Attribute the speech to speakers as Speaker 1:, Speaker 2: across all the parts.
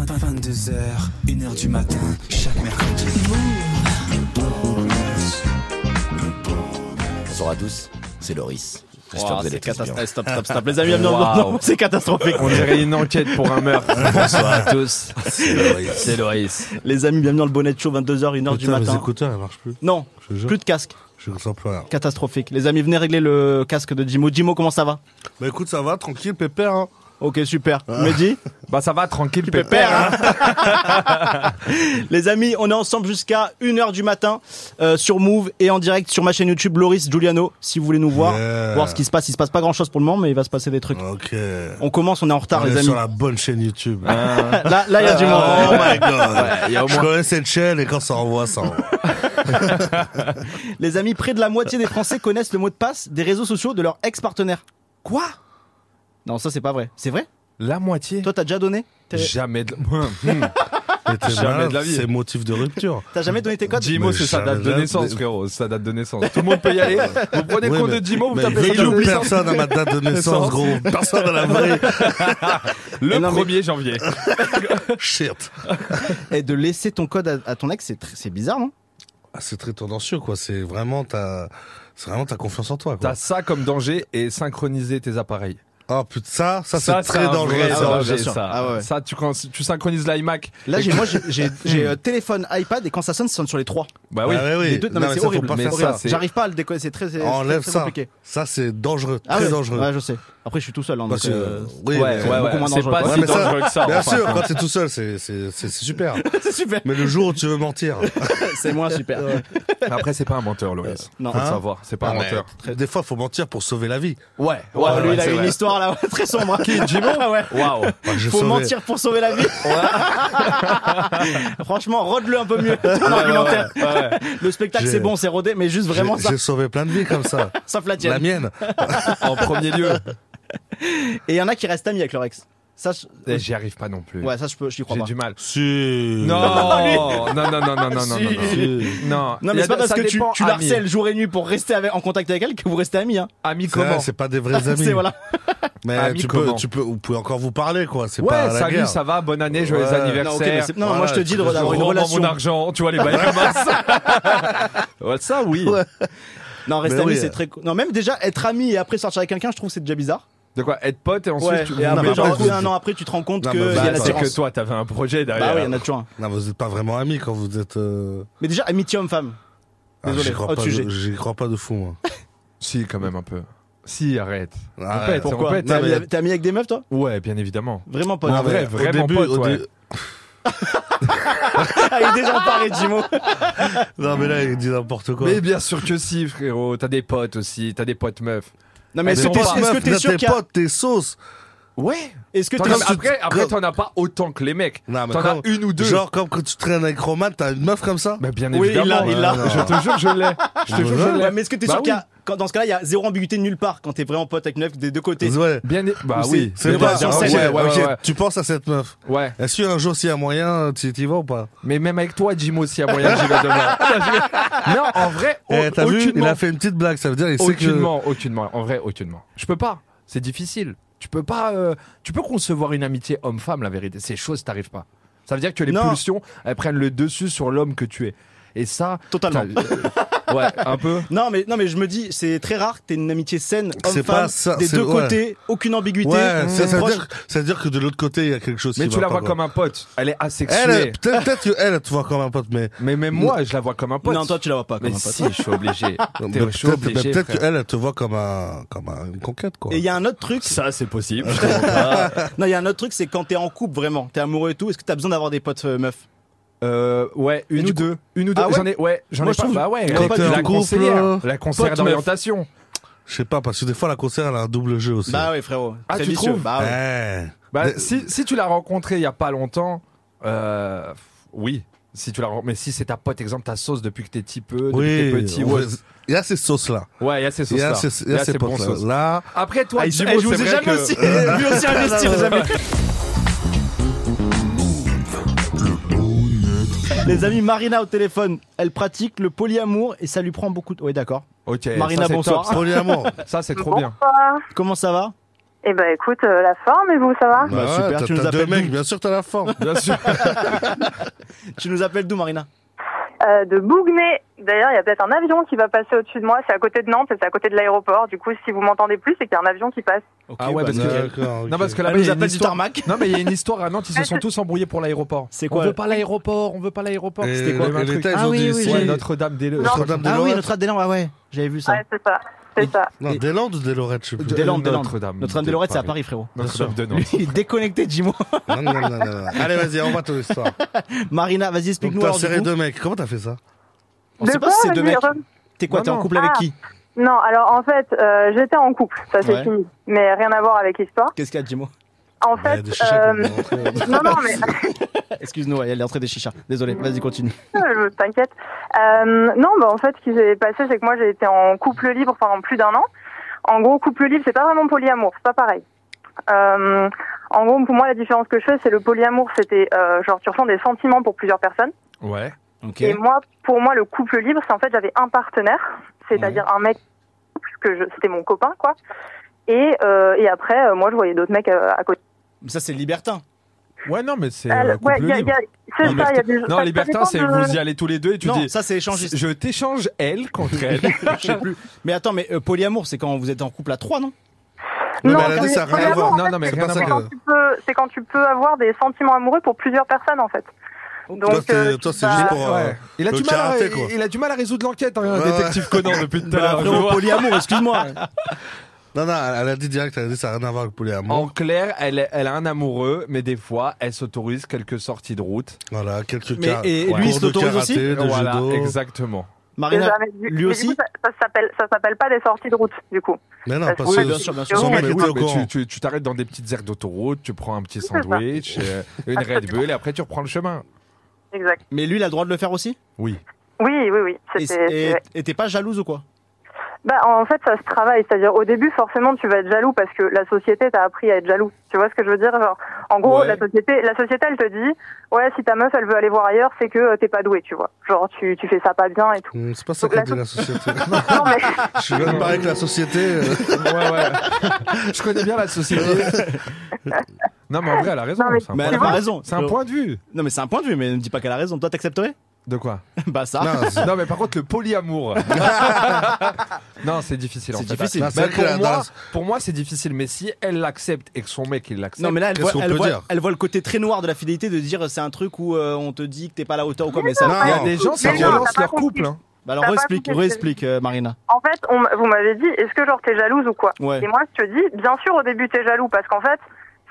Speaker 1: 22h, 1h du matin, chaque mercredi.
Speaker 2: Bonsoir à tous, c'est Loris. J'espère que
Speaker 3: Wow,
Speaker 2: vous allez
Speaker 3: c'est
Speaker 2: tous bien.
Speaker 3: catastrophique. Stop, stop, stop. Les amis, non, non, non, c'est catastrophique.
Speaker 4: On dirait une enquête pour un meurtre.
Speaker 3: Bonsoir à tous.
Speaker 2: C'est Loris.
Speaker 3: C'est Loris.
Speaker 5: Les amis, bienvenue dans le bonnet de show, 22h, 1h du
Speaker 6: Putain, les
Speaker 5: matin.
Speaker 6: écouteurs, ils marchent plus.
Speaker 5: Non,
Speaker 6: Je te jure,
Speaker 5: plus de casque.
Speaker 6: je ressens plus rien.
Speaker 5: Catastrophique. Les amis, venez régler le casque de Jimo. Jimo, comment ça va
Speaker 6: Bah écoute, ça va, tranquille, pépère. Hein. Ah.
Speaker 5: Ok, super. Mehdi
Speaker 4: Bah ça va, tranquille, pépère.
Speaker 5: hein.
Speaker 6: hein.
Speaker 5: Les amis, on est ensemble jusqu'à 1h du matin euh, sur Move et en direct sur ma chaîne YouTube Loris Giuliano, si vous voulez nous voir.
Speaker 6: Yeah.
Speaker 5: Voir ce qui se passe. Il se passe pas grand chose pour le moment, mais il va se passer des trucs.
Speaker 6: Ok.
Speaker 5: On commence, on est en retard,
Speaker 6: On
Speaker 5: les
Speaker 6: est
Speaker 5: amis.
Speaker 6: sur la bonne chaîne YouTube.
Speaker 4: Ah.
Speaker 5: Là, là, il y a du monde.
Speaker 6: Oh my god.
Speaker 4: Il y a au
Speaker 6: Je
Speaker 4: moins
Speaker 6: connais cette chaîne et quand ça envoie, ça envoie.
Speaker 5: Les amis, près de la moitié des Français connaissent le mot de passe des réseaux sociaux de leur ex-partenaire. Quoi Non, ça c'est pas vrai. C'est vrai
Speaker 4: la moitié.
Speaker 5: Toi, t'as déjà donné T'es-
Speaker 4: Jamais de
Speaker 6: Mais t'es
Speaker 4: Jamais
Speaker 6: malade,
Speaker 4: de la vie.
Speaker 6: C'est motif de rupture.
Speaker 5: T'as jamais donné tes codes
Speaker 4: Jimo,
Speaker 6: Mais
Speaker 4: c'est sa date de
Speaker 6: jamais.
Speaker 4: naissance, frérot. C'est sa date de naissance. Tout le monde peut y aller. Vous prenez le
Speaker 6: Oui,
Speaker 4: compte
Speaker 6: mais-
Speaker 4: de Jimo, vous
Speaker 6: Mais
Speaker 4: tapez sa
Speaker 6: il
Speaker 4: date
Speaker 6: ou
Speaker 4: de naissance
Speaker 6: personne à ma date de naissance, gros. Personne à la vraie.
Speaker 4: le
Speaker 5: Mais non, mais-
Speaker 4: 1er janvier.
Speaker 6: Shit.
Speaker 5: Et de laisser ton code à, à ton ex, c'est tr- c'est bizarre, non
Speaker 6: Ah, c'est très tendancieux, quoi. C'est vraiment ta, c'est vraiment ta confiance en toi, quoi.
Speaker 4: T'as ça comme danger et synchroniser tes appareils.
Speaker 6: Ah, putain, ça, ça,
Speaker 4: Ça,
Speaker 6: c'est très
Speaker 4: un
Speaker 6: dangereux,
Speaker 4: vrai
Speaker 6: ça.
Speaker 4: danger,
Speaker 5: bien sûr.
Speaker 4: ça.
Speaker 5: Ah ouais.
Speaker 4: Ça, tu, quand tu synchronises l'iMac.
Speaker 5: Là,
Speaker 4: Et
Speaker 5: j'ai
Speaker 4: que-
Speaker 5: moi, j'ai- j'ai j'ai, euh, téléphone, iPad, et quand ça sonne, ça sonne sur les trois.
Speaker 4: Hmm. Bah oui.
Speaker 6: Ah ouais, oui.
Speaker 5: Les deux- non,
Speaker 6: Non,
Speaker 5: mais
Speaker 6: mais
Speaker 5: c'est
Speaker 6: ça, faut
Speaker 5: horrible.
Speaker 6: pas
Speaker 5: Mais
Speaker 4: faire
Speaker 5: ça,
Speaker 4: ça.
Speaker 5: J'arrive pas à le décoller, c'est très, c'est- c'est
Speaker 6: Enlève
Speaker 5: très
Speaker 6: ça.
Speaker 5: compliqué.
Speaker 6: Ça, c'est dangereux,
Speaker 5: Ah
Speaker 6: très
Speaker 5: ouais,
Speaker 6: dangereux.
Speaker 5: Ouais, je sais. Après, je suis tout seul. Hein,
Speaker 6: Parce
Speaker 5: donc,
Speaker 6: que-
Speaker 5: euh,
Speaker 6: oui,
Speaker 4: ouais, ouais,
Speaker 6: mais-
Speaker 5: beaucoup
Speaker 4: ouais.
Speaker 5: moins
Speaker 4: C'est
Speaker 5: dangereux,
Speaker 4: pas
Speaker 5: quoi.
Speaker 6: Ouais,
Speaker 4: si
Speaker 6: mais ça-
Speaker 4: dangereux que ça.
Speaker 6: Bien
Speaker 4: enfin.
Speaker 6: sûr, quand t'es tout seul, c'est c'est- c'est- c'est super.
Speaker 5: c'est super.
Speaker 6: Mais le jour où tu veux mentir,
Speaker 5: C'est moins super.
Speaker 4: Après, c'est pas un menteur, Loris.
Speaker 5: non.
Speaker 4: Faut le
Speaker 6: Hein
Speaker 4: savoir. C'est pas un menteur.
Speaker 6: des fois, faut mentir pour sauver la vie.
Speaker 4: Ouais.
Speaker 5: Oh, lui, il a
Speaker 4: c'est
Speaker 5: une
Speaker 4: vrai.
Speaker 5: histoire là très sombre. Qui Jimo ouais.
Speaker 4: Waouh.
Speaker 6: Moi, j'ai
Speaker 5: Faut
Speaker 6: sauvé-
Speaker 5: mentir pour sauver la vie. Franchement, rôde-le un peu mieux ton argumentaire. Le spectacle,
Speaker 6: J'ai-
Speaker 5: c'est bon, c'est rodé, mais juste vraiment
Speaker 6: j'ai-
Speaker 5: ça,
Speaker 6: J'ai sauvé plein de vies comme ça.
Speaker 5: sauf la
Speaker 6: la
Speaker 5: tienne.
Speaker 6: mienne.
Speaker 4: En premier lieu.
Speaker 5: Et il y en a qui restent amis avec leur ex. Ça, je-
Speaker 4: Eh, J'y arrive pas non plus.
Speaker 5: ouais, ça, je peux, je t'y crois
Speaker 4: J'ai
Speaker 5: pas.
Speaker 4: du mal.
Speaker 6: Si.
Speaker 4: Non, non, non, non, non, non, non,
Speaker 5: Si.
Speaker 4: non.
Speaker 6: Non.
Speaker 5: Non,
Speaker 4: Il y
Speaker 5: mais
Speaker 4: a
Speaker 5: c'est pas
Speaker 4: de-
Speaker 5: parce
Speaker 4: ça
Speaker 5: que tu,
Speaker 4: dépend,
Speaker 5: tu
Speaker 4: ami.
Speaker 5: la harcèles jour et nuit pour rester avec- en contact avec elle que vous restez amis. Hein.
Speaker 4: Ami
Speaker 6: C'est vrai,
Speaker 4: comment
Speaker 6: C'est pas des vrais amis.
Speaker 5: C'est voilà.
Speaker 6: Mais
Speaker 4: Amis
Speaker 6: tu
Speaker 4: comment
Speaker 6: peux, tu peux, vous pouvez encore vous parler, quoi. C'est pas
Speaker 4: Ouais,
Speaker 6: la
Speaker 4: salut,
Speaker 6: guerre.
Speaker 4: ça va, bonne année, joyeux
Speaker 6: Ouais.
Speaker 5: Non, ok, mais
Speaker 4: anniversaire.
Speaker 5: c'est- non, moi, je te dis de- d'avoir une
Speaker 4: Rends-moi
Speaker 5: relation.
Speaker 4: mon argent, tu vois les bails comme ça. Ouais, ça, oui.
Speaker 5: Non, rester
Speaker 6: Mais
Speaker 5: ami,
Speaker 6: oui.
Speaker 5: c'est très. co- Non, même déjà être ami et après sortir avec quelqu'un, je trouve que c'est déjà bizarre.
Speaker 4: De quoi Être pote et ensuite
Speaker 5: Ouais.
Speaker 4: tu
Speaker 5: Et
Speaker 6: non,
Speaker 5: après,
Speaker 6: mais
Speaker 5: genre,
Speaker 6: après,
Speaker 5: au bout d'un
Speaker 6: vous-
Speaker 5: an après, tu te rends compte
Speaker 6: Non,
Speaker 5: qu'il y
Speaker 6: mais
Speaker 5: a
Speaker 6: bah,
Speaker 5: la
Speaker 6: c'est
Speaker 4: C'est que
Speaker 5: différence.
Speaker 4: toi, t'avais un projet
Speaker 5: Bah
Speaker 4: derrière.
Speaker 5: oui, il y en a toujours un.
Speaker 6: Non, vous êtes pas vraiment amis quand vous êtes. euh,
Speaker 5: Mais déjà, amitié homme-femme.
Speaker 6: ah,
Speaker 5: Désolé, Oh,
Speaker 6: j'y crois
Speaker 5: autre
Speaker 6: pas de-
Speaker 5: sujet.
Speaker 6: J'y crois pas de fou, moi.
Speaker 4: Si, quand même un peu. Si, arrête.
Speaker 6: Arrête.
Speaker 4: Répète,
Speaker 6: Pourquoi
Speaker 5: Quoi
Speaker 4: répète.
Speaker 5: T'es
Speaker 6: Non, mais-
Speaker 5: ami- t'es ami avec des meufs, toi
Speaker 4: Ouais, bien évidemment.
Speaker 5: Vraiment pas.
Speaker 4: Ouais,
Speaker 5: non.
Speaker 4: en vrai,
Speaker 6: Au
Speaker 4: vraiment
Speaker 6: début,
Speaker 4: pote,
Speaker 6: au
Speaker 4: ouais.
Speaker 6: dé-
Speaker 5: Ah, il est déjà en parlé, Jimo.
Speaker 6: Non, mais là, il dit n'importe quoi.
Speaker 4: Mais bien sûr que si, frérot. T'as des potes aussi, t'as des potes meufs.
Speaker 5: Non, mais
Speaker 4: Mais
Speaker 5: est-ce que
Speaker 4: non,
Speaker 5: t'es-
Speaker 4: pas-
Speaker 5: est-ce que t'es
Speaker 6: T'as
Speaker 5: sûr
Speaker 6: tes
Speaker 5: qu'il y a.
Speaker 6: potes, tes sauces.
Speaker 4: Ouais.
Speaker 5: Est-ce que
Speaker 4: T'en
Speaker 5: t'es
Speaker 4: as- Après, après, t'en as pas autant que les mecs.
Speaker 6: Non, mais
Speaker 4: T'en as
Speaker 6: comme-
Speaker 4: une ou deux.
Speaker 6: Genre, comme quand tu traînes avec Roman, t'as une meuf comme ça
Speaker 4: Bah, bien
Speaker 5: Oui, il
Speaker 4: évidemment. Euh,
Speaker 5: l'a, il l'a.
Speaker 4: Je te jure, je l'ai.
Speaker 6: Ah,
Speaker 4: Je te jure, je l'ai.
Speaker 5: Ouais, mais est-ce que t'es
Speaker 4: Bah
Speaker 5: sûr qu'il y
Speaker 4: oui.
Speaker 5: a. quand- Dans ce cas-là, il y a zéro ambiguïté de nulle part quand t'es vraiment pote avec neuf des deux côtés.
Speaker 6: Ouais.
Speaker 4: Bien, é- bah
Speaker 5: Ou
Speaker 4: oui.
Speaker 5: c'est-
Speaker 6: C'est
Speaker 4: Mais
Speaker 6: pas
Speaker 4: bien
Speaker 6: ok,
Speaker 4: sûr, ouais, ouais,
Speaker 6: ok,
Speaker 4: ouais, ouais.
Speaker 6: Tu penses à cette meuf.
Speaker 4: Ouais.
Speaker 6: Est-ce qu'un jour, s'il y a moyen, tu y vas ou pas
Speaker 4: Mais même avec toi, Jimo, s'il y a moyen, j'y vais demain. non, en vrai, au-
Speaker 6: Eh, T'as vu Il
Speaker 4: aucunement.
Speaker 6: a fait une petite blague, ça veut dire il sait que.
Speaker 4: aucunement, aucunement. En vrai, aucunement. Je peux pas. C'est difficile. Tu peux pas. euh, tu peux concevoir une amitié homme-femme, la vérité. Ces choses t'arrivent pas. Ça veut dire que les
Speaker 5: Non.
Speaker 4: pulsions, elles prennent le dessus sur l'homme que tu es. Et ça.
Speaker 5: Totalement.
Speaker 4: t'as- euh, ouais, un peu.
Speaker 5: Non mais non mais je me dis c'est très rare que t'aies une amitié saine
Speaker 6: C'est
Speaker 5: homme-femme
Speaker 6: pas ça,
Speaker 5: des
Speaker 6: c'est-
Speaker 5: deux
Speaker 6: ouais.
Speaker 5: côtés aucune ambiguïté
Speaker 6: Ouais, ça, ça veut
Speaker 5: proche.
Speaker 6: dire, ça veut dire que de l'autre côté, il y a quelque chose
Speaker 4: Mais
Speaker 6: qui
Speaker 4: tu
Speaker 6: va
Speaker 4: la
Speaker 6: pas,
Speaker 4: vois
Speaker 6: quoi.
Speaker 4: comme un pote. Elle est asexuée.
Speaker 6: Elle, elle, peut-être peut-être que elle, elle te voit comme un pote, mais. Mm.
Speaker 4: Mais même moi, je la vois comme un pote.
Speaker 5: non toi tu la vois pas comme
Speaker 4: Mais
Speaker 5: un pote.
Speaker 4: si, je suis obligé.
Speaker 6: mais
Speaker 4: T'es- je suis
Speaker 6: Peut-être mais
Speaker 4: obligé.
Speaker 6: peut-être
Speaker 4: frère.
Speaker 6: qu'elle, elle te voit comme, un, comme un- une conquête, quoi.
Speaker 5: Et il y a un autre truc
Speaker 4: Ça, c'est possible.
Speaker 5: non il y a un autre truc c'est quand t'es en couple vraiment t'es amoureux et tout est-ce que t'as besoin d'avoir des potes euh, meufs
Speaker 4: Euh, ouais, une
Speaker 5: du
Speaker 4: ou
Speaker 5: coup-
Speaker 4: deux. Une ou deux.
Speaker 5: Ah ouais
Speaker 4: J'en ai, ouais, j'en
Speaker 5: Moi,
Speaker 4: ai
Speaker 5: je
Speaker 4: pas.
Speaker 5: trouve-
Speaker 4: Bah ouais,
Speaker 5: Quand
Speaker 4: la-
Speaker 5: t'es
Speaker 4: la
Speaker 6: en couple,
Speaker 4: conseillère.
Speaker 6: euh,
Speaker 4: La conseillère
Speaker 5: pote,
Speaker 4: d'orientation.
Speaker 6: Je sais pas, parce que des fois, la concert, elle a un double jeu aussi.
Speaker 5: bah ouais frérot
Speaker 4: Ah,
Speaker 5: très
Speaker 4: tu
Speaker 5: vicieux.
Speaker 4: trouves
Speaker 5: bah ouais.
Speaker 6: Eh.
Speaker 4: Bah,
Speaker 6: Mais-
Speaker 4: si, si tu l'as rencontrée il y a pas longtemps, euh, oui. Si tu l'as ren- mais si c'est ta pote, exemple, ta sauce depuis que t'es petit peu, depuis que t'es
Speaker 6: Oui,
Speaker 4: petit,
Speaker 6: on
Speaker 4: ouais.
Speaker 6: fait- il y a ces sauces-là.
Speaker 4: Ouais, il y a ces
Speaker 6: Il y
Speaker 4: sauces-là.
Speaker 6: a ces, il y a ces
Speaker 4: bons
Speaker 6: potes-là.
Speaker 4: sauces.
Speaker 6: Là,
Speaker 4: Après toi,
Speaker 5: Ah, ils-
Speaker 4: Jimo,
Speaker 5: eh, je vous
Speaker 4: c'est
Speaker 5: ai
Speaker 4: vrai
Speaker 5: jamais
Speaker 4: que-
Speaker 5: aussi vu aussi investir les amis les amis Marina au téléphone elle pratique le polyamour et ça lui prend beaucoup de ouais d'accord
Speaker 4: Ok.
Speaker 5: Marina,
Speaker 4: ça, c'est
Speaker 5: bonsoir.
Speaker 4: top,
Speaker 6: polyamour. Bah
Speaker 4: ça. Ça c'est trop bien.
Speaker 5: comment ça va
Speaker 7: Eh ben écoute, euh, la forme et vous, ça va
Speaker 5: Bah, super,
Speaker 6: t'as-
Speaker 5: tu nous
Speaker 6: t'as deux
Speaker 5: appelles
Speaker 6: mecs,
Speaker 5: nous.
Speaker 6: bien sûr, t'as la forme.
Speaker 4: Bien sûr.
Speaker 5: Tu nous appelles d'où, Marina
Speaker 7: Euh, De Bougnay. D'ailleurs, il y a peut-être un avion qui va passer au-dessus de moi. C'est à côté de Nantes et c'est à côté de l'aéroport. Du coup, si vous m'entendez plus, c'est qu'il y a un avion qui passe.
Speaker 5: Ok,
Speaker 4: Ah ouais,
Speaker 5: bah,
Speaker 4: parce que-
Speaker 5: nickel.
Speaker 6: D'accord,
Speaker 4: Non,
Speaker 6: ok.
Speaker 4: parce que là-bas,
Speaker 5: Elle
Speaker 4: il
Speaker 5: nous
Speaker 4: y a une
Speaker 5: appelle du
Speaker 4: histoire.
Speaker 5: tarmac.
Speaker 4: Non, mais il y a une histoire à Nantes, ils se sont tous embrouillés pour l'aéroport.
Speaker 5: C'est quoi,
Speaker 4: On veut pas l'aéroport, on veut pas l'aéroport.
Speaker 6: Et
Speaker 4: C'était quoi
Speaker 6: les-
Speaker 4: le
Speaker 6: les
Speaker 4: truc
Speaker 6: Thaïs
Speaker 5: Ah
Speaker 6: ont
Speaker 5: oui,
Speaker 6: dit,
Speaker 5: oui,
Speaker 6: c'est
Speaker 5: j'ai-
Speaker 4: Notre-Dame des
Speaker 6: Notre-Dame de
Speaker 5: Ah oui,
Speaker 6: Lorette.
Speaker 5: notre dame ouais, ouais, j'avais vu ça.
Speaker 7: Ouais, c'est ça. C'est ça.
Speaker 6: Non, des Landes ou des Lorettes, je sais plus.
Speaker 5: Des Landes, des Landes.
Speaker 4: Notre-Dame.
Speaker 5: Notre-Dame de Lorette, c'est à Paris, frérot.
Speaker 4: Notre-Dame de Nantes.
Speaker 5: Lui, déconnecté, dis-moi.
Speaker 6: Non, non, non, non, non. Allez, vas-y, envoie ton histoire.
Speaker 5: Marina, vas-y,
Speaker 6: Donc,
Speaker 5: explique-nous
Speaker 6: t'as
Speaker 5: alors. du
Speaker 6: serré
Speaker 5: coup.
Speaker 6: deux mecs. Comment t'as fait ça
Speaker 5: On sait
Speaker 7: De
Speaker 5: pas
Speaker 7: quoi,
Speaker 5: si c'est
Speaker 7: vas-y,
Speaker 5: deux mecs.
Speaker 7: Ron
Speaker 5: T'es quoi, t'es en
Speaker 4: Non,
Speaker 5: couple avec
Speaker 7: Ah.
Speaker 5: qui
Speaker 7: Non, alors en fait, euh, j'étais en couple, ça c'est
Speaker 5: Ouais.
Speaker 7: fini, mais rien à voir avec l'histoire.
Speaker 5: Qu'est-ce qu'il y a, dis-moi
Speaker 7: En
Speaker 6: Il Bah, y a
Speaker 7: fait,
Speaker 6: des chichas
Speaker 7: euh,
Speaker 6: qui vont rentrer.
Speaker 7: non, non, mais
Speaker 5: Excuse-nous, ouais, il y a l'entrée des chichas. Désolé, vas-y, continue.
Speaker 7: Ah, je t'inquiète. Euh, non, bah en fait, ce qui s'est passé, c'est que moi j'ai été en couple libre pendant plus d'un an. En gros, couple libre, c'est pas vraiment polyamour, c'est pas pareil. Euh, en gros, pour moi, la différence que je fais, c'est le polyamour, c'était euh, genre tu ressens des sentiments pour plusieurs personnes.
Speaker 4: Ouais.
Speaker 5: Ok.
Speaker 7: Et moi, pour moi, le couple libre, c'est en fait, j'avais un partenaire, c'est-à-dire un mec, que je- c'était mon copain, quoi. Et, euh, et après, euh, moi, je voyais d'autres mecs euh, à côté.
Speaker 5: Mais ça, c'est libertin.
Speaker 4: Ouais, non, mais c'est.
Speaker 7: Alors,
Speaker 4: euh, couple
Speaker 7: ouais, il y a- il
Speaker 4: libre.
Speaker 7: y a- c'est ça, il y a des- ça-
Speaker 4: Non,
Speaker 7: ça
Speaker 4: libertin,
Speaker 7: dépend
Speaker 4: c'est
Speaker 7: de-
Speaker 4: vous y allez tous les deux et tu
Speaker 5: non,
Speaker 4: dis.
Speaker 5: ça, c'est échangiste.
Speaker 4: Je t'échange elle contre elle.
Speaker 5: Je sais plus. Mais attends, mais euh, polyamour, c'est quand vous êtes en couple à trois, non
Speaker 6: Non,
Speaker 7: Non,
Speaker 6: mais elle a dit, ça a rien à
Speaker 7: polyamour,
Speaker 6: voir.
Speaker 7: en
Speaker 4: Non,
Speaker 7: fait,
Speaker 4: non, mais
Speaker 7: c'est
Speaker 4: rien à
Speaker 7: quand
Speaker 6: voir.
Speaker 7: tu peux- C'est quand tu peux avoir des sentiments amoureux pour plusieurs personnes, en fait. Donc,
Speaker 6: Toi, c'est-
Speaker 7: euh,
Speaker 6: toi, c'est
Speaker 7: bah,
Speaker 6: juste pour. euh,
Speaker 4: Ouais. Il a,
Speaker 6: le
Speaker 4: du mal à,
Speaker 6: karaté, quoi.
Speaker 4: il a du mal à résoudre l'enquête, hein,
Speaker 6: Ouais, Bah,
Speaker 4: détective Conan, depuis tout à l'heure. je
Speaker 5: frérot,
Speaker 4: vois.
Speaker 5: polyamour, excuse-moi.
Speaker 6: Non, non, elle a dit direct, elle a dit ça n'a rien à voir avec polyamour.
Speaker 4: En clair, elle, elle a un amoureux, mais des fois, elle s'autorise quelques sorties de route.
Speaker 6: Voilà, quelques
Speaker 5: Mais-
Speaker 6: cas.
Speaker 5: et lui, il
Speaker 6: cours
Speaker 5: se
Speaker 6: de
Speaker 5: l'autorise aussi
Speaker 6: karaté, de
Speaker 4: voilà,
Speaker 6: judo.
Speaker 4: exactement.
Speaker 7: j'ai
Speaker 5: Marina,
Speaker 7: jamais vu.
Speaker 5: lui
Speaker 7: Mais du
Speaker 5: aussi
Speaker 7: coup, ça- ça s'appelle- ça s'appelle pas des sorties de route, du coup.
Speaker 6: Mais non,
Speaker 7: Oui,
Speaker 6: parce que
Speaker 5: bien sûr, bien sûr.
Speaker 6: son
Speaker 7: Non,
Speaker 6: mec
Speaker 7: mais
Speaker 6: était
Speaker 4: oui,
Speaker 6: au
Speaker 4: mais tu-
Speaker 6: courant.
Speaker 4: tu tu t'arrêtes dans des petites aires d'autoroute, tu prends un petit sandwich, euh, une Red Bull, et après tu reprends le chemin.
Speaker 7: Exact.
Speaker 5: mais lui, il a le droit de le faire aussi
Speaker 4: Oui.
Speaker 7: Oui, oui, oui.
Speaker 5: Et
Speaker 7: c'était-
Speaker 5: et-
Speaker 7: c'est-
Speaker 5: et t'es pas jalouse ou quoi
Speaker 7: Bah, en fait, ça se travaille. C'est-à-dire, au début, forcément, tu vas être jaloux parce que la société t'a appris à être jaloux. Tu vois ce que je veux dire Genre, En gros,
Speaker 5: Ouais.
Speaker 7: la société, la société, elle te dit, ouais, si ta meuf, elle veut aller voir ailleurs, c'est que euh, t'es pas doué, tu vois. Genre, tu, tu fais ça pas bien et tout.
Speaker 6: Hum, C'est pas ça
Speaker 7: Donc,
Speaker 6: qu'a
Speaker 7: la
Speaker 6: dit la société.
Speaker 7: Non, mais
Speaker 6: Je suis même pareil que la société. euh,
Speaker 4: Ouais, ouais. Je connais bien la société. non, mais en vrai, elle a raison.
Speaker 7: Non, mais-
Speaker 4: c'est un
Speaker 5: Mais elle a
Speaker 4: point de
Speaker 5: pas
Speaker 4: vue.
Speaker 5: raison.
Speaker 4: C'est un point de vue.
Speaker 5: Non, mais c'est un point de vue, mais ne me dis pas qu'elle a raison. Toi, t'accepterais
Speaker 4: De quoi
Speaker 5: Bah, ça.
Speaker 6: Non, c'est-
Speaker 4: Non, mais par contre, le polyamour. non, c'est difficile. en
Speaker 5: C'est
Speaker 4: fait.
Speaker 5: difficile.
Speaker 4: Bah,
Speaker 6: C'est vrai que la
Speaker 4: pour, moi,
Speaker 6: danse-
Speaker 4: pour moi, c'est difficile. Mais si elle l'accepte et que son mec, il l'accepte.
Speaker 5: Non mais là elle
Speaker 6: Qu'est-ce
Speaker 5: voit,
Speaker 6: qu'on
Speaker 5: elle,
Speaker 6: peut
Speaker 5: voit,
Speaker 6: dire
Speaker 5: elle voit le côté très noir de la fidélité de dire euh, c'est un truc où euh, on te dit que t'es pas à la hauteur ou quoi mais ça
Speaker 6: Non.
Speaker 4: Il y a des gens, ça
Speaker 7: Mais non,
Speaker 4: relance
Speaker 7: t'as pas
Speaker 4: leur couple.
Speaker 7: compris.
Speaker 4: hein.
Speaker 5: Bah, alors
Speaker 7: T'as pas
Speaker 5: réexplique
Speaker 7: compris Ah, ce que
Speaker 5: réexplique euh, Marina
Speaker 7: en fait, on m- vous m'avez dit, est-ce que genre t'es jalouse ou quoi
Speaker 5: ouais
Speaker 7: Et moi, je te dis, bien sûr, au début, t'es jaloux parce qu'en fait,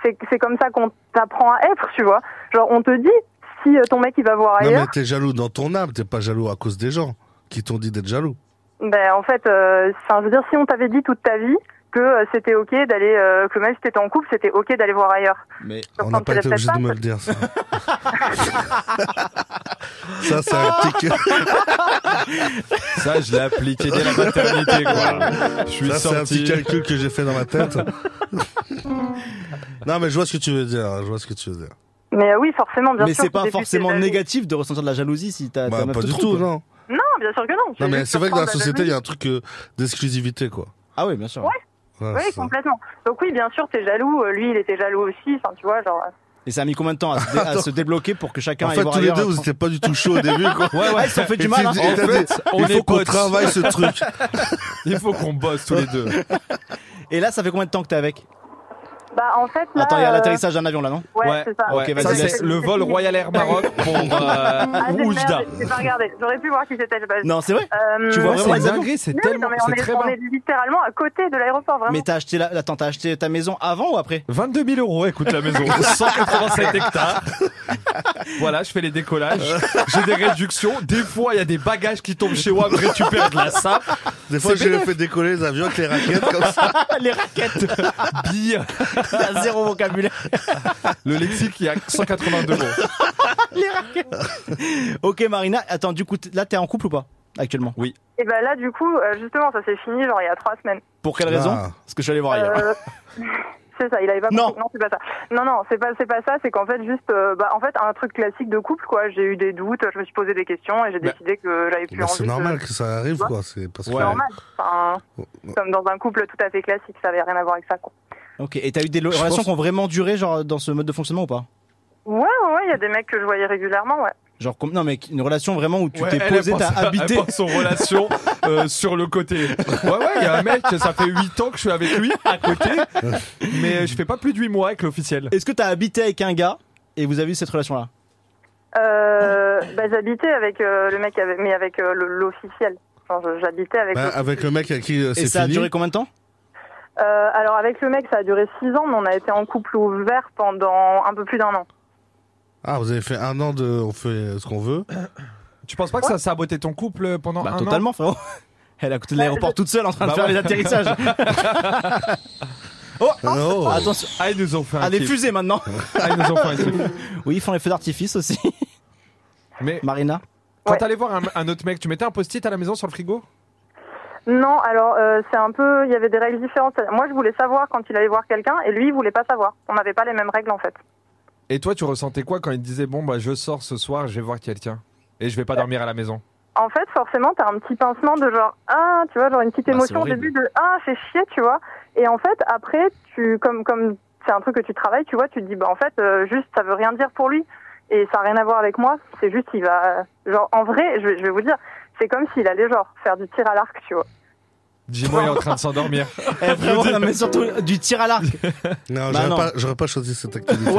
Speaker 7: c'est c'est comme ça qu'on t'apprend à être, tu vois. Genre, on te dit, si euh, ton mec il va voir
Speaker 6: Non,
Speaker 7: ailleurs,
Speaker 6: mais t'es jaloux dans ton âme, t'es pas jaloux à cause des gens qui t'ont dit d'être jaloux.
Speaker 7: Ben en fait, euh, enfin, je veux dire, si on t'avait dit toute ta vie que euh, c'était ok d'aller, euh, que même si t'étais en couple, c'était ok d'aller voir ailleurs.
Speaker 5: mais
Speaker 7: Donc,
Speaker 6: On n'a
Speaker 7: quand tu
Speaker 6: pas été
Speaker 7: l'as fait
Speaker 6: obligé de me le dire, ça. ça, c'est un petit que-
Speaker 4: Ça, je l'ai appliqué dès la maternité. Quoi. Je suis
Speaker 6: ça, c'est un petit
Speaker 4: sorti.
Speaker 6: calcul que j'ai fait dans ma tête. non, mais je vois ce que tu veux dire. Je vois ce que tu veux dire.
Speaker 7: Mais euh, oui, forcément, bien
Speaker 5: mais
Speaker 7: sûr.
Speaker 5: c'est
Speaker 7: qu'au
Speaker 5: pas
Speaker 7: début,
Speaker 5: forcément
Speaker 7: t'es jaloux.
Speaker 5: négatif de ressentir de la jalousie si t'as
Speaker 6: Bah,
Speaker 5: ta meuf
Speaker 6: pas
Speaker 5: te
Speaker 6: du
Speaker 5: trompe, quoi.
Speaker 6: tout, non.
Speaker 7: Non, bien sûr que non.
Speaker 6: Non, mais
Speaker 7: juste
Speaker 6: c'est vrai que dans la
Speaker 7: prendre la
Speaker 6: société, il y a un truc euh, d'exclusivité, quoi.
Speaker 5: ah oui bien sûr
Speaker 6: Ouais, c'est
Speaker 7: Oui,
Speaker 6: hein, ça.
Speaker 7: complètement. Donc oui, bien sûr, t'es jaloux. euh, Lui, il était jaloux aussi. Enfin, tu vois, genre. euh,
Speaker 5: et ça a mis combien de temps à se, dé- à se débloquer pour que chacun
Speaker 6: En
Speaker 5: aille
Speaker 6: fait,
Speaker 5: voir
Speaker 6: tous les
Speaker 5: ailleurs
Speaker 6: deux, vous
Speaker 5: et-
Speaker 6: n'étiez pas du tout chaud au début, quoi.
Speaker 5: ouais ouais ils se sont fait
Speaker 6: Et
Speaker 5: du mal
Speaker 6: tu-
Speaker 5: hein.
Speaker 6: et t'as dit,
Speaker 4: on
Speaker 6: il
Speaker 4: est
Speaker 6: faut qu'on
Speaker 4: potes.
Speaker 6: travaille ce truc.
Speaker 4: Il faut qu'on bosse tous les deux.
Speaker 5: et là ça fait combien de temps que t'es avec
Speaker 7: Bah en fait là.
Speaker 5: attends il y a
Speaker 7: euh,
Speaker 5: l'atterrissage d'un avion là non
Speaker 7: Ouais, c'est ça.
Speaker 4: ouais.
Speaker 5: Ok, vas-y,
Speaker 4: Ça,
Speaker 5: laisse.
Speaker 4: c'est le vol Royal Air Maroc pour euh,
Speaker 7: Ah, j'ai-
Speaker 4: Oujda.
Speaker 7: merde, j'ai pas regardé. J'aurais pu voir qui c'était. j'ai pas vu.
Speaker 5: non c'est vrai
Speaker 7: Euh,
Speaker 5: Tu vois
Speaker 4: Ouais,
Speaker 5: vraiment
Speaker 4: c'est
Speaker 5: les avions
Speaker 4: dingue, c'est
Speaker 7: non,
Speaker 4: tellement.
Speaker 7: mais on
Speaker 4: C'est
Speaker 7: est,
Speaker 4: très
Speaker 7: on
Speaker 4: bas.
Speaker 7: est littéralement à côté de l'aéroport, vraiment.
Speaker 5: mais t'as acheté la... attends t'as acheté ta maison avant ou après
Speaker 4: 22 000 euros, écoute la maison. 187 hectares. voilà, je fais les décollages. J'ai des réductions. Des fois, il y a des bagages qui tombent chez moi, je récupère de la sape.
Speaker 6: Des fois,
Speaker 4: C'est
Speaker 6: j'ai fait décoller les avions avec les raquettes comme ça.
Speaker 5: les raquettes
Speaker 4: Bille.
Speaker 5: t'as zéro vocabulaire
Speaker 4: Le lexique, il y a 182 mots.
Speaker 5: ok Marina attends du coup t- là t'es en couple ou pas actuellement
Speaker 7: Et bah là, du coup, euh, justement, ça s'est fini genre il y a trois semaines.
Speaker 5: pour quelle
Speaker 6: Ah.
Speaker 5: raison parce que je suis allé voir ailleurs
Speaker 7: Euh, c'est ça, il avait pas
Speaker 5: Non.
Speaker 7: compris. Non, c'est pas ça. Non, non, c'est pas, c'est pas ça. C'est qu'en fait, juste, euh, bah, en fait, un truc classique de couple, quoi. J'ai eu des doutes, je me suis posé des questions et j'ai
Speaker 4: Bah.
Speaker 7: décidé que j'avais plus
Speaker 6: Bah,
Speaker 7: envie.
Speaker 6: c'est
Speaker 7: de-
Speaker 6: normal que ça arrive, quoi. C'est parce que.
Speaker 4: Ouais.
Speaker 7: Normal. Enfin, comme dans un couple tout à fait classique, ça avait rien à voir avec ça, quoi.
Speaker 5: Ok. Et t'as eu des lo- relations qui ont vraiment duré, genre, dans ce mode de fonctionnement ou pas
Speaker 7: Ouais, ouais, ouais, il y a des mecs que je voyais régulièrement, ouais.
Speaker 5: Genre, com- non, mais une relation vraiment où tu
Speaker 4: Ouais,
Speaker 5: t'es
Speaker 4: elle,
Speaker 5: posé,
Speaker 4: elle
Speaker 5: t'as
Speaker 4: pense-
Speaker 5: habité.
Speaker 4: Elle pense son relation euh, sur le côté. Ouais, ouais, il y a un mec, ça fait 8 ans que je suis avec lui, à côté. Mais je fais pas plus de 8 mois avec l'officiel.
Speaker 5: Est-ce que t'as habité avec un gars et vous avez eu cette relation-là
Speaker 7: Euh, bah, j'habitais avec euh, le mec, avec- mais avec euh, le- l'officiel. Enfin, je- j'habitais avec.
Speaker 6: Bah,
Speaker 7: le-
Speaker 6: avec le mec avec qui euh,
Speaker 5: Et
Speaker 6: c'est
Speaker 5: ça a
Speaker 6: fini.
Speaker 5: duré combien de temps
Speaker 7: Euh, alors avec le mec, ça a duré 6 ans, mais on a été en couple ouvert pendant un peu plus d'un an.
Speaker 6: Ah, vous avez fait un an de. On fait ce qu'on veut.
Speaker 4: Tu penses pas que ça sabotait ton couple pendant
Speaker 5: Bah,
Speaker 4: un an
Speaker 5: totalement, frérot. Elle est à côté de l'aéroport toute seule en train
Speaker 4: Bah
Speaker 5: de faire
Speaker 4: ouais.
Speaker 5: les atterrissages.
Speaker 6: Oh.
Speaker 5: Attention.
Speaker 4: Ah, ils nous ont fait un
Speaker 5: Ah, les
Speaker 4: kiff.
Speaker 5: fusées maintenant.
Speaker 4: Ah, ils nous ont fait un kiff.
Speaker 5: Oui, ils font les feux d'artifice aussi.
Speaker 4: Mais
Speaker 5: Marina.
Speaker 4: quand
Speaker 7: Ouais.
Speaker 4: t'allais voir un, un autre mec, tu mettais un post-it à la maison sur le frigo
Speaker 7: Non, alors euh, c'est un peu, il y avait des règles différentes. Moi, je voulais savoir quand il allait voir quelqu'un, et lui, il voulait pas savoir. On n'avait pas les mêmes règles en fait.
Speaker 4: Et toi, tu ressentais quoi quand il te disait Bon, bah, je sors ce soir, je vais voir quelqu'un et je vais
Speaker 5: Euh.
Speaker 4: pas dormir à la maison
Speaker 7: En fait, forcément, t'as un petit pincement de genre ah, tu vois, genre une petite
Speaker 8: Ah, c'est
Speaker 7: émotion au
Speaker 8: horrible.
Speaker 7: début de ah, c'est chier, tu vois. Et en fait, après, tu comme comme c'est un truc que tu travailles, tu vois, tu te dis bah en fait, euh, juste ça veut rien dire pour lui et ça a rien à voir avec moi. C'est juste il va genre en vrai, je, vais- je vais vous dire, c'est comme s'il allait genre faire du tir à l'arc, tu vois.
Speaker 4: Dis-moi, il est en train de s'endormir.
Speaker 5: Eh, vraiment, non, mais surtout euh, du tir à l'arc.
Speaker 6: Non,
Speaker 5: Bah,
Speaker 6: j'aurais
Speaker 5: non.
Speaker 6: pas, j'aurais pas choisi cette activité.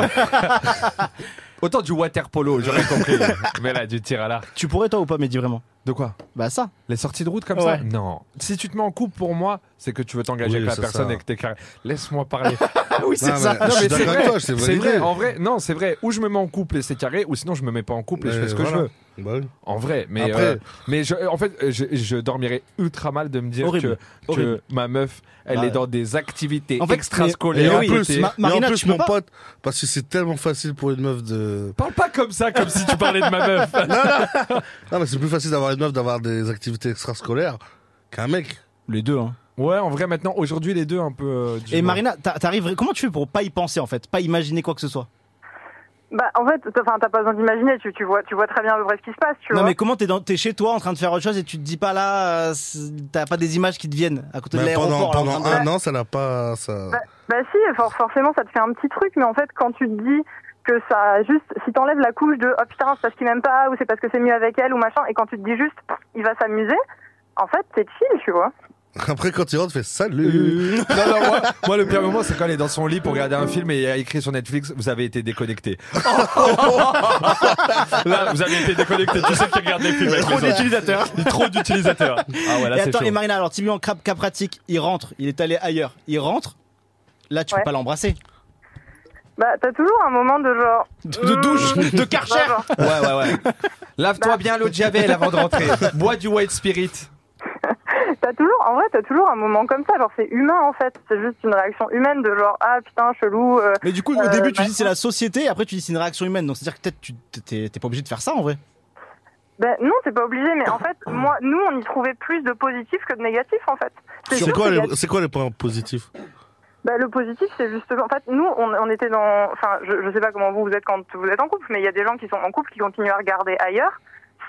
Speaker 4: Autant du water polo, j'aurais compris. Mais là, du tir à l'arc.
Speaker 5: Tu pourrais toi ou pas, Mehdi, vraiment
Speaker 4: De quoi
Speaker 5: Bah ça.
Speaker 4: Les sorties de route comme
Speaker 5: Ouais.
Speaker 4: ça Non. Si tu te mets en couple pour moi, c'est que tu veux t'engager
Speaker 6: Oui,
Speaker 4: avec la
Speaker 6: c'est
Speaker 4: personne
Speaker 6: ça.
Speaker 4: et que t'es carré. Laisse-moi parler.
Speaker 5: oui,
Speaker 6: Non, mais Je suis d'accord avec toi, c'est
Speaker 4: C'est vrai,
Speaker 6: validé.
Speaker 4: en vrai, non, c'est vrai. Ou je me mets en couple et c'est carré, ou sinon je me mets pas en couple et je
Speaker 6: Mais
Speaker 4: fais ce que je
Speaker 6: voilà.
Speaker 4: veux.
Speaker 6: Bah oui.
Speaker 4: En vrai, mais
Speaker 6: Après-
Speaker 4: euh, mais je, en fait, euh, je, je dormirais ultra mal de me dire
Speaker 5: Horrible.
Speaker 4: que, que
Speaker 5: Horrible.
Speaker 4: ma meuf, elle
Speaker 5: Ah ouais.
Speaker 4: est dans des activités
Speaker 5: En fait,
Speaker 6: Et,
Speaker 5: Et
Speaker 4: extrascolaires.
Speaker 6: en
Speaker 5: oui,
Speaker 6: plus,
Speaker 5: t'es- Ma-
Speaker 6: mais en
Speaker 5: Marina,
Speaker 6: plus,
Speaker 5: tu
Speaker 6: mon
Speaker 5: peux pas-
Speaker 6: pote, parce que c'est tellement facile pour une meuf de.
Speaker 4: Parle pas comme ça, comme si tu parlais de ma meuf.
Speaker 6: Non, mais c'est plus facile d'avoir une meuf d'avoir des activités extrascolaires qu'un mec.
Speaker 5: Les deux. Hein.
Speaker 4: Ouais, en vrai, Ah, maintenant, aujourd'hui, les deux un peu. euh, du
Speaker 5: Et
Speaker 4: genre.
Speaker 5: Marina, t'a- t'arrives. Comment tu fais pour pas y penser en fait, pas imaginer quoi que ce soit
Speaker 7: Bah en fait, t'as- enfin t'as pas besoin d'imaginer, tu, tu vois, tu vois très bien à peu près ce qui se passe, tu
Speaker 5: Non
Speaker 7: vois.
Speaker 5: mais comment t'es dans... t'es chez toi en train de faire autre chose et tu te dis pas là, euh, c'est- t'as pas des images qui te viennent à côté de
Speaker 6: Mais
Speaker 5: l'aéroport.
Speaker 6: pendant
Speaker 5: là, en
Speaker 6: pendant
Speaker 5: train de-
Speaker 6: un an, ça n'a pas. Ça...
Speaker 7: Bah si, for- forcément, ça te fait un petit truc, mais en fait, quand tu te dis que ça, juste, si t'enlèves la couche de oh putain, c'est parce qu'il m'aime pas, ou c'est parce que c'est mieux avec elle, ou machin, et quand tu te dis juste, Pff, il va s'amuser, en fait, t'es chill, tu vois.
Speaker 6: Après, quand tu rentres, tu fais salut.
Speaker 4: Euh. Non, non, moi, moi, le pire moment, c'est quand elle est dans son lit pour regarder un film et il y a écrit sur Netflix Vous avez été déconnecté. Là, vous avez été déconnecté. Tu sais qui regarde les films. avec
Speaker 5: Trop
Speaker 4: les autres.
Speaker 5: d'utilisateurs.
Speaker 4: Il y a Trop d'utilisateurs. Ah ouais, là,
Speaker 5: Et
Speaker 4: c'est
Speaker 5: attends,
Speaker 4: chaud.
Speaker 5: et Marina, alors Tibi en crap cas pratique, il rentre, il est allé ailleurs, il rentre. Là, tu
Speaker 7: Ouais.
Speaker 5: peux pas l'embrasser.
Speaker 7: Bah, t'as toujours un moment de genre,
Speaker 5: De, de douche, de
Speaker 7: bah,
Speaker 5: karcher.
Speaker 7: genre,
Speaker 4: Ouais, ouais, ouais. Lave-toi bien l'eau de Javel avant de rentrer. Bois du white spirit.
Speaker 7: t'as toujours, en vrai, t'as toujours un moment comme ça, genre, c'est humain, en fait, c'est juste une réaction humaine de genre, ah putain, chelou, euh,
Speaker 5: Mais du coup, au
Speaker 7: Euh,
Speaker 5: début, tu
Speaker 7: bah,
Speaker 5: dis c'est la société, et après tu dis c'est une réaction humaine. Donc c'est-à-dire que peut-être tu t'es t'es pas obligé de faire ça en vrai.
Speaker 7: ben non, t'es pas obligé, mais en fait, moi, nous, on y trouvait plus de positif que de négatif, en fait.
Speaker 6: C'est
Speaker 7: sûr
Speaker 6: quoi,
Speaker 7: qu'il y a
Speaker 6: les- c'est quoi les points positifs
Speaker 7: Bah, le positif, c'est justement. En fait, nous, on, on était dans. Enfin, je, je sais pas comment vous, vous êtes quand vous êtes en couple, mais il y a des gens qui sont en couple qui continuent à regarder ailleurs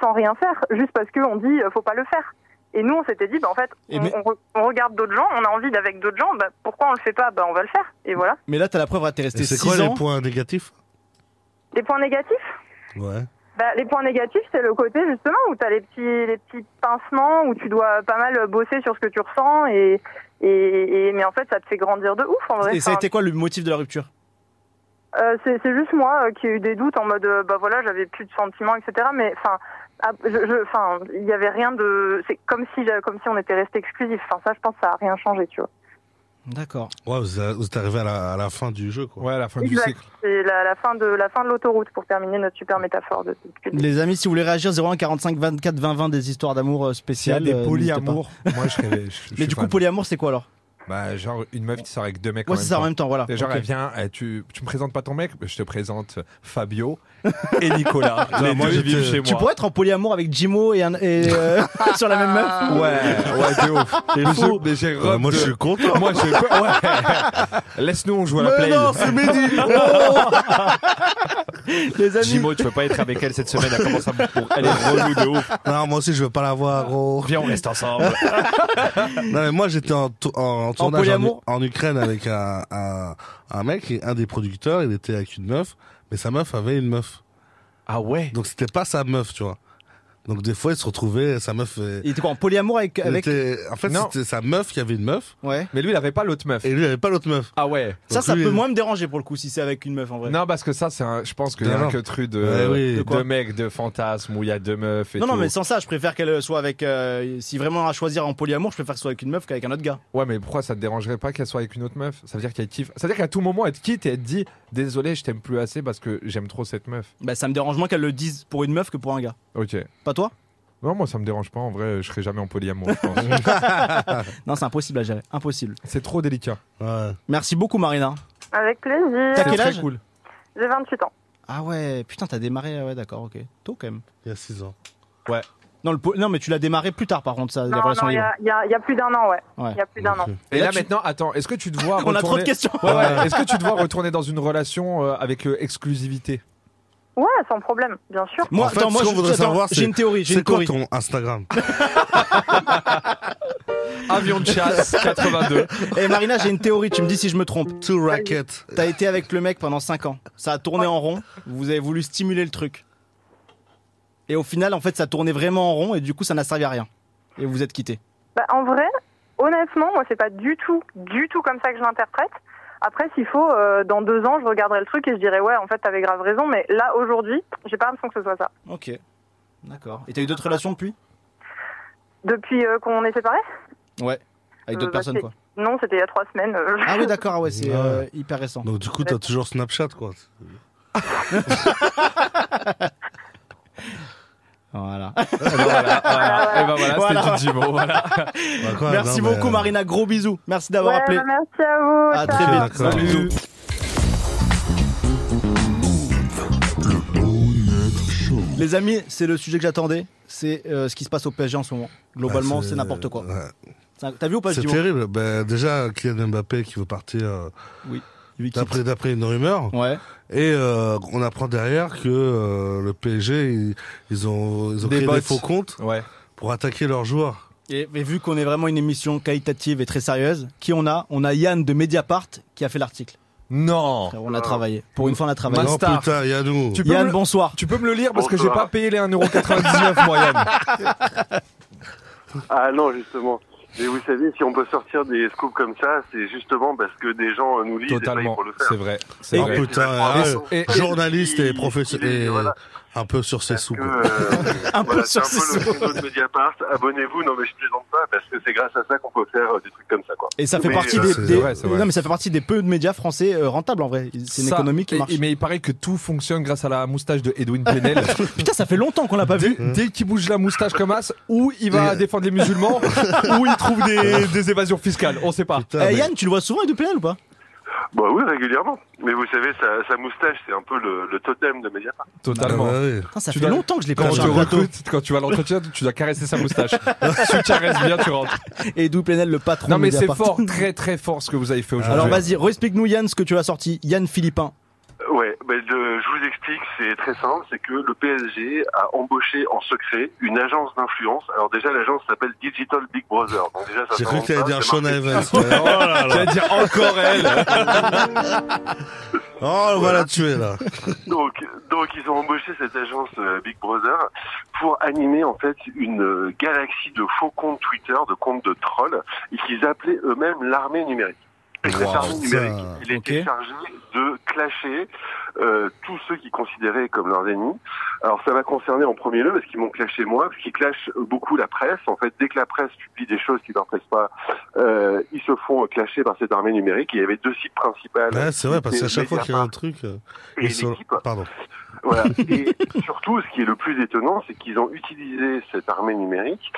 Speaker 7: sans rien faire, juste parce qu'on dit euh, faut pas le faire. Et nous, on s'était dit, bah, en fait,
Speaker 5: Et
Speaker 7: on,
Speaker 5: mais-
Speaker 7: on re- on regarde d'autres gens, on a envie d'avec d'autres gens, bah, pourquoi on le fait pas Bah, on va le faire. Et voilà.
Speaker 5: Mais là, t'as la preuve, t'es resté
Speaker 6: Et C'est
Speaker 5: 6
Speaker 6: quoi
Speaker 5: ans.
Speaker 6: les points négatifs
Speaker 7: Les points négatifs
Speaker 6: Ouais.
Speaker 7: bah, Les points négatifs, c'est le côté justement où tu as les petits, les petits pincements, où tu dois pas mal bosser sur ce que tu ressens, et, et, et- mais en fait, ça te fait grandir de ouf en vrai.
Speaker 5: Et ça a
Speaker 7: Enfin,
Speaker 5: été quoi le motif de la rupture
Speaker 7: Euh, c'est c'est juste moi euh, qui ai eu des doutes en mode euh, bah voilà j'avais plus de sentiments etc mais enfin ah, je- je- enfin il y avait rien de c'est comme si j'avais- comme si on était resté exclusif enfin ça je pense que ça a rien changé tu vois
Speaker 5: D'accord.
Speaker 6: Ouais, vous êtes vous êtes arrivé à la, à la fin du jeu, quoi.
Speaker 4: Ouais, la fin
Speaker 7: du
Speaker 4: du
Speaker 7: Exact.
Speaker 4: cycle.
Speaker 7: c'est la, la fin de la fin de l'autoroute pour terminer notre super métaphore de
Speaker 5: Les amis, si vous voulez réagir, 01 45 24 20 20 des histoires d'amour euh,
Speaker 4: S'il y a
Speaker 5: spéciales.
Speaker 4: des
Speaker 5: euh, n'hésitez pas.
Speaker 4: polyamours, moi, je serais. je- je
Speaker 5: Mais
Speaker 4: suis
Speaker 5: du coup,
Speaker 4: fan.
Speaker 5: polyamour, c'est quoi alors
Speaker 4: Bah, genre une meuf qui sort avec deux mecs en
Speaker 5: Ouais,
Speaker 4: même
Speaker 5: c'est ça en
Speaker 4: temps.
Speaker 5: même temps, voilà.
Speaker 4: Et genre,
Speaker 5: Ok.
Speaker 4: elle vient, elle, tu, tu me présentes pas ton mec, je te présente Fabio et Nicolas. les
Speaker 6: moi,
Speaker 4: deux euh,
Speaker 6: j'étais-
Speaker 4: vivent chez
Speaker 5: Tu
Speaker 4: moi.
Speaker 5: pourrais être en polyamour avec Jimo et, un- et, euh, sur la même meuf
Speaker 4: Ouais, ouais, c'est ouf. Mais
Speaker 6: fou.
Speaker 4: je- mais j'ai
Speaker 6: Ouais,
Speaker 4: robe
Speaker 6: moi,
Speaker 4: de-
Speaker 6: je suis content.
Speaker 4: Moi, je Ouais. Laisse-nous, on joue à la play.
Speaker 6: c'est Mehdi Oh.
Speaker 5: Les amis,
Speaker 4: Jimo, tu peux pas être avec elle cette semaine, elle commence à me pour- Elle est relou de ouf.
Speaker 6: Non, moi aussi, je veux pas la voir, oh.
Speaker 4: Viens, on reste ensemble.
Speaker 6: Non, mais moi, j'étais en, tou- en tournage en,
Speaker 5: polyamour
Speaker 6: en Ukraine avec un, un, un mec et un des producteurs, il était avec une meuf, mais sa meuf avait une meuf.
Speaker 4: Ah ouais
Speaker 6: Donc c'était pas sa meuf, tu vois. Donc des fois, il se retrouvait, sa meuf. euh,
Speaker 5: Il était quoi en polyamour avec,
Speaker 6: il
Speaker 5: avec...
Speaker 6: était- en fait,
Speaker 4: Non.
Speaker 6: c'était sa meuf qui avait une meuf,
Speaker 5: Ouais.
Speaker 4: Mais lui, il avait pas l'autre meuf.
Speaker 6: et lui, il avait pas l'autre meuf.
Speaker 4: Ah ouais
Speaker 5: Ça,
Speaker 6: Donc
Speaker 5: ça
Speaker 6: lui,
Speaker 5: peut
Speaker 6: il-
Speaker 5: moins me déranger pour le coup si c'est avec une meuf en vrai.
Speaker 4: Non, parce que ça, c'est un, je pense qu'il y a
Speaker 6: Non,
Speaker 4: un
Speaker 6: non.
Speaker 4: que truc de,
Speaker 6: Ouais, oui.
Speaker 4: de,
Speaker 6: De
Speaker 5: Eh quoi
Speaker 4: mecs, de fantasmes où il y a deux meufs et
Speaker 5: non, non,
Speaker 4: tout.
Speaker 5: mais sans ça, je préfère qu'elle soit avec. euh, si vraiment à choisir en polyamour, je préfère que ce soit avec une meuf qu'avec un autre gars.
Speaker 4: Ouais, mais pourquoi ça te dérangerait pas qu'elle soit avec une autre meuf Ça veut dire qu'elle kiffe. Ça veut dire qu'à tout moment, elle te quitte et elle te dit Désolé, je t'aime plus assez parce que j'aime trop cette meuf.
Speaker 5: Bah, ça me dérange moins qu'elle le dise pour une meuf que pour un gars.
Speaker 4: Ok.
Speaker 5: Pas toi
Speaker 4: Non, moi, ça me dérange pas. En vrai, je serai jamais en polyamour, je pense.
Speaker 5: Non, c'est impossible à gérer. Impossible.
Speaker 4: c'est trop délicat.
Speaker 6: Ouais.
Speaker 5: Merci beaucoup, Marina.
Speaker 7: Avec
Speaker 5: T'as
Speaker 7: plaisir.
Speaker 5: quel
Speaker 4: très
Speaker 5: âge
Speaker 4: cool.
Speaker 7: J'ai 28 ans.
Speaker 5: Ah ouais, putain, t'as démarré. euh, Ouais, d'accord, ok. Tôt quand même.
Speaker 6: Il y a 6 ans.
Speaker 5: Non, le po- non, mais tu l'as démarré plus tard par contre, ça, les
Speaker 7: Non,
Speaker 5: relations
Speaker 7: non, il y
Speaker 5: libres.
Speaker 7: a, il y a- il y a plus d'un an, ouais. Il
Speaker 5: Ouais.
Speaker 7: y a plus d'un an.
Speaker 4: Et, là,
Speaker 5: là, tu-
Speaker 4: maintenant, attends, est-ce que tu te vois
Speaker 5: On a trop de
Speaker 4: retourner-
Speaker 5: questions.
Speaker 4: Ouais, ouais. Est-ce que tu te vois retourner dans une relation euh, avec euh, exclusivité
Speaker 7: Ouais, sans problème, bien sûr.
Speaker 5: Moi,
Speaker 6: En fait,
Speaker 5: attends, moi,
Speaker 6: ce qu'on
Speaker 5: je-
Speaker 6: voudrait
Speaker 5: attends,
Speaker 6: savoir,
Speaker 5: j'ai
Speaker 6: c'est-
Speaker 5: une théorie. J'ai
Speaker 6: C'est
Speaker 5: une
Speaker 6: quoi
Speaker 5: théorie.
Speaker 6: ton Instagram
Speaker 4: Avion de chasse 82.
Speaker 5: Et Eh, Marina, j'ai une théorie. Tu me dis si je me trompe.
Speaker 6: Two Racket.
Speaker 5: T'as été avec le mec pendant 5 ans. Ça a tourné en rond. Vous avez voulu stimuler le truc. Et au final, en fait, ça tournait vraiment en rond et du coup, ça n'a servi à rien. Et vous êtes quittés.
Speaker 7: Bah, en vrai, honnêtement, moi, c'est pas du tout, du tout comme ça que je l'interprète. Après, s'il faut, euh, dans deux ans, je regarderai le truc et je dirai, ouais, en fait, t'avais grave raison, mais là, aujourd'hui, j'ai pas l'impression que ce soit ça.
Speaker 5: Ok. D'accord. Et t'as eu d'autres relations depuis
Speaker 7: Depuis euh, qu'on est séparés
Speaker 5: Avec
Speaker 7: Euh,
Speaker 5: d'autres
Speaker 7: bah,
Speaker 5: personnes,
Speaker 7: c'est-
Speaker 5: quoi.
Speaker 7: Non, c'était il y a trois semaines. euh,
Speaker 5: Ah oui, d'accord. Ah ouais, c'est
Speaker 6: Ouais.
Speaker 5: euh, hyper récent.
Speaker 6: Donc du coup, t'as toujours Snapchat, quoi.
Speaker 5: Voilà.
Speaker 4: Et ben voilà, voilà. Et ben voilà,
Speaker 5: Voilà.
Speaker 4: c'était du mot. Voilà.
Speaker 6: Bah, quoi,
Speaker 5: Merci
Speaker 6: non, mais,
Speaker 5: beaucoup,
Speaker 6: euh,
Speaker 5: Marina. Gros bisous. Merci d'avoir
Speaker 7: ouais,
Speaker 5: appelé.
Speaker 7: bah, merci à vous.
Speaker 5: À
Speaker 7: ciao.
Speaker 5: très vite.
Speaker 6: D'accord.
Speaker 4: Salut.
Speaker 5: Les amis, c'est le sujet que j'attendais. C'est euh, ce qui se passe au PSG en ce moment. Globalement,
Speaker 6: Ouais,
Speaker 5: c'est n'importe quoi.
Speaker 6: Ah, ouais.
Speaker 5: Ça- T'as vu ou pas ce
Speaker 6: C'est
Speaker 5: duo
Speaker 6: terrible. Ben, déjà, Kylian Mbappé qui veut partir euh,
Speaker 5: Lui qui-
Speaker 6: d'après d'après une rumeur.
Speaker 5: Ouais.
Speaker 6: Et euh, on apprend derrière que euh, le PSG, ils, ils ont, ils ont
Speaker 4: Des
Speaker 6: créé
Speaker 4: bots.
Speaker 6: des faux comptes
Speaker 4: Ouais.
Speaker 6: pour attaquer leurs joueurs.
Speaker 5: Et, et vu qu'on est vraiment une émission qualitative et très sérieuse, qui on a On a Yann de Mediapart qui a fait l'article.
Speaker 4: Non.
Speaker 5: Frère, On a travaillé. Pour une fois, on a travaillé.
Speaker 6: non,
Speaker 4: star.
Speaker 6: Oh, putain, Yannou.
Speaker 4: Tu peux, me
Speaker 5: Yann,
Speaker 4: le...
Speaker 5: bonsoir.
Speaker 4: tu peux me le lire parce que j'ai pas payé les 1,99€ moi, Yann.
Speaker 9: Ah non, justement. Mais vous savez, si on peut sortir des scoops comme ça, c'est justement parce que des gens euh, nous lisent et payent
Speaker 4: Totalement.
Speaker 9: pour le
Speaker 4: C'est
Speaker 9: faire.
Speaker 4: vrai. C'est
Speaker 6: Oh
Speaker 4: vrai.
Speaker 6: putain,
Speaker 9: Ah,
Speaker 6: euh,
Speaker 4: et- et-
Speaker 6: journaliste et professeur,
Speaker 9: Il- il-
Speaker 6: et
Speaker 9: voilà.
Speaker 6: un peu sur ses sous.
Speaker 9: Que,
Speaker 6: quoi.
Speaker 9: euh,
Speaker 5: Un peu
Speaker 9: voilà, c'est
Speaker 5: sur
Speaker 9: un peu
Speaker 5: ses
Speaker 9: le
Speaker 5: sous.
Speaker 9: credo de Mediapart. Abonnez-vous, non mais je plaisante pas, parce que c'est grâce à ça qu'on peut faire euh, des trucs comme ça, quoi.
Speaker 5: Et ça fait
Speaker 9: Mais,
Speaker 5: partie
Speaker 9: euh,
Speaker 5: des,
Speaker 6: c'est
Speaker 5: des-
Speaker 4: vrai, c'est vrai.
Speaker 5: non mais ça fait partie des peu de médias français euh, rentables en vrai. C'est une
Speaker 4: Ça,
Speaker 5: économie qui
Speaker 4: et-
Speaker 5: marche.
Speaker 4: Mais il paraît que tout fonctionne grâce à la moustache de Edwin Plenel.
Speaker 5: Putain, ça fait longtemps qu'on l'a pas vu.
Speaker 4: dès dès qu'il bouge la moustache comme as, ou il va
Speaker 6: Et-
Speaker 4: défendre les musulmans, ou il trouve des, des évasions fiscales. On sait pas.
Speaker 6: Putain,
Speaker 5: Eh,
Speaker 6: mais-
Speaker 5: Yann, tu le vois souvent de Plenel ou pas
Speaker 9: Bah oui, régulièrement. Mais vous savez, sa, sa moustache, c'est un peu le, le totem de Mediapart.
Speaker 6: Ah, bah
Speaker 4: Totalement.
Speaker 6: oui.
Speaker 5: Putain, Ça
Speaker 4: Tu
Speaker 5: fait
Speaker 4: dois-
Speaker 5: longtemps que je l'ai pas
Speaker 4: Quand
Speaker 5: vu.
Speaker 4: tu
Speaker 5: sur un plateau.
Speaker 4: recrutes, quand tu vas à l'entretien, tu dois caresser sa moustache. si tu caresses bien, tu rentres.
Speaker 5: Et d'où Plenel, le patron.
Speaker 4: Non, mais
Speaker 5: de
Speaker 4: c'est
Speaker 5: Mediapart.
Speaker 4: fort, très très fort ce que vous avez fait aujourd'hui.
Speaker 5: Alors vas-y, explique-nous Yann ce que tu as sorti. Yann Philippin.
Speaker 9: Euh, Ouais, bah, de- je vous explique, c'est très simple, c'est que le PSG a embauché en secret une agence d'influence. Alors déjà, l'agence s'appelle Digital Big Brother. Donc déjà, ça
Speaker 6: J'ai cru
Speaker 9: s'invente
Speaker 6: que t'allais
Speaker 9: pas,
Speaker 6: dire
Speaker 9: c'est
Speaker 6: Sean
Speaker 9: marqué.
Speaker 6: Evans. Oh là là.
Speaker 4: J'allais dire encore elle.
Speaker 6: Oh, on va la tuer là.
Speaker 9: Donc, donc ils ont embauché cette agence euh, Big Brother pour animer en fait une euh, galaxie de faux comptes Twitter, de comptes de trolls, et qu'ils appelaient eux-mêmes l'armée numérique. Et cette
Speaker 6: Wow,
Speaker 9: armée
Speaker 6: putain.
Speaker 9: numérique, il était
Speaker 5: Ok.
Speaker 9: chargé de clasher euh, tous ceux qu'ils considéraient comme leurs ennemis. Alors ça va concerner en premier lieu, parce qu'ils m'ont clashé moi, parce qu'ils clashent beaucoup la presse. En fait, dès que la presse publie des choses qui leur plaisent pas, euh, ils se font clasher par cette armée numérique. Il y avait deux sites principaux.
Speaker 6: Ouais, c'est vrai, parce qu'à
Speaker 9: C'était
Speaker 6: chaque fois qu'il y a un
Speaker 9: Mediapart
Speaker 6: truc. euh,
Speaker 9: et
Speaker 6: ils sont-
Speaker 9: l'équipe.
Speaker 6: Pardon.
Speaker 9: Voilà. Et surtout, ce qui est le plus étonnant, c'est qu'ils ont utilisé cette armée numérique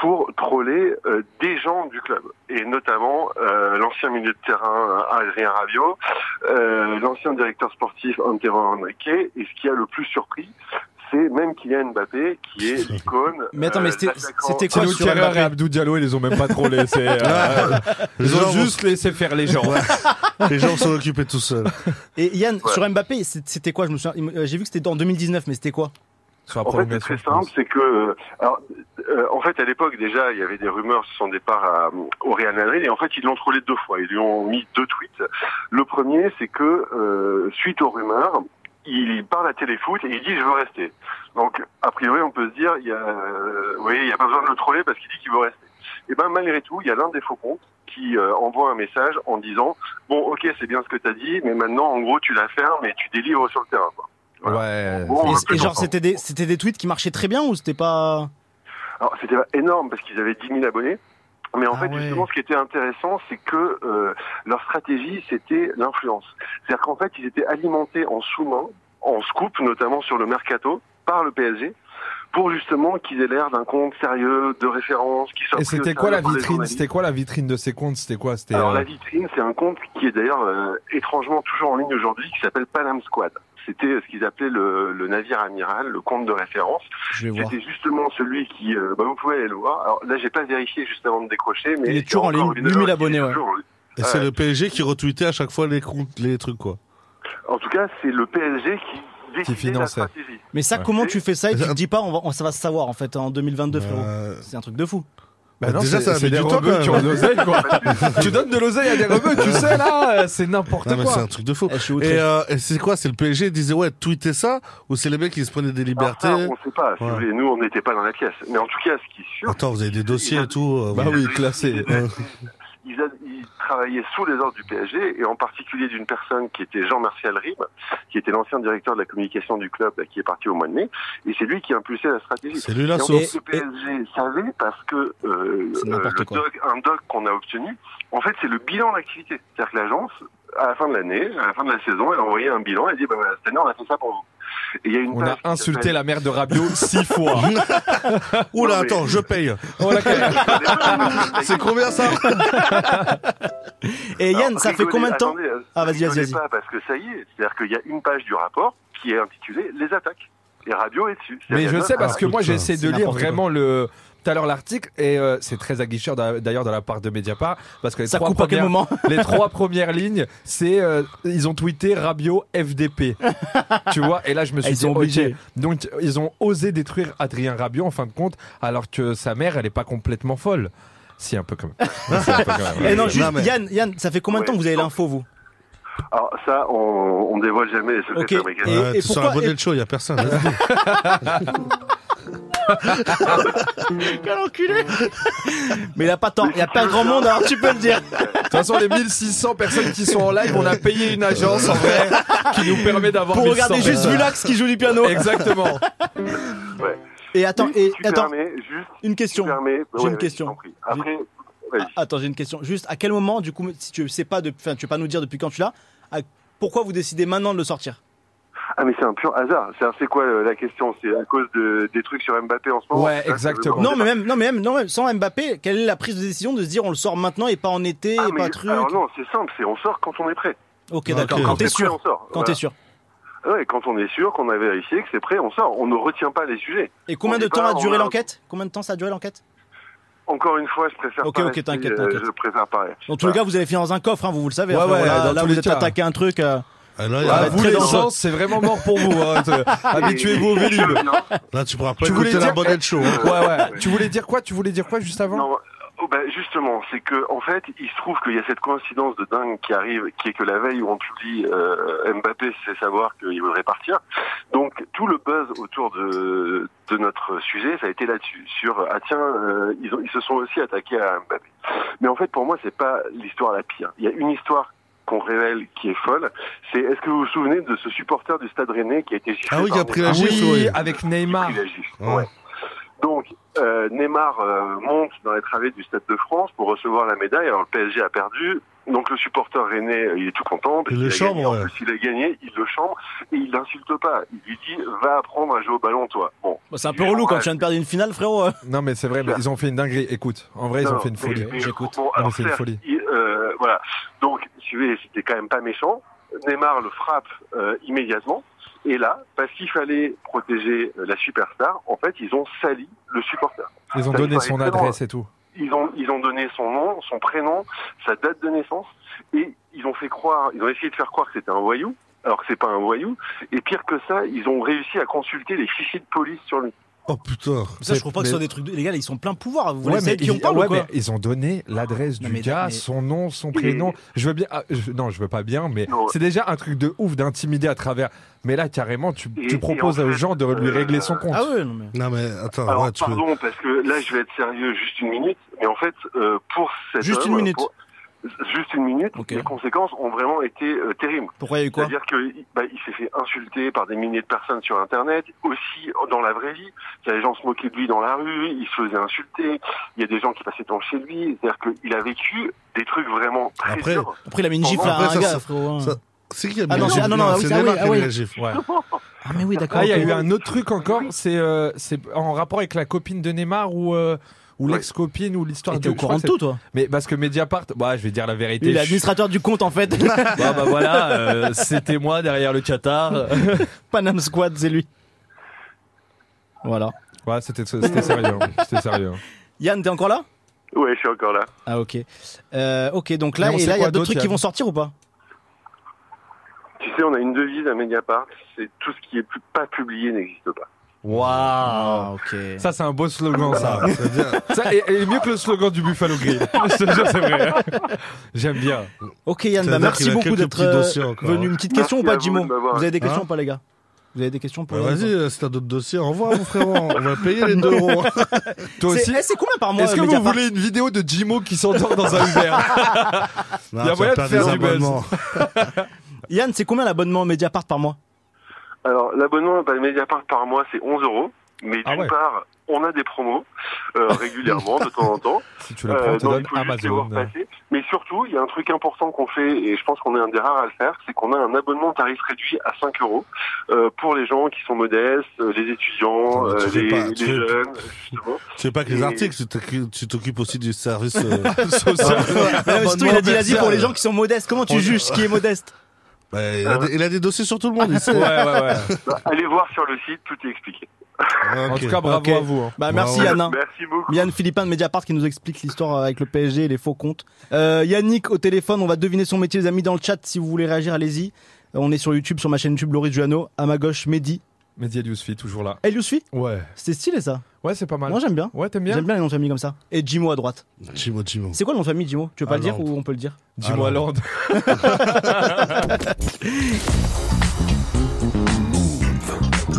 Speaker 9: pour troller euh, des gens du club, et notamment euh, l'ancien milieu de terrain euh, Adrien Rabiot, euh, l'ancien directeur sportif Antero Henrique, et ce qui a le plus surpris, c'est même Kylian Mbappé, qui est l'icône.
Speaker 5: Mais attends, mais
Speaker 9: euh,
Speaker 5: c'était-
Speaker 9: l'attaquant-
Speaker 5: c'était quoi
Speaker 4: Tino
Speaker 5: sur
Speaker 4: Kerrer
Speaker 5: Mbappé
Speaker 4: et Abdou Diallo, ils les ont même pas trollés. c'est, euh, ils ont
Speaker 6: Genre,
Speaker 4: juste laissé faire les gens.
Speaker 6: Les gens sont occupés tout seuls.
Speaker 5: Et Yann
Speaker 9: Ouais.
Speaker 5: sur Mbappé, c'est- c'était quoi Je me souviens. il me- euh, J'ai vu que c'était en 2019, mais c'était quoi
Speaker 4: Sur la
Speaker 9: En fait, c'est
Speaker 4: prolongation.
Speaker 9: très
Speaker 4: je pense.
Speaker 9: simple, c'est que, euh, alors, euh, en fait, à l'époque déjà, il y avait des rumeurs sur son départ à- au Real Madrid, et en fait, ils l'ont trollé deux fois. Ils lui ont mis deux tweets. Le premier, c'est que euh, suite aux rumeurs, il parle à Téléfoot et il dit je veux rester. Donc, a priori, on peut se dire, il y a, euh, vous voyez, il y a pas besoin de le troller parce qu'il dit qu'il veut rester. Et ben malgré tout, il y a l'un des faux comptes qui euh, envoie un message en disant bon, ok, c'est bien ce que t'as dit, mais maintenant, en gros, tu la fermes et tu délivres sur le terrain. quoi.
Speaker 4: Ouais.
Speaker 9: Bon, on veut
Speaker 5: Et,
Speaker 9: plus
Speaker 5: et genre,
Speaker 9: d'enfants.
Speaker 5: c'était des, c'était des tweets qui marchaient très bien ou c'était pas.
Speaker 9: Alors c'était énorme parce qu'ils avaient 10 000 abonnés. Mais en
Speaker 5: Ah
Speaker 9: fait,
Speaker 5: ouais.
Speaker 9: justement, ce qui était intéressant, c'est que euh, leur stratégie, c'était l'influence. C'est-à-dire qu'en fait, ils étaient alimentés en sous-main, en scoop, notamment sur le mercato, par le PSG, pour justement qu'ils aient l'air d'un compte sérieux, de référence, qui soit
Speaker 4: Et
Speaker 9: pris au
Speaker 4: c'était quoi la
Speaker 9: sérieux par les
Speaker 4: vitrine
Speaker 9: journalistes.
Speaker 4: C'était quoi la vitrine de ces comptes C'était quoi C'était.
Speaker 9: Alors
Speaker 4: euh,
Speaker 9: la vitrine, c'est un compte qui est d'ailleurs euh, étrangement toujours en ligne aujourd'hui, qui s'appelle Panam Squad. C'était euh, ce qu'ils appelaient le, le navire amiral, le compte de référence.
Speaker 10: Je vais voir.
Speaker 9: C'était justement celui qui, euh, bah, vous pouvez aller le voir. Alors là, j'ai pas vérifié juste avant de décrocher, mais
Speaker 5: Il est toujours en
Speaker 9: encore
Speaker 5: ligne,
Speaker 9: une
Speaker 5: 8 000
Speaker 9: heure, il est
Speaker 5: abonnés, ouais.
Speaker 9: toujours en ligne.
Speaker 6: Et c'est le PSG qui retweetait à chaque fois les comptes, les trucs, quoi.
Speaker 9: En tout cas, c'est le PSG qui décide la
Speaker 4: finançait.
Speaker 9: stratégie.
Speaker 5: Mais ça,
Speaker 4: Ouais.
Speaker 5: comment tu fais ça et tu
Speaker 6: Mais
Speaker 5: te
Speaker 6: ça-
Speaker 5: dis pas, on va, on- ça va se savoir en fait en 2022, frérot
Speaker 6: Euh,
Speaker 5: C'est un truc de fou.
Speaker 4: Bah non,
Speaker 6: Déjà,
Speaker 4: c'est-
Speaker 6: ça a
Speaker 4: c'est
Speaker 6: mis
Speaker 4: des
Speaker 6: du temps,
Speaker 4: rebeux
Speaker 6: quand
Speaker 4: qui ont de l'oseille, quoi. tu donnes de l'oseille à des rebeux, tu sais, là, euh, c'est n'importe
Speaker 6: Non, mais c'est
Speaker 4: quoi. Ah,
Speaker 6: un truc de fou.
Speaker 5: Eh, je suis
Speaker 6: Et,
Speaker 5: outré.
Speaker 6: euh, et c'est quoi C'est le PSG disait ouais, tweetez ça ou c'est les mecs qui se prenaient des
Speaker 9: Alors
Speaker 6: libertés
Speaker 9: ça, Ah, on sait pas. Si
Speaker 6: Ouais.
Speaker 9: vous voulez, nous, on n'était pas dans la pièce. Mais en tout cas, ce qui est sûr,
Speaker 6: Attends, vous avez des dossiers et tout. euh,
Speaker 9: Bah oui,
Speaker 6: classé.
Speaker 9: ils, a- ils travaillaient sous les ordres du PSG et en particulier d'une personne qui était Jean-Martial Ribes, qui était l'ancien directeur de la communication du club là, qui est parti au mois de mai. Et c'est lui qui a impulsé la stratégie.
Speaker 6: C'est lui la
Speaker 9: Et en
Speaker 6: source.
Speaker 9: fait, le PSG savait parce que euh,
Speaker 5: C'est
Speaker 9: euh,
Speaker 5: n'importe
Speaker 9: le
Speaker 5: quoi.
Speaker 9: doc- un doc qu'on a obtenu, en fait, c'est le bilan d'activité. C'est-à-dire que l'agence, à la fin de l'année, à la fin de la saison, elle a envoyé un bilan et dit bah, voilà, cette année, on a fait ça pour vous. Et il y a une
Speaker 4: On a
Speaker 9: page qui
Speaker 4: insulté la mère de Rabiot six fois.
Speaker 6: Oula,
Speaker 9: Non, mais-
Speaker 6: attends, je paye.
Speaker 4: On l'a calé.
Speaker 9: s'appelle-
Speaker 6: C'est combien ça
Speaker 5: Et Yann,
Speaker 9: Alors,
Speaker 5: ça fait
Speaker 9: rigolez-
Speaker 5: combien de temps
Speaker 9: attendez, euh,
Speaker 5: Ah, vas-y, vas-y,
Speaker 9: rigolez
Speaker 5: vas-y.
Speaker 9: pas, parce que ça y est, c'est-à-dire qu'il y a une page du rapport qui est intitulée Les attaques. Et Radio est dessus. Ah,
Speaker 4: Mais
Speaker 9: C'est-à-dire
Speaker 4: je
Speaker 9: que-
Speaker 4: sais parce que moi j'ai
Speaker 6: putain,
Speaker 4: essayé
Speaker 5: euh, c'est
Speaker 4: de lire
Speaker 5: n'importe quoi.
Speaker 4: vraiment le tout à l'heure l'article et euh, c'est très aguicheur d'a- d'ailleurs de la part de Mediapart parce que les
Speaker 5: Ça
Speaker 4: trois
Speaker 5: coupe à quel
Speaker 4: premières-
Speaker 5: moment
Speaker 4: les trois premières lignes c'est euh, ils ont tweeté Rabiot FDP tu vois et là je me suis
Speaker 5: Ils
Speaker 4: dit
Speaker 5: ont
Speaker 4: ok.
Speaker 5: obligé.
Speaker 4: donc ils ont osé détruire Adrien Rabiot en fin de compte alors que sa mère elle est pas complètement folle si un peu quand même, Si, un peu quand même.
Speaker 5: Eh non, juste,
Speaker 6: mais-
Speaker 5: Yann, Yann, ça fait combien de temps que vous avez l'info, vous
Speaker 9: Alors ça, on, on dévoile jamais les secrets
Speaker 5: Ok.
Speaker 9: de fabrication.
Speaker 5: Et-
Speaker 6: Ouais,
Speaker 5: et
Speaker 6: T'es sur
Speaker 5: pourquoi-
Speaker 6: la
Speaker 5: et-
Speaker 6: modèle show, y a personne. vas-y.
Speaker 5: Quel enculé Mais il a pas tant, il y a pas grand monde, alors tu peux le dire.
Speaker 4: de toute façon les 1600 personnes qui sont en live on a payé une agence en vrai qui nous permet d'avoir
Speaker 5: Pour
Speaker 4: 1100.
Speaker 5: regarder juste Vulax qui joue du piano.
Speaker 4: exactement
Speaker 5: Et attends,
Speaker 9: Oui,
Speaker 5: et
Speaker 9: tu
Speaker 5: attends,
Speaker 9: permets, juste,
Speaker 5: une
Speaker 9: tu
Speaker 5: question.
Speaker 9: permets.
Speaker 5: J'ai une
Speaker 9: vas-y,
Speaker 5: question.
Speaker 9: je t'en prie. Après, vas-y.
Speaker 5: Ah, Attends, j'ai une question. Juste, à quel moment, du coup, si tu sais pas, de- enfin, tu veux pas nous dire depuis quand tu l'as, à- pourquoi vous décidez maintenant de le sortir
Speaker 9: ah mais c'est un pur hasard. C'est-à-dire, C'est quoi euh, la question C'est à cause de, des trucs sur Mbappé en ce moment
Speaker 4: Ouais,
Speaker 9: C'est Oh, ça que je veux
Speaker 4: exactement.
Speaker 9: demander.
Speaker 5: Non, mais même, non, mais même, non, même sans Mbappé, quelle est la prise de décision de se dire on le sort maintenant et pas en été
Speaker 9: Ah,
Speaker 5: et pas
Speaker 9: mais-
Speaker 5: truc
Speaker 9: Alors non, c'est simple, c'est on sort quand on est prêt.
Speaker 5: Ok,
Speaker 6: Non,
Speaker 5: d'accord.
Speaker 6: ok.
Speaker 5: Quand
Speaker 9: Quand
Speaker 5: t'es
Speaker 9: c'est prêt,
Speaker 5: sûr,
Speaker 9: on sort.
Speaker 5: quand
Speaker 9: Voilà.
Speaker 5: t'es
Speaker 9: Ah
Speaker 5: sûr.
Speaker 9: Ouais, quand on est sûr, qu'on a vérifié que c'est prêt, on sort. On ne retient pas les sujets.
Speaker 5: Et combien
Speaker 9: On
Speaker 5: de
Speaker 9: est
Speaker 5: temps
Speaker 9: pas-
Speaker 5: a duré
Speaker 9: on a-
Speaker 5: l'enquête Combien de temps ça a duré l'enquête
Speaker 9: Encore une fois, je préfère
Speaker 5: Ok,
Speaker 9: pas.
Speaker 5: ok,
Speaker 9: rester,
Speaker 5: t'inquiète,
Speaker 9: euh,
Speaker 5: t'inquiète.
Speaker 9: Je préfère pas. rester.
Speaker 5: Donc tous les gars, vous avez fini dans un coffre, hein, vous, vous le savez.
Speaker 4: Bah. Ouais,
Speaker 5: après,
Speaker 4: ouais,
Speaker 5: voilà,
Speaker 4: dans
Speaker 5: là,
Speaker 4: tous
Speaker 5: vous
Speaker 4: les
Speaker 5: êtes
Speaker 4: cas.
Speaker 5: attaqué un truc. euh,
Speaker 6: Ah, Là, y
Speaker 4: Ah,
Speaker 6: a-
Speaker 5: bah,
Speaker 4: vous
Speaker 5: très
Speaker 4: les
Speaker 5: dangereux.
Speaker 4: sens, c'est vraiment mort pour vous. hein. Te-
Speaker 6: Ah,
Speaker 4: Habituez-vous au Vélib. Ouais,
Speaker 6: hein.
Speaker 9: Non,
Speaker 6: là, tu pourras pas
Speaker 4: Tu voulais
Speaker 6: écouter la
Speaker 4: dire-
Speaker 6: modèle show. hein.
Speaker 4: ouais. Tu voulais dire quoi Tu voulais dire quoi juste avant
Speaker 9: non, oh, ben, justement, c'est que en fait, il se trouve qu'il y a cette coïncidence de dingue qui arrive, qui est que la veille où on publie euh, Mbappé, c'est savoir qu'il voudrait partir. Donc tout le buzz autour de, de notre sujet, ça a été là-dessus. Sur ah tiens, euh, ils, ont- ils se sont aussi attaqués à Mbappé. Mais en fait, pour moi, c'est pas l'histoire la pire. Il y a une histoire qu'on révèle qui est folle. C'est est-ce que vous vous souvenez de ce supporter du Stade Rennais qui a été giflé
Speaker 6: Ah oui,
Speaker 9: par
Speaker 6: qui a
Speaker 9: un
Speaker 6: pris la gifle.
Speaker 4: Oui,
Speaker 6: ouais.
Speaker 4: avec Neymar.
Speaker 9: Il a giflé,
Speaker 6: Ouais.
Speaker 9: ouais. Donc, euh, Neymar euh, monte dans les travées du Stade de France pour recevoir la médaille. Alors, le PSG a perdu. Donc, le supporter rennais, euh, il est tout content. parce
Speaker 6: Il le
Speaker 9: qu'il a
Speaker 6: chambre,
Speaker 9: gagné. En
Speaker 6: ouais.
Speaker 9: plus, il a gagné, il le chambre et il l'insulte pas. Il lui dit Va apprendre à jouer au ballon, toi. Bon.
Speaker 5: bah, c'est un peu relou quand tu viens de perdre une finale, frérot. euh.
Speaker 4: Non, mais c'est vrai, mais ils ont fait une dinguerie. Écoute, en vrai, ils
Speaker 9: Non,
Speaker 4: ont fait une
Speaker 9: mais-
Speaker 4: folie.
Speaker 9: mais-
Speaker 4: J'écoute.
Speaker 9: bon,
Speaker 4: Non, mais
Speaker 9: alors,
Speaker 4: c'est une
Speaker 9: certes,
Speaker 4: folie.
Speaker 9: il- euh, voilà. Donc, si vous voulez, c'était quand même pas méchant. Neymar le frappe euh, immédiatement. Et là, parce qu'il fallait protéger euh, la superstar, en fait, ils ont sali le supporter.
Speaker 4: Ils ont
Speaker 9: ça,
Speaker 4: donné
Speaker 9: il
Speaker 4: son
Speaker 9: paraît très
Speaker 4: adresse et tout.
Speaker 9: ils ont, ils ont donné son nom, son prénom, sa date de naissance, et ils ont fait croire, ils ont essayé de faire croire que c'était un voyou, alors que c'est pas un voyou. Et pire que ça, ils ont réussi à consulter les fichiers de police sur lui.
Speaker 6: Oh putain.
Speaker 5: Ça, je crois pas que ce soit des trucs. de- Les gars, là, ils sont plein pouvoir. Vous voulez
Speaker 4: Ouais, mais,
Speaker 5: savoir de qui on
Speaker 4: ils-
Speaker 5: parle
Speaker 4: ouais,
Speaker 5: ou quoi
Speaker 4: mais ils ont donné l'adresse
Speaker 5: Non,
Speaker 4: du
Speaker 5: mais-
Speaker 4: gars,
Speaker 5: mais-
Speaker 4: son nom, son prénom. Je veux bien. ah, je- non, je veux pas bien, mais
Speaker 9: Non.
Speaker 4: c'est déjà un truc de ouf d'intimider à travers. Mais là, carrément, tu,
Speaker 9: Et-
Speaker 4: tu
Speaker 9: et
Speaker 4: proposes
Speaker 9: en fait,
Speaker 4: aux gens de lui
Speaker 9: euh,
Speaker 4: régler son compte.
Speaker 5: Ah ouais, non, mais.
Speaker 6: Non mais attends,
Speaker 9: Alors
Speaker 6: ouais, Ah, tu peux-
Speaker 9: pardon, parce que là je vais être sérieux juste une minute, mais en fait euh, pour cette
Speaker 5: Juste une minute.
Speaker 9: juste une minute,
Speaker 5: Ok.
Speaker 9: les conséquences ont vraiment été euh, terribles.
Speaker 5: Pourquoi il y a eu quoi
Speaker 9: C'est-à-dire qu'il bah, il s'est fait insulter par des milliers de personnes sur Internet, aussi dans la vraie vie. C'est-à-dire, Les gens se moquaient de lui dans la rue, il se faisait insulter, il y a des gens qui passaient devant chez lui. C'est-à-dire qu'il a vécu des trucs vraiment très
Speaker 6: Après,
Speaker 9: durs.
Speaker 5: Après, il a mis une gifle
Speaker 6: Après,
Speaker 5: à un
Speaker 6: ça,
Speaker 5: gars,
Speaker 6: ça-
Speaker 5: frérot. hein.
Speaker 6: ça- C'est qui qui a mis
Speaker 5: Ah non,
Speaker 6: la
Speaker 5: c'est-
Speaker 6: gifle
Speaker 5: ah non, non,
Speaker 6: Non,
Speaker 5: oui,
Speaker 6: c'est
Speaker 5: ah oui,
Speaker 6: Neymar qui
Speaker 5: ah
Speaker 6: a mis
Speaker 5: oui.
Speaker 6: la gifle.
Speaker 4: Ouais.
Speaker 5: Ah, mais oui, d'accord.
Speaker 4: Ah, il y a
Speaker 5: ok.
Speaker 4: eu un autre truc encore, c'est euh, c'est en rapport avec la copine de Neymar ou, euh, ou
Speaker 9: Ouais.
Speaker 4: l'ex-copine ou l'histoire
Speaker 5: Et T'es au
Speaker 4: je crois
Speaker 5: courant
Speaker 4: que
Speaker 5: de
Speaker 4: c'est-
Speaker 5: tout, toi
Speaker 4: Mais parce que Mediapart, bah, je vais dire la vérité.
Speaker 5: Il est
Speaker 4: je suis-
Speaker 5: l'administrateur du compte, en fait.
Speaker 11: Bah, bah voilà, euh, c'était moi derrière le Qatar.
Speaker 5: Panam Squad, c'est lui. Voilà.
Speaker 4: Ouais, c'était c'était sérieux. hein. C'était sérieux. hein.
Speaker 5: Yann, t'es encore là
Speaker 9: Ouais, je suis encore là.
Speaker 5: Ah, ok. Euh, ok, donc là,
Speaker 4: Mais on
Speaker 5: et
Speaker 4: sait
Speaker 5: là, il y
Speaker 4: quoi
Speaker 5: a d'autres
Speaker 4: d'autre,
Speaker 5: trucs qui
Speaker 4: Yann
Speaker 5: vont sortir ou pas
Speaker 9: Tu sais, on a une devise à Mediapart, c'est tout ce qui est pu- pas publié n'existe pas.
Speaker 5: Ah, ok.
Speaker 4: Ça, c'est un beau slogan, ça.
Speaker 6: Ah, c'est-à-dire-
Speaker 4: ça et, et mieux que le slogan du Buffalo Grill. je te jure, c'est vrai. J'aime bien.
Speaker 5: Ok, Yann,
Speaker 6: Ça
Speaker 5: bah,
Speaker 6: veut dire
Speaker 5: merci
Speaker 6: qu'il a
Speaker 5: beaucoup
Speaker 6: quelques
Speaker 5: d'être
Speaker 6: petits
Speaker 5: euh,
Speaker 6: dossiers encore,
Speaker 5: venu.
Speaker 6: hein.
Speaker 5: Une petite question
Speaker 9: Merci
Speaker 5: ou pas,
Speaker 9: à vous
Speaker 5: dis-moi
Speaker 9: de m'avoir
Speaker 5: Vous avez des questions
Speaker 6: Hein
Speaker 5: ou pas, les gars Vous avez des questions pour
Speaker 6: Bah,
Speaker 5: les
Speaker 6: Vas-y,
Speaker 5: gens
Speaker 6: euh, si t'as d'autres dossiers, envoie mon frérot. On va payer les 2 euros. hein.
Speaker 4: Toi
Speaker 5: C'est
Speaker 4: aussi.
Speaker 5: eh, c'est combien par mois
Speaker 4: Est-ce que vous
Speaker 5: Mediapart
Speaker 4: voulez une vidéo de Jimo qui s'endort dans un verre
Speaker 6: Non,
Speaker 4: Il y a moyen
Speaker 6: tu vas
Speaker 4: de
Speaker 6: perdre
Speaker 4: faire
Speaker 6: des
Speaker 4: du buzz.
Speaker 6: abonnements.
Speaker 5: Yann, c'est combien l'abonnement Mediapart par mois
Speaker 9: Alors, l'abonnement à Mediapart par mois, c'est 11 euros. Mais
Speaker 4: Ah
Speaker 9: d'une
Speaker 4: ouais.
Speaker 9: part, on a des promos euh, régulièrement, de temps en temps.
Speaker 4: Si tu la
Speaker 9: Euh,
Speaker 4: prends, on te
Speaker 9: non,
Speaker 4: donne
Speaker 9: il faut juste les voir
Speaker 4: Amazon.
Speaker 9: passer. Mais surtout, il y a un truc important qu'on fait, et je pense qu'on est un des rares à le faire, c'est qu'on a un abonnement tarif réduit à 5 euros euh, pour les gens qui sont modestes, euh, les étudiants,
Speaker 6: Ah, mais tu
Speaker 9: euh,
Speaker 6: fais
Speaker 9: les,
Speaker 6: pas,
Speaker 9: les
Speaker 6: tu fais-
Speaker 9: jeunes, justement.
Speaker 6: Tu fais pas que les
Speaker 9: Et-
Speaker 6: articles, tu t'occupes- tu t'occupes aussi du service euh,
Speaker 4: Social.
Speaker 5: Ah, Mais non, mais surtout, il a dit, il a dit pour les gens qui sont modestes. Comment tu juges ce qui est modeste
Speaker 6: Bah, il, a des, il a des dossiers sur tout le monde, il sait.
Speaker 4: Ouais, ouais, ouais.
Speaker 9: Bah, allez voir sur le site, tout est expliqué.
Speaker 4: En
Speaker 6: Ok.
Speaker 4: tout cas, bravo
Speaker 5: Ok.
Speaker 4: à vous. hein.
Speaker 5: Bah, merci
Speaker 6: Ouais, ouais.
Speaker 5: Yann. hein.
Speaker 9: Merci beaucoup.
Speaker 5: Yann Philippin de Mediapart qui nous explique l'histoire euh, avec le PSG et les faux comptes. Euh, Yannick au téléphone, on va deviner son métier, les amis, dans le chat. Si vous voulez réagir, allez-y. Euh, On est sur YouTube, sur ma chaîne YouTube, Loris Juano. À ma gauche, Mehdi.
Speaker 4: Mehdi El Yousfi, toujours là.
Speaker 5: El Yousfi
Speaker 4: Ouais.
Speaker 5: C'était stylé ça.
Speaker 4: Ouais, c'est pas mal.
Speaker 5: Moi j'aime bien.
Speaker 4: Ouais, t'aimes bien
Speaker 5: J'aime bien les noms de famille comme ça. Et Jimo à droite.
Speaker 6: Jimo, Jimo.
Speaker 5: C'est quoi le nom de famille, Jimo Tu veux pas le dire
Speaker 6: Allende.
Speaker 5: ou on peut le dire
Speaker 4: Dis-moi,
Speaker 6: Ah, non.
Speaker 4: Land.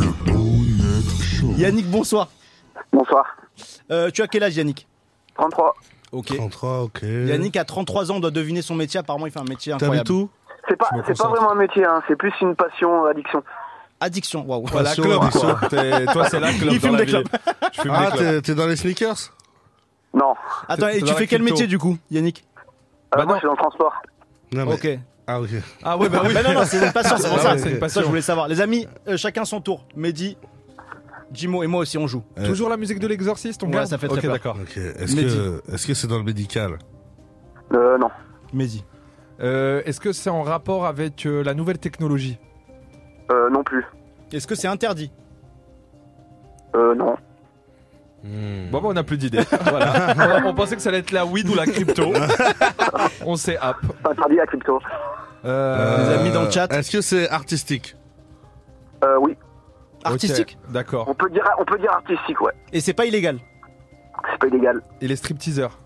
Speaker 5: Yannick, bonsoir.
Speaker 7: Bonsoir.
Speaker 5: Euh, tu as quel âge, Yannick
Speaker 7: 33.
Speaker 5: Ok.
Speaker 6: 33, ok.
Speaker 5: Yannick, à 33 ans, doit deviner son métier. Apparemment, il fait un métier
Speaker 6: t'habites
Speaker 5: incroyable.
Speaker 6: où
Speaker 7: C'est pas,
Speaker 4: Je me
Speaker 7: c'est pas
Speaker 4: concentre.
Speaker 7: vraiment un métier, hein. c'est plus une passion, euh, addiction.
Speaker 5: Addiction, waouh.
Speaker 4: Voilà,
Speaker 6: Passion,
Speaker 4: club,
Speaker 6: addiction.
Speaker 4: quoi. T'es- Toi, c'est la club.
Speaker 5: Il fume
Speaker 4: dans la
Speaker 5: des
Speaker 4: vie.
Speaker 5: clopes.
Speaker 4: Je fume des
Speaker 6: Ah,
Speaker 4: clopes.
Speaker 6: t'es- t'es dans les sneakers
Speaker 7: Non,
Speaker 5: Attends,
Speaker 4: C'est-
Speaker 5: et
Speaker 4: c'est
Speaker 5: tu
Speaker 4: dans la
Speaker 5: fais quel
Speaker 4: crypto.
Speaker 5: métier du coup, Yannick
Speaker 7: Euh,
Speaker 4: Bah non.
Speaker 7: moi je suis dans le transport.
Speaker 6: Non, mais...
Speaker 5: Ok.
Speaker 6: Ah, ok.
Speaker 4: Ah, ouais, bah oui.
Speaker 5: Bah non, non, c'est une passion, c'est pour
Speaker 4: Ah
Speaker 5: ça.
Speaker 4: ouais, c'est une
Speaker 5: Ça, je
Speaker 4: passion.
Speaker 5: voulais savoir. Les amis, euh, chacun son tour. Mehdi, Jimo et moi aussi, on joue.
Speaker 6: Euh,
Speaker 4: Toujours la musique de l'exorciste, on
Speaker 5: Ouais,
Speaker 4: garde
Speaker 5: ça fait très
Speaker 4: Ok,
Speaker 5: peur.
Speaker 4: d'accord.
Speaker 6: Ok. Est-ce
Speaker 5: Mehdi.
Speaker 6: que est-ce que c'est dans le médical
Speaker 7: Euh, non,
Speaker 5: Mehdi.
Speaker 4: Euh, Est-ce que c'est en rapport avec euh, la nouvelle technologie
Speaker 7: euh, non plus.
Speaker 5: Est-ce que c'est interdit
Speaker 7: Euh, non.
Speaker 4: Bon, bah, on n'a plus d'idées. voilà. On- On pensait que ça allait être la weed ou la crypto. on s'est up.
Speaker 7: Interdit à crypto.
Speaker 4: Euh,
Speaker 5: Les amis dans le chat.
Speaker 6: Est-ce que c'est artistique
Speaker 7: Euh, oui.
Speaker 5: Artistique
Speaker 4: ok, D'accord.
Speaker 7: On peut dire, on peut dire artistique, ouais.
Speaker 5: Et c'est pas illégal
Speaker 7: C'est pas illégal.
Speaker 4: Et les stripteaseurs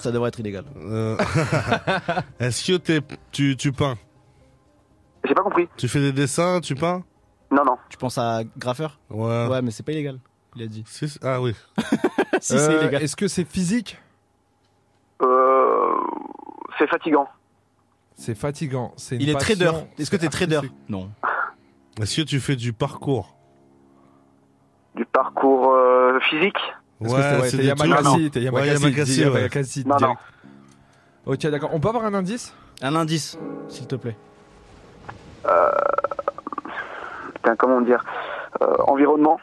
Speaker 5: Ça devrait être illégal.
Speaker 6: Euh, Est-ce que t'es tu tu peins
Speaker 7: J'ai pas compris.
Speaker 6: Tu fais des dessins, tu peins
Speaker 7: Non, non.
Speaker 5: Tu penses à Graffeur
Speaker 6: Ouais.
Speaker 5: Ouais, mais c'est pas illégal. Il a dit.
Speaker 6: Si, Ah oui.
Speaker 5: si, c'est
Speaker 4: Euh,
Speaker 5: illégal.
Speaker 4: Est-ce que c'est physique
Speaker 7: Euh, c'est fatigant.
Speaker 4: C'est fatigant. C'est une
Speaker 5: Il est
Speaker 4: passion.
Speaker 5: trader. Est-ce que
Speaker 4: C'est
Speaker 5: t'es trader
Speaker 4: artistique.
Speaker 5: Non.
Speaker 6: Est-ce que tu fais du parcours
Speaker 7: Du parcours euh, physique.
Speaker 4: Est-ce que c'est ouais, t'es
Speaker 6: des trucs-
Speaker 4: Yamakasi T'es Yamakasi,
Speaker 6: Yamakasi,
Speaker 4: dis
Speaker 6: ouais.
Speaker 4: Yamakasi,
Speaker 7: Non,
Speaker 4: direct. Ok, d'accord. On peut avoir un indice
Speaker 5: Un indice, s'il te plaît.
Speaker 7: Euh, Putain, comment dire Euh, Environnement,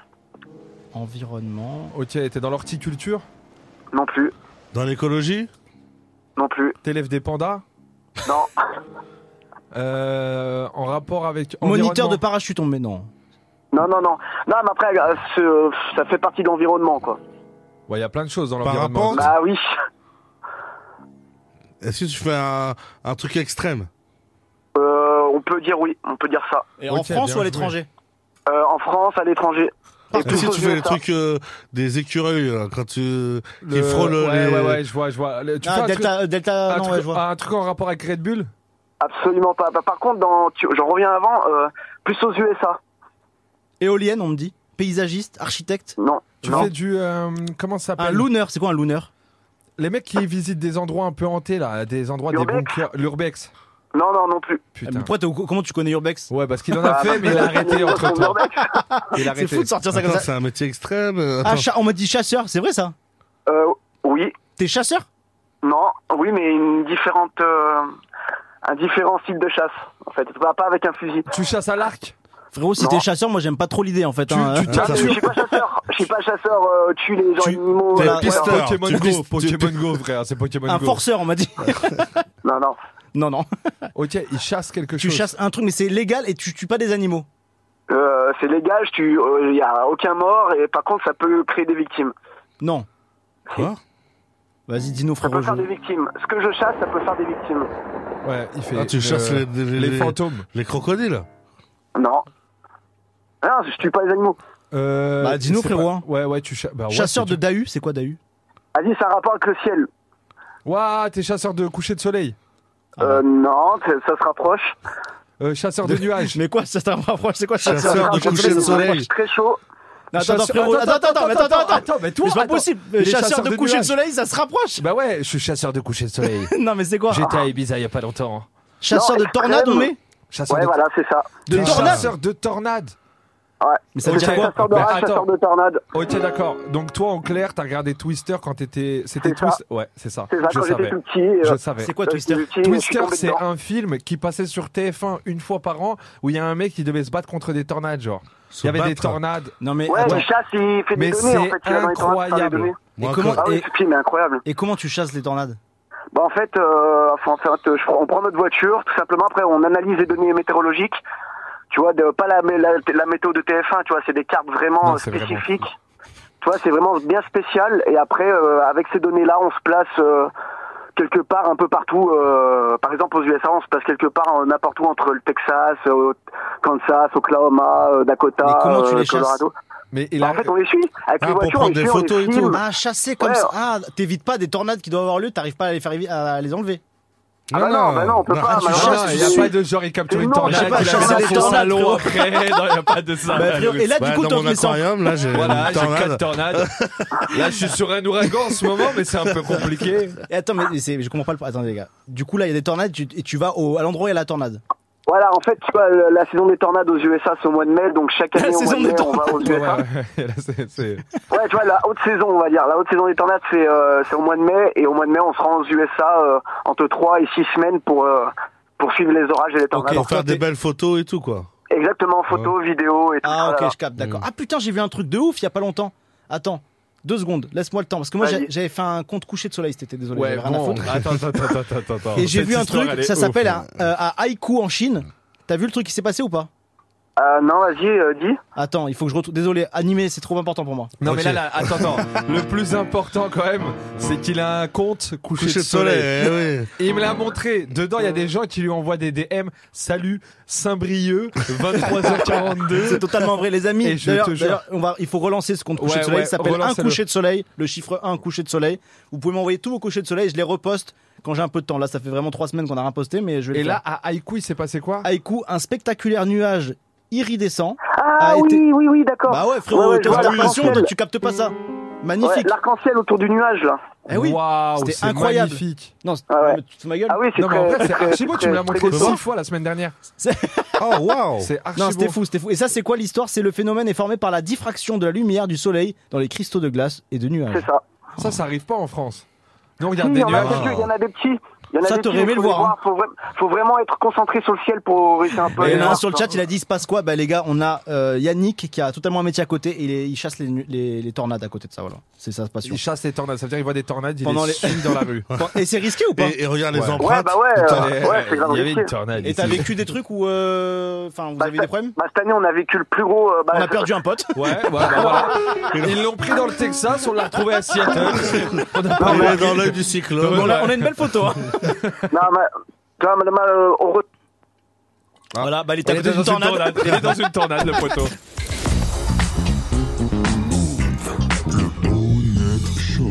Speaker 5: Environnement.
Speaker 4: Ok, t'es dans l'horticulture
Speaker 7: non plus.
Speaker 6: Dans l'écologie
Speaker 7: Non plus.
Speaker 4: T'élèves des pandas
Speaker 7: Non.
Speaker 4: Euh, En rapport avec.
Speaker 5: Moniteur de
Speaker 4: environnement.
Speaker 5: parachute, on met non.
Speaker 7: Non, non, non. Non, mais après, euh, ce- ça fait partie de l'environnement, quoi.
Speaker 4: Ouais, il y a plein de choses dans
Speaker 6: Par
Speaker 4: l'environnement.
Speaker 6: rapport-
Speaker 7: Bah oui.
Speaker 6: Est-ce que tu fais un, un truc extrême
Speaker 7: Euh,
Speaker 12: on peut dire oui, on peut dire ça.
Speaker 5: Et en France
Speaker 4: Ok, bien
Speaker 5: ou à
Speaker 4: joué.
Speaker 5: l'étranger
Speaker 12: Euh, en France, à l'étranger.
Speaker 5: Ah,
Speaker 6: Parce que
Speaker 12: Partout
Speaker 6: si
Speaker 12: aux
Speaker 6: tu fais les
Speaker 12: USA.
Speaker 6: trucs euh, des écureuils, là, quand tu. qui
Speaker 4: Le-
Speaker 6: frôlent
Speaker 4: Ouais,
Speaker 6: les.
Speaker 4: ouais, ouais, je vois, je vois. Le- Tu fais
Speaker 5: Ah,
Speaker 4: un truc-
Speaker 5: Delta, Delta,
Speaker 4: un
Speaker 5: non,
Speaker 4: truc-
Speaker 5: ouais, je vois.
Speaker 4: un truc en rapport avec Red Bull
Speaker 12: Absolument pas. Bah, par contre, dans, tu- j'en reviens avant, euh, plus aux USA.
Speaker 5: Éolienne, on me dit. Paysagiste, architecte.
Speaker 12: Non.
Speaker 4: Tu
Speaker 12: non.
Speaker 4: fais du. euh, comment ça
Speaker 5: Un
Speaker 4: s'appelle
Speaker 5: looner, c'est quoi un looner
Speaker 4: Les mecs qui visitent des endroits un peu hantés, là, des endroits, des
Speaker 12: L'urbex
Speaker 4: bunkers. L'urbex.
Speaker 12: non, non, non plus. Ah,
Speaker 5: Mais
Speaker 4: Putain.
Speaker 5: Pourquoi t'es au cou- comment tu connais Urbex
Speaker 4: Ouais, parce qu'il en a
Speaker 7: Ah,
Speaker 4: fait, mais il a arrêté entre temps. Il a
Speaker 5: C'est
Speaker 4: arrêté.
Speaker 5: fou de sortir ça comme
Speaker 6: Attends,
Speaker 5: ça.
Speaker 6: c'est un métier extrême. euh,
Speaker 5: Ah,
Speaker 6: attends.
Speaker 5: cha- on m'a dit chasseur, c'est vrai ça
Speaker 12: Euh, oui,
Speaker 5: T'es chasseur
Speaker 12: non, oui, mais une différente, euh, un différent style de chasse. En fait, Bah, pas avec un fusil.
Speaker 4: Tu chasses à l'arc
Speaker 5: Frérot, si
Speaker 12: Non.
Speaker 5: t'es chasseur, moi j'aime pas trop l'idée en fait. hein.
Speaker 4: Tu, tu
Speaker 12: Ah, mais je
Speaker 4: captures.
Speaker 12: suis pas chasseur. Je suis pas chasseur. euh, tue les gens
Speaker 5: Tu-
Speaker 12: animaux.
Speaker 6: t'es
Speaker 12: euh,
Speaker 6: pisteur.
Speaker 12: voilà.
Speaker 4: Pokémon
Speaker 6: Tu
Speaker 4: Go,
Speaker 6: pistes-
Speaker 4: Pokémon Go, frère, c'est Pokémon
Speaker 5: un
Speaker 4: Go.
Speaker 5: forceur, on m'a dit.
Speaker 12: Non, non.
Speaker 5: non, non.
Speaker 4: Ok, il chasse quelque
Speaker 5: Tu
Speaker 4: chose.
Speaker 5: chasses un truc, mais c'est légal et tu tues pas des animaux.
Speaker 12: Euh, c'est légal. Il tu, euh, y a aucun mort et par contre, ça peut créer des victimes.
Speaker 5: Non. Hein
Speaker 6: Quoi
Speaker 5: Vas-y, dis-nous,
Speaker 12: Ça
Speaker 5: frérot.
Speaker 12: peut faire
Speaker 5: je-
Speaker 12: des victimes. Ce que je chasse, ça peut faire des victimes.
Speaker 4: Ouais, il fait.
Speaker 6: Ah, tu
Speaker 4: le-
Speaker 6: chasses les, les,
Speaker 4: les
Speaker 6: les-
Speaker 4: fantômes.
Speaker 6: les crocodiles.
Speaker 12: Non. Non, Ah, je tue pas les animaux.
Speaker 4: Euh,
Speaker 5: Bah, dis-nous,
Speaker 4: c'est
Speaker 5: frérot,
Speaker 4: pas-
Speaker 5: hein.
Speaker 4: Ouais, ouais, tu chasses. Bah, ouais,
Speaker 5: Chasseur
Speaker 4: c'est
Speaker 5: de Dahu, c'est quoi Dahu
Speaker 12: Vas-y, ça a rapport avec le ciel.
Speaker 4: tout. Ouah, t'es chasseur de coucher de soleil. Ah.
Speaker 12: Euh, non, ça ça se rapproche.
Speaker 4: Euh, chasseur de nuages.
Speaker 5: Mais quoi, ça se rapproche, c'est quoi chasseur
Speaker 6: Chasseur de
Speaker 12: Ça
Speaker 6: coucher de
Speaker 12: se rapproche
Speaker 6: soleil.
Speaker 12: Très chaud.
Speaker 5: Non, Attends, attends,
Speaker 4: Chasseur-
Speaker 5: frérot, attends, attends, attends, mais attends, attends, attends.
Speaker 4: mais toi,
Speaker 5: Mais c'est pas
Speaker 4: attends.
Speaker 5: possible,
Speaker 4: Les
Speaker 5: chasseur
Speaker 4: chasseurs
Speaker 5: de
Speaker 4: de
Speaker 5: coucher de
Speaker 4: nuages.
Speaker 5: soleil, ça se rapproche
Speaker 4: Bah ouais, je suis chasseur de coucher de soleil.
Speaker 5: Non, mais c'est quoi
Speaker 4: J'étais à Ibiza il y a pas longtemps. hein.
Speaker 5: Chasseur
Speaker 12: Non,
Speaker 5: de tornades, on
Speaker 12: extrême.
Speaker 5: met
Speaker 4: Chasseur
Speaker 12: Ouais,
Speaker 4: de,
Speaker 12: voilà, c'est ça.
Speaker 4: de
Speaker 5: Des
Speaker 4: tornades.
Speaker 5: tornades.
Speaker 4: Chasseur de tornades.
Speaker 12: Ouais.
Speaker 5: Mais ça veut
Speaker 12: C'est
Speaker 5: dire quoi
Speaker 12: chasseur de
Speaker 4: Mais
Speaker 12: rats, chasseur
Speaker 4: Bah, attends.
Speaker 12: de tornades.
Speaker 4: Ok, d'accord. Donc toi, en clair, t'as regardé Twister quand t'étais. C'était
Speaker 12: C'est ça.
Speaker 4: Twister. Ouais, c'est ça.
Speaker 12: C'est ça,
Speaker 4: je
Speaker 12: quand j'étais
Speaker 4: savais.
Speaker 12: tout petit. euh,
Speaker 4: Je savais.
Speaker 5: C'est quoi
Speaker 12: quand
Speaker 5: Twister
Speaker 12: j'étais tout petit, je suis
Speaker 4: Twister,
Speaker 12: tombé
Speaker 4: c'est
Speaker 12: dedans.
Speaker 4: un film qui passait sur TF1 une fois par an où il y a un mec qui devait se battre contre des tornades, genre. Il y avait des
Speaker 6: battre.
Speaker 4: tornades.
Speaker 5: Non, mais
Speaker 12: Ouais,
Speaker 5: attends.
Speaker 12: il chasse, il fait
Speaker 4: Mais
Speaker 12: des données en
Speaker 4: c'est
Speaker 12: fait. il va dans les tornades, il fait des
Speaker 4: incroyable.
Speaker 12: données.
Speaker 5: Et
Speaker 6: Moi,
Speaker 5: comment,
Speaker 12: Ah oui,
Speaker 5: et,
Speaker 12: ce film est incroyable.
Speaker 5: et comment tu chasses les tornades
Speaker 12: Bah en fait, euh, enfin, en fait, euh, je prends- on prend notre voiture, tout simplement. Après, on analyse les données météorologiques. Tu vois, de, pas la, la, la météo de TF1, tu vois, c'est des cartes vraiment
Speaker 4: Non,
Speaker 12: euh,
Speaker 4: c'est vraiment
Speaker 12: spécifiques. Tu vois, c'est vraiment bien spécial. Et après, euh, avec ces données-là, on se place euh, quelque part, un peu partout. euh, par exemple, aux USA, on se place quelque part euh, n'importe où entre le Texas, euh, Kansas, Oklahoma, euh,
Speaker 5: Mais
Speaker 12: Dakota,
Speaker 5: comment tu
Speaker 12: euh,
Speaker 5: les chasses
Speaker 12: Colorado.
Speaker 4: Mais il
Speaker 12: Bah,
Speaker 4: a.
Speaker 12: en fait, on les suit. Avec
Speaker 6: Ah,
Speaker 12: les
Speaker 6: pour
Speaker 12: voitures, on
Speaker 6: prendre des
Speaker 12: les suit, on les
Speaker 6: photos et tout.
Speaker 12: filme.
Speaker 5: Ah, chasser comme
Speaker 12: Ouais.
Speaker 5: ça Ah, t'évites pas des tornades qui doivent avoir lieu, t'arrives pas à les, faire, évi- à les enlever.
Speaker 12: Ah bah non, bah non, on peut pas.
Speaker 6: tu
Speaker 4: Ah,
Speaker 12: malheureusement,
Speaker 4: il n'y a
Speaker 12: c'est-
Speaker 4: pas de genre, il capture une
Speaker 12: Non,
Speaker 4: tornade.
Speaker 12: je sais pas,
Speaker 4: il la
Speaker 5: chasser
Speaker 4: met dans
Speaker 5: les
Speaker 4: son
Speaker 5: tornades,
Speaker 4: salon
Speaker 5: frérot.
Speaker 4: après. Non, il n'y a pas de ça.
Speaker 5: Bah, frérot, et là, du
Speaker 6: Bah,
Speaker 5: coup,
Speaker 6: dans
Speaker 5: t'en
Speaker 6: mon
Speaker 5: mais sans-
Speaker 6: aquarium, là, j'ai
Speaker 4: Voilà,
Speaker 6: une
Speaker 4: j'ai quatre
Speaker 6: tornade.
Speaker 4: tornades. Là, je suis sur un ouragan en ce moment, mais c'est un peu compliqué.
Speaker 5: Et attends, mais c'est- je comprends pas le. Attendez, les gars. Du coup, là, il y a des tornades tu- et tu vas au, à l'endroit où il y a la tornade.
Speaker 12: Voilà, en fait, tu vois, la la saison des tornades aux USA, c'est au mois de mai, donc chaque
Speaker 5: La
Speaker 12: année, au mois
Speaker 5: saison
Speaker 12: de mai,
Speaker 5: des
Speaker 12: on va aux
Speaker 4: Ouais,
Speaker 12: USA. Ouais,
Speaker 4: ouais, là, c'est- c'est-
Speaker 12: tu vois, la haute saison, on va dire. La haute saison des tornades, c'est euh, c'est au mois de mai, et au mois de mai, on se rend aux USA euh, entre 3 et 6 semaines pour, euh, pour suivre les orages et les tornades.
Speaker 6: Pour faire des belles photos et tout, quoi.
Speaker 12: Exactement, photos, vidéos et tout
Speaker 5: Ah,
Speaker 12: ça. là.
Speaker 5: ok, je capte, d'accord.
Speaker 4: Hmm.
Speaker 13: Hmm.
Speaker 5: Ah, putain, j'ai vu un truc de ouf il y a pas longtemps. Attends, deux secondes, laisse-moi le temps. Parce que moi,
Speaker 12: Vas-y.
Speaker 5: j'ai- j'avais fait un compte couché de soleil, c'était désolé.
Speaker 4: Ouais,
Speaker 5: j'avais rien à
Speaker 4: bon.
Speaker 5: foutre.
Speaker 4: Attends, attends, attends, attends, attends, attends.
Speaker 5: Et j'ai
Speaker 4: Cette
Speaker 5: vu un
Speaker 4: histoire,
Speaker 5: truc,
Speaker 4: elle est
Speaker 5: ça
Speaker 4: ouf. hein.
Speaker 5: s'appelle à, euh, à Haikou en Chine. T'as vu le truc qui s'est passé ou pas
Speaker 12: Euh, non, vas-y, euh, dis.
Speaker 5: Attends, il faut que je retrouve. Désolé, animé, c'est trop important pour moi.
Speaker 4: Non, mais là, là, attends, attends. Le plus important, quand même, c'est qu'il a un compte couché,
Speaker 6: Coucher de soleil, eh oui.
Speaker 4: Et il me l'a montré. Dedans, il y a des gens qui lui envoient des DM. Salut, Saint-Brieuc, 23h42.
Speaker 5: C'est totalement vrai, les amis.
Speaker 4: Et je
Speaker 5: D'ailleurs,
Speaker 4: te jure.
Speaker 5: d'ailleurs, on va, il faut relancer ce compte coucher
Speaker 4: Ouais,
Speaker 5: de soleil.
Speaker 4: ouais,
Speaker 5: ça s'appelle un
Speaker 4: relancez-le.
Speaker 5: coucher de soleil, le chiffre 1 coucher de soleil. Vous pouvez m'envoyer tous vos couchers de soleil, je les reposte quand j'ai un peu de temps. Là, ça fait vraiment trois semaines qu'on a rien posté, mais je vais.
Speaker 4: Et
Speaker 5: le
Speaker 4: là, à Haïku, il s'est passé quoi
Speaker 5: faire. Haïku, un spectaculaire nuage iridescent.
Speaker 12: Ah
Speaker 5: A
Speaker 12: oui,
Speaker 5: été-
Speaker 12: oui, oui, d'accord.
Speaker 5: Bah ouais, frérot,
Speaker 12: Ouais, ouais, je
Speaker 5: t'es
Speaker 12: vois
Speaker 5: en
Speaker 12: l'arc-en-ciel.
Speaker 5: intervention, toi, tu captes pas ça.
Speaker 12: Ouais,
Speaker 5: Magnifique.
Speaker 12: L'arc-en-ciel autour du nuage, là.
Speaker 5: eh oui.
Speaker 4: Waouh,
Speaker 5: C'était
Speaker 4: c'est
Speaker 5: incroyable.
Speaker 4: magnifique.
Speaker 5: Non, c'est-
Speaker 12: Ah ouais.
Speaker 5: mais tu te fous de ma gueule.
Speaker 12: Ah oui, c'est
Speaker 4: Non, mais en
Speaker 12: très...
Speaker 4: vrai, c'est
Speaker 12: très-
Speaker 4: archi beau. Tu me l'as
Speaker 12: très-
Speaker 4: montré
Speaker 12: très-
Speaker 4: six fois la semaine dernière.
Speaker 6: Oh, waouh.
Speaker 4: C'est archi
Speaker 5: Non, c'était
Speaker 4: beau.
Speaker 5: fou, c'était fou. Et ça, c'est quoi l'histoire C'est le phénomène est formé par la diffraction de la lumière du soleil dans les cristaux de glace et de nuages.
Speaker 12: C'est ça.
Speaker 4: Ça, ça arrive pas en France. Nous, on
Speaker 12: Si,
Speaker 4: regarde
Speaker 12: Il
Speaker 4: des
Speaker 12: y, en a
Speaker 4: nuages.
Speaker 12: quelques, il y en a des petits. Il y en a
Speaker 5: Ça,
Speaker 12: des
Speaker 5: t'aurais
Speaker 12: petits,
Speaker 5: aimé
Speaker 12: faut
Speaker 5: le
Speaker 12: les
Speaker 5: voir, hein.
Speaker 12: Faut, vra- faut vraiment être concentré sur le ciel pour réussir un peu. à
Speaker 5: Et
Speaker 12: les
Speaker 5: il y en a un
Speaker 12: voir,
Speaker 5: sur le
Speaker 12: quoi.
Speaker 5: chat, il a dit il se passe quoi Bah les gars, on a euh, Yannick qui a totalement un métier à côté et il, est- il chasse les, nu- les, les tornades à côté de ça, voilà. C'est ça, sa passion.
Speaker 4: Il chasse les tornades. Ça veut dire qu'il voit des tornades, il
Speaker 5: Pendant
Speaker 4: les suit dans la rue.
Speaker 5: Et c'est risqué ou pas
Speaker 6: Et, et regarde les
Speaker 4: Ouais.
Speaker 6: empreintes.
Speaker 12: Ouais, bah ouais, euh, ouais, c'est grave
Speaker 4: il y avait
Speaker 12: risqué.
Speaker 4: une tornade.
Speaker 5: Et
Speaker 4: ici.
Speaker 5: t'as vécu des trucs où. euh, Enfin, vous
Speaker 12: Bah,
Speaker 5: avez
Speaker 12: ça-
Speaker 5: des problèmes
Speaker 12: Bah, cette année, on a vécu le plus gros. euh, bah,
Speaker 5: On a perdu un pote.
Speaker 4: Ouais, ouais, bah voilà. Ils l'ont pris dans le Texas, on l'a retrouvé à Seattle. On a
Speaker 6: Il
Speaker 4: pas
Speaker 6: est dans l'œil du cyclone.
Speaker 5: on, a, on a une belle photo. hein.
Speaker 12: Non, mais- tu vois, madame, euh, on re-
Speaker 5: Voilà, bah, il est
Speaker 14: Il est
Speaker 5: tapé dans
Speaker 14: dans
Speaker 5: une
Speaker 14: une
Speaker 5: tornade.
Speaker 14: tornade. Il est dans une tornade, le poteau.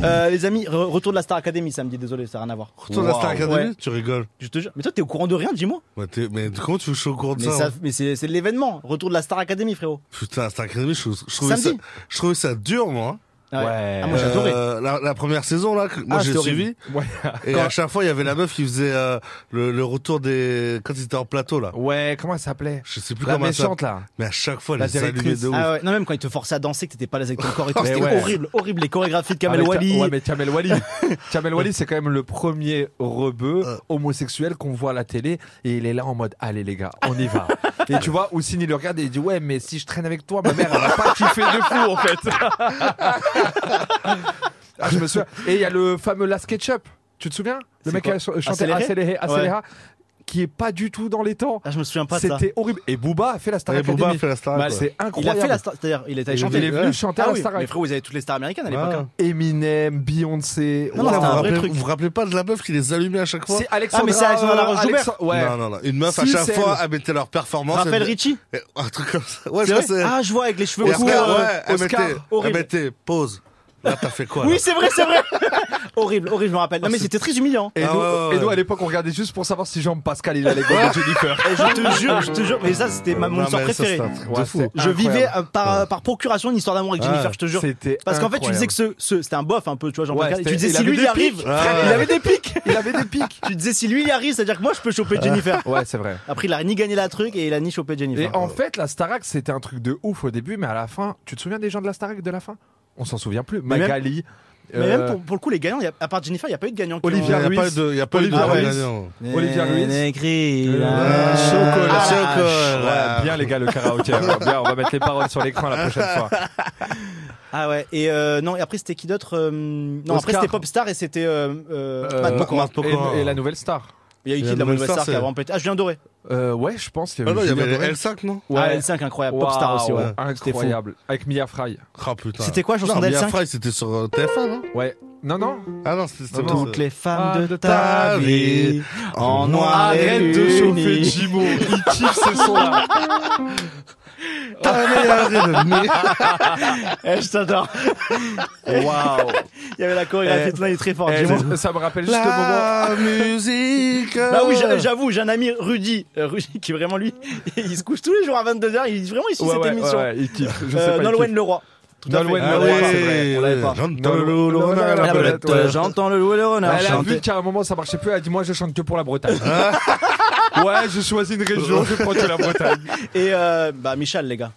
Speaker 5: Euh, les amis, re- retour de la Star Academy samedi, désolé, ça n'a rien à voir.
Speaker 6: Retourne à Star
Speaker 5: Waouh,
Speaker 6: Academy,
Speaker 5: ouais.
Speaker 6: tu rigoles.
Speaker 5: Je te jure. Mais toi, t'es au courant de rien, dis-moi.
Speaker 6: Ouais, t'es- mais comment tu veux que je sois au courant de
Speaker 5: Mais,
Speaker 6: ça,
Speaker 5: ça-
Speaker 6: hein
Speaker 5: mais c'est c'est l'événement. Retour de la Star Academy, frérot.
Speaker 6: Putain, Star Academy, je, je trouvais ça,
Speaker 5: Samedi.
Speaker 6: je trouvais ça dur, moi. hein.
Speaker 5: Ah Ah, moi, j'ai adoré.
Speaker 6: Euh, la, la première saison, là, que moi
Speaker 5: Ah,
Speaker 6: j'ai
Speaker 5: c'était
Speaker 6: suivi. Et à chaque fois, il y avait la meuf qui faisait euh, le, le retour des. Quand ils étaient en plateau, là.
Speaker 4: Ouais, comment elle s'appelait
Speaker 6: Je sais plus
Speaker 4: La
Speaker 6: comment elle
Speaker 4: méchante
Speaker 6: s'appelle.
Speaker 4: là.
Speaker 6: Mais à chaque fois, elle
Speaker 4: La
Speaker 6: les allumait
Speaker 4: directrice.
Speaker 6: de ouf.
Speaker 5: Ah ouais. Non, même quand ils te forçaient à danser, que t'étais pas là avec ton corps et tout.
Speaker 4: Mais
Speaker 5: C'était
Speaker 4: ouais.
Speaker 5: horrible, horrible. Les chorégraphies de Kamel
Speaker 4: Ah, mais Ka-
Speaker 5: Wally.
Speaker 4: Ouais, mais Kamel Wally. Kamel Wally, c'est quand même le premier rebeu
Speaker 5: Euh.
Speaker 4: homosexuel qu'on voit à la télé. Et il est là en mode Allez, les gars, on y va. et tu vois, Oussini le regarde et il dit Ouais, mais si je traîne avec toi, ma mère, elle va pas kiffer de fou, en fait. ah, je me souviens. Et il y a le fameux Last Ketchup. Tu te souviens Le
Speaker 5: C'est
Speaker 4: mec qui
Speaker 5: quoi Ah,
Speaker 4: a ch- chanté Ah,
Speaker 5: Accéléré
Speaker 4: Accéléré, Accéléré, qui est pas du tout dans les temps.
Speaker 5: Ah, je me souviens pas de ça.
Speaker 4: C'était horrible. Et Booba a fait la Star
Speaker 6: Et Booba a
Speaker 4: Academy.
Speaker 6: fait la star.
Speaker 4: Bah,
Speaker 6: quoi.
Speaker 4: c'est
Speaker 5: Il a
Speaker 4: incroyable.
Speaker 5: fait la Star. C'est-à-dire, il était allé
Speaker 4: Il est
Speaker 5: chanter.
Speaker 4: venu chanter à
Speaker 5: Ah
Speaker 4: la
Speaker 5: oui,
Speaker 4: Star
Speaker 5: mais
Speaker 4: Academy.
Speaker 5: frérot, ils avaient toutes les stars américaines à l'époque.
Speaker 6: Ouais.
Speaker 5: hein.
Speaker 4: Eminem, Beyoncé.
Speaker 5: Non,
Speaker 6: Vous
Speaker 5: non, c'était
Speaker 6: vous
Speaker 5: un vrai
Speaker 6: rappelez-
Speaker 5: truc.
Speaker 6: Vous vous rappelez pas de la meuf qui les allumait à chaque fois
Speaker 4: C'est Alexandre. euh,
Speaker 5: Ah, mais c'est Alexandra Laroche-Joubert.
Speaker 4: Ouais.
Speaker 6: Non, non, non. Une meuf,
Speaker 4: Si,
Speaker 6: à chaque
Speaker 4: c'est
Speaker 6: fois,
Speaker 4: elle.
Speaker 6: elle mettait leur performance.
Speaker 5: Raphaël
Speaker 6: elle-
Speaker 5: Richie.
Speaker 6: Un truc comme ça. Ouais,
Speaker 5: C'est
Speaker 6: je
Speaker 5: vrai
Speaker 6: crois que c'est.
Speaker 5: Ah, je vois avec les
Speaker 6: Et
Speaker 5: cheveux courts.
Speaker 6: après,
Speaker 5: euh,
Speaker 6: ouais, elle
Speaker 5: Oscar,
Speaker 6: mettait, elle
Speaker 5: horrible.
Speaker 6: mettait pause. Là, t'as fait quoi
Speaker 5: Oui,
Speaker 6: là
Speaker 5: c'est vrai, c'est vrai. horrible, horrible, je me rappelle. Non, mais c'était très humiliant.
Speaker 4: Et,
Speaker 6: Ah,
Speaker 4: nous,
Speaker 6: ouais, ouais, ouais.
Speaker 4: et nous, à l'époque, on regardait juste pour savoir si Jean-Pascal il allait gagner Jennifer.
Speaker 5: Et Eh, je te jure, je te jure. Mais ça, c'était ma mon
Speaker 6: Non,
Speaker 5: histoire
Speaker 6: mais ça,
Speaker 5: préférée.
Speaker 6: c'est un truc
Speaker 4: Ouais,
Speaker 6: de fou.
Speaker 4: c'est-
Speaker 5: Je
Speaker 4: Incroyable.
Speaker 5: vivais euh, par, euh, par procuration une histoire d'amour avec
Speaker 6: Ouais.
Speaker 5: Jennifer, je te jure.
Speaker 4: C'était.
Speaker 5: Parce qu'en fait, tu disais que ce, ce- c'était un bof un peu, tu vois, jean
Speaker 4: Ouais,
Speaker 5: pascal
Speaker 4: c'était-
Speaker 5: tu disais
Speaker 4: il
Speaker 5: si
Speaker 4: avait
Speaker 5: lui
Speaker 4: des
Speaker 5: il arrive,
Speaker 4: pics.
Speaker 5: frère, il avait des pics.
Speaker 4: Il avait des pics.
Speaker 5: Tu disais si lui il y arrive, c'est-à-dire que moi je peux choper Jennifer.
Speaker 4: Ouais, c'est vrai.
Speaker 5: Après, il a ni gagné la truc et il a ni chopé
Speaker 4: Et
Speaker 5: Jennifer.
Speaker 4: en fait, la Starac, c'était un truc de ouf au début, mais à la fin, tu te souviens des gens de la Starac de la fin On s'en souvient plus.
Speaker 5: Mais même-
Speaker 4: Magali.
Speaker 5: Mais
Speaker 4: euh,
Speaker 5: même pour, pour le coup, les gagnants, il y a- à part Jennifer, il n'y a pas eu de gagnant. qui
Speaker 6: Il y
Speaker 4: Olivia
Speaker 6: a
Speaker 4: Ruiz.
Speaker 6: pas eu de, il y a pas eu de
Speaker 4: Olivia Ruiz.
Speaker 6: gagnant.
Speaker 5: ont-
Speaker 4: Olivia Ruiz.
Speaker 5: Negri,
Speaker 4: Euh,
Speaker 5: la-
Speaker 4: Chocolat.
Speaker 5: Ah, la-
Speaker 6: Chocolat.
Speaker 4: Ouais, bien les gars, le karaoké. ouais, bien, on va mettre les paroles sur l'écran la prochaine fois.
Speaker 5: Ah ouais. Et euh, non, et après c'était qui d'autre euh, Non, après
Speaker 4: Oscar.
Speaker 5: c'était Popstar et c'était euh, euh,
Speaker 4: Euh,
Speaker 5: Matt Pokora.
Speaker 6: Matt Pokora.
Speaker 4: Et, et la nouvelle star.
Speaker 5: Il y a eu
Speaker 6: et
Speaker 5: qui
Speaker 6: la
Speaker 5: de la mauvaise
Speaker 6: nouvelle
Speaker 5: star
Speaker 6: star,
Speaker 5: qui a
Speaker 6: c'est-
Speaker 5: vraiment pété Ah, Julien Doré.
Speaker 4: Euh, ouais, je pense. qu'il y
Speaker 6: Ah
Speaker 4: avait
Speaker 6: non, il y
Speaker 4: Julien
Speaker 6: avait
Speaker 4: Doré.
Speaker 6: L5, non
Speaker 4: Ouais.
Speaker 5: Ah, L5 incroyable. Popstar aussi, ouais.
Speaker 4: Waouh, Incroyable. Avec Mia Fry.
Speaker 6: Oh putain.
Speaker 5: C'était quoi, chanson
Speaker 6: Non,
Speaker 5: d'L5
Speaker 6: Mia Fry, c'était sur euh, TF1, non
Speaker 4: Ouais. Non, non.
Speaker 6: Ah non, c'était sur
Speaker 5: Toutes les femmes
Speaker 4: Ah,
Speaker 5: de ta vie en noir et
Speaker 14: Arrête de chauffer
Speaker 5: unis.
Speaker 14: Jimo. Il kiffe ces sons-là.
Speaker 6: Ta meilleure ennemie.
Speaker 5: Eh, je t'adore.
Speaker 4: Waouh.
Speaker 5: Il y avait la chorégraphie, tout ça, il est très fort.
Speaker 4: Eh,
Speaker 5: dis-moi.
Speaker 4: ça- ça me rappelle juste le moment.
Speaker 6: La musique.
Speaker 5: Bah oui, j'a- j'avoue, j'ai un ami Rudy, euh, Rudy qui est vraiment lui, il se couche tous les jours à 22h, il vraiment il suit cette émission.
Speaker 4: ouais, il kiffe. Je sais
Speaker 5: Euh,
Speaker 4: pas. il
Speaker 5: Nolwenn Leroy. Tout à
Speaker 4: Nolwenn
Speaker 5: fait.
Speaker 6: Ah
Speaker 4: Leroy,
Speaker 6: oui,
Speaker 4: c'est vrai, on l'avait pas.
Speaker 6: J'entends
Speaker 4: Non,
Speaker 6: le loup,
Speaker 4: non,
Speaker 6: l'on
Speaker 4: non,
Speaker 6: a la euh,
Speaker 4: non,
Speaker 6: belette.
Speaker 4: belette, ouais.
Speaker 5: J'entends le loup et le renard
Speaker 4: Elle a
Speaker 5: chanter.
Speaker 4: vu qu'à un moment ça marchait plus, elle a dit Moi je chante que pour la Bretagne.
Speaker 6: Ah.
Speaker 4: ouais, je choisis une région, je prends que la Bretagne.
Speaker 5: Et euh, bah Michel les gars.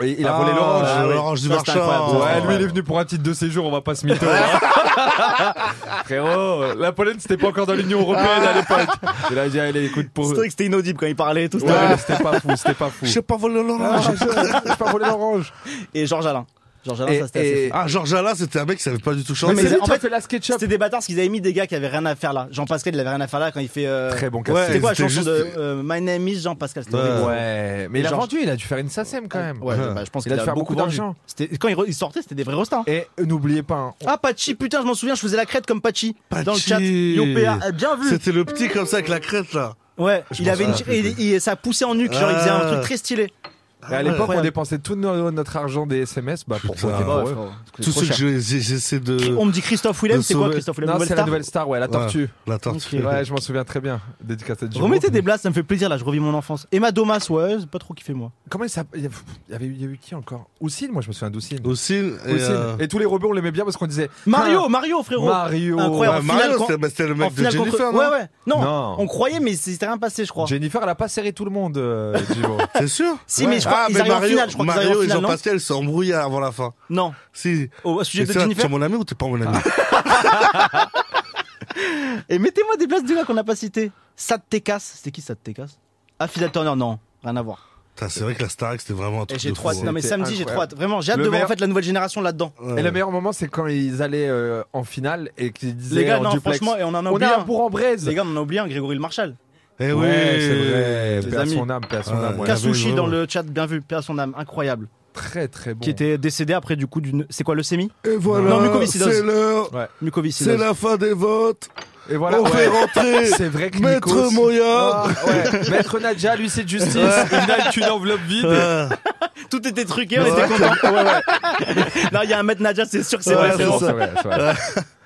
Speaker 4: Et il a
Speaker 6: Ah,
Speaker 4: volé l'orange.
Speaker 5: Ah ouais.
Speaker 6: L'orange du
Speaker 5: Ça, c'était
Speaker 6: marchand.
Speaker 5: incroyable.
Speaker 4: Ouais, lui il est venu pour un titre de séjour, on va pas se mytho. hein. Frérot, la Pologne c'était pas encore dans
Speaker 5: Ah.
Speaker 4: l'Union Européenne à l'époque. Il a dit Allez, écoute pour.
Speaker 5: C'est vrai que c'était inaudible quand il parlait et tout. c'était horrible.
Speaker 4: Ouais, c'était pas fou, c'était pas fou. Ah,
Speaker 6: Je sais pas voler l'orange.
Speaker 4: je, je pas volé l'orange.
Speaker 5: Et Georges Alain. Georges Alain,
Speaker 4: Et-
Speaker 5: ça c'était assez
Speaker 4: et-
Speaker 5: fou.
Speaker 6: Ah, Georges Alain, c'était un mec qui savait pas du tout
Speaker 5: Non, mais
Speaker 6: chanter.
Speaker 5: c'est- en
Speaker 4: en fait,
Speaker 5: fait,
Speaker 4: fait la SketchUp.
Speaker 5: C'était des bâtards parce qu'ils avaient mis des gars qui avaient rien à faire là. Jean Pascal, il avait rien à faire là quand il fait. euh,
Speaker 4: Très bon
Speaker 5: C'était
Speaker 4: casting.
Speaker 5: quoi la
Speaker 6: c'était
Speaker 5: chanson
Speaker 6: juste-
Speaker 5: de euh, My Name is Jean Pascal c'était
Speaker 6: Ouais.
Speaker 5: horrible.
Speaker 4: Ouais, mais il a
Speaker 5: Georges-
Speaker 4: vendu, il a dû faire une SACEM quand même.
Speaker 5: Ouais,
Speaker 6: Ah.
Speaker 5: bah, je pense
Speaker 4: Il a
Speaker 5: qu'il
Speaker 4: dû faire beaucoup
Speaker 5: vendu.
Speaker 4: d'argent.
Speaker 5: C'était- Quand il, re- il sortait, c'était des vrais restas. hein.
Speaker 4: Et n'oubliez pas, hein,
Speaker 5: Ah, Pachi, putain, je m'en souviens, je faisais la crête comme Pachi, dans le
Speaker 6: Pachi.
Speaker 5: chat. Yopéa, eh, bien vu.
Speaker 6: C'était le petit comme ça avec la crête là.
Speaker 5: Ouais, il avait une... et, et- et ça poussait en nuque, genre il faisait un
Speaker 6: Ah.
Speaker 5: truc très stylé.
Speaker 4: Et à l'époque, on
Speaker 5: Incroyable.
Speaker 4: dépensait tout no- notre argent des SMS bah, pour
Speaker 6: Putain.
Speaker 4: voter pour eux.
Speaker 6: Tout ce que j'ai- j'ai- j'essaie de.
Speaker 5: On me dit Christophe Willem,
Speaker 6: de
Speaker 5: c'est quoi
Speaker 6: sauver-
Speaker 5: Christophe Willem
Speaker 4: Non,
Speaker 5: Nouvelle
Speaker 4: c'est la
Speaker 5: star
Speaker 4: nouvelle star, ouais, la
Speaker 6: Ouais.
Speaker 4: tortue.
Speaker 6: La tortue.
Speaker 5: Ok.
Speaker 4: Ouais, je m'en souviens très bien. Dédicacé de Jérôme.
Speaker 5: Remettez des blasts, ça me fait plaisir là, je revis mon enfance. Emma Domas, ouais, c'est pas trop kiffé moi.
Speaker 4: Comment il s'appelle Il y avait eu- il y a eu qui encore Oussine, moi je me souviens d'Oussine.
Speaker 6: Aussi. et,
Speaker 4: Oussine.
Speaker 6: euh,
Speaker 4: Et tous les robots, on l'aimait bien parce qu'on disait
Speaker 5: Mario, Mario
Speaker 4: Ah,
Speaker 5: frérot.
Speaker 4: Mario
Speaker 5: Incroyable.
Speaker 6: bah,
Speaker 5: en finale,
Speaker 6: Mario,
Speaker 5: quand-
Speaker 6: c'était bah, c'était le
Speaker 5: En
Speaker 6: mec de
Speaker 5: finale contre-
Speaker 6: Jennifer,
Speaker 5: Ouais
Speaker 6: non
Speaker 5: ouais. Non,
Speaker 4: Non.
Speaker 5: on croyait mais c'était rien passé je crois.
Speaker 4: Jennifer, elle a pas serré tout le monde, euh, Jimo.
Speaker 6: C'est sûr
Speaker 5: Si mais je crois
Speaker 6: Ah,
Speaker 5: qu'ils
Speaker 6: mais
Speaker 5: arrivent en
Speaker 6: Mario-
Speaker 5: finale, je crois qu'ils arrivent en
Speaker 6: Mario et
Speaker 5: finale. non
Speaker 6: Jean-Pascal ils sont embrouillés avant la fin.
Speaker 5: Non.
Speaker 6: Si.
Speaker 5: Au sujet
Speaker 6: Mais
Speaker 5: de
Speaker 6: c'est là,
Speaker 5: Jennifer. Ah.
Speaker 6: T'es mon ami ou t'es pas mon ami
Speaker 5: Et Eh, mettez-moi des places de gars qu'on n'a pas cité. Sad Tekas, c'était qui Sad Tekas Ah Fidel Turner, non, rien à voir.
Speaker 6: Putain, C'est vrai que la Starac c'était vraiment un
Speaker 5: Et
Speaker 6: truc.
Speaker 5: j'ai
Speaker 6: de
Speaker 5: trop
Speaker 6: fou,
Speaker 5: hâte. Non mais
Speaker 4: C'était
Speaker 5: samedi j'ai trop
Speaker 4: incroyable.
Speaker 5: hâte. Vraiment, j'ai hâte
Speaker 4: Le
Speaker 5: de voir en
Speaker 4: meilleur-
Speaker 5: fait la nouvelle génération là-dedans.
Speaker 6: hein.
Speaker 4: Et le
Speaker 6: Ouais.
Speaker 4: meilleur moment, c'est quand ils allaient euh, en finale et qu'ils disaient euh,
Speaker 5: Les gars,
Speaker 4: en
Speaker 5: non,
Speaker 4: duplex,
Speaker 5: franchement, et on en a
Speaker 4: on
Speaker 5: oublié
Speaker 4: a
Speaker 5: un.
Speaker 4: un pour en braise.
Speaker 5: Les gars, on en a oublié un, Grégory le Marshal.
Speaker 6: Eh oui
Speaker 4: ouais, c'est vrai. Paix à
Speaker 5: amis.
Speaker 4: son âme, paix à son
Speaker 6: Ouais.
Speaker 4: âme. ouais.
Speaker 6: Casse-
Speaker 5: Kasushi
Speaker 6: oui,
Speaker 5: dans
Speaker 6: vraiment.
Speaker 5: le chat, bien vu, paix à son âme, incroyable.
Speaker 4: Très très bon.
Speaker 5: Qui était décédé après du coup d'une. C'est quoi leucémie
Speaker 6: Et
Speaker 5: Non,
Speaker 6: voilà,
Speaker 5: mucoviscidose.
Speaker 6: c'est l'heure,
Speaker 5: Mucoviscidose.
Speaker 6: c'est la fin des votes.
Speaker 4: Et voilà,
Speaker 6: On
Speaker 4: ouais.
Speaker 6: fait rentrer
Speaker 4: C'est vrai que
Speaker 6: Maître
Speaker 4: Nikos-
Speaker 6: Moya.
Speaker 4: Ah, ouais. Maître Nadja, l'huissier de justice, il n'a qu'une enveloppe vide.
Speaker 6: Euh,
Speaker 5: Tout était truqué, on était contents. Ouais, ouais. Là, il y a un maître Nadia, c'est sûr que c'est vrai.
Speaker 6: Ouais, c'est
Speaker 5: frérot.
Speaker 6: ça.
Speaker 4: C'est vrai, c'est vrai.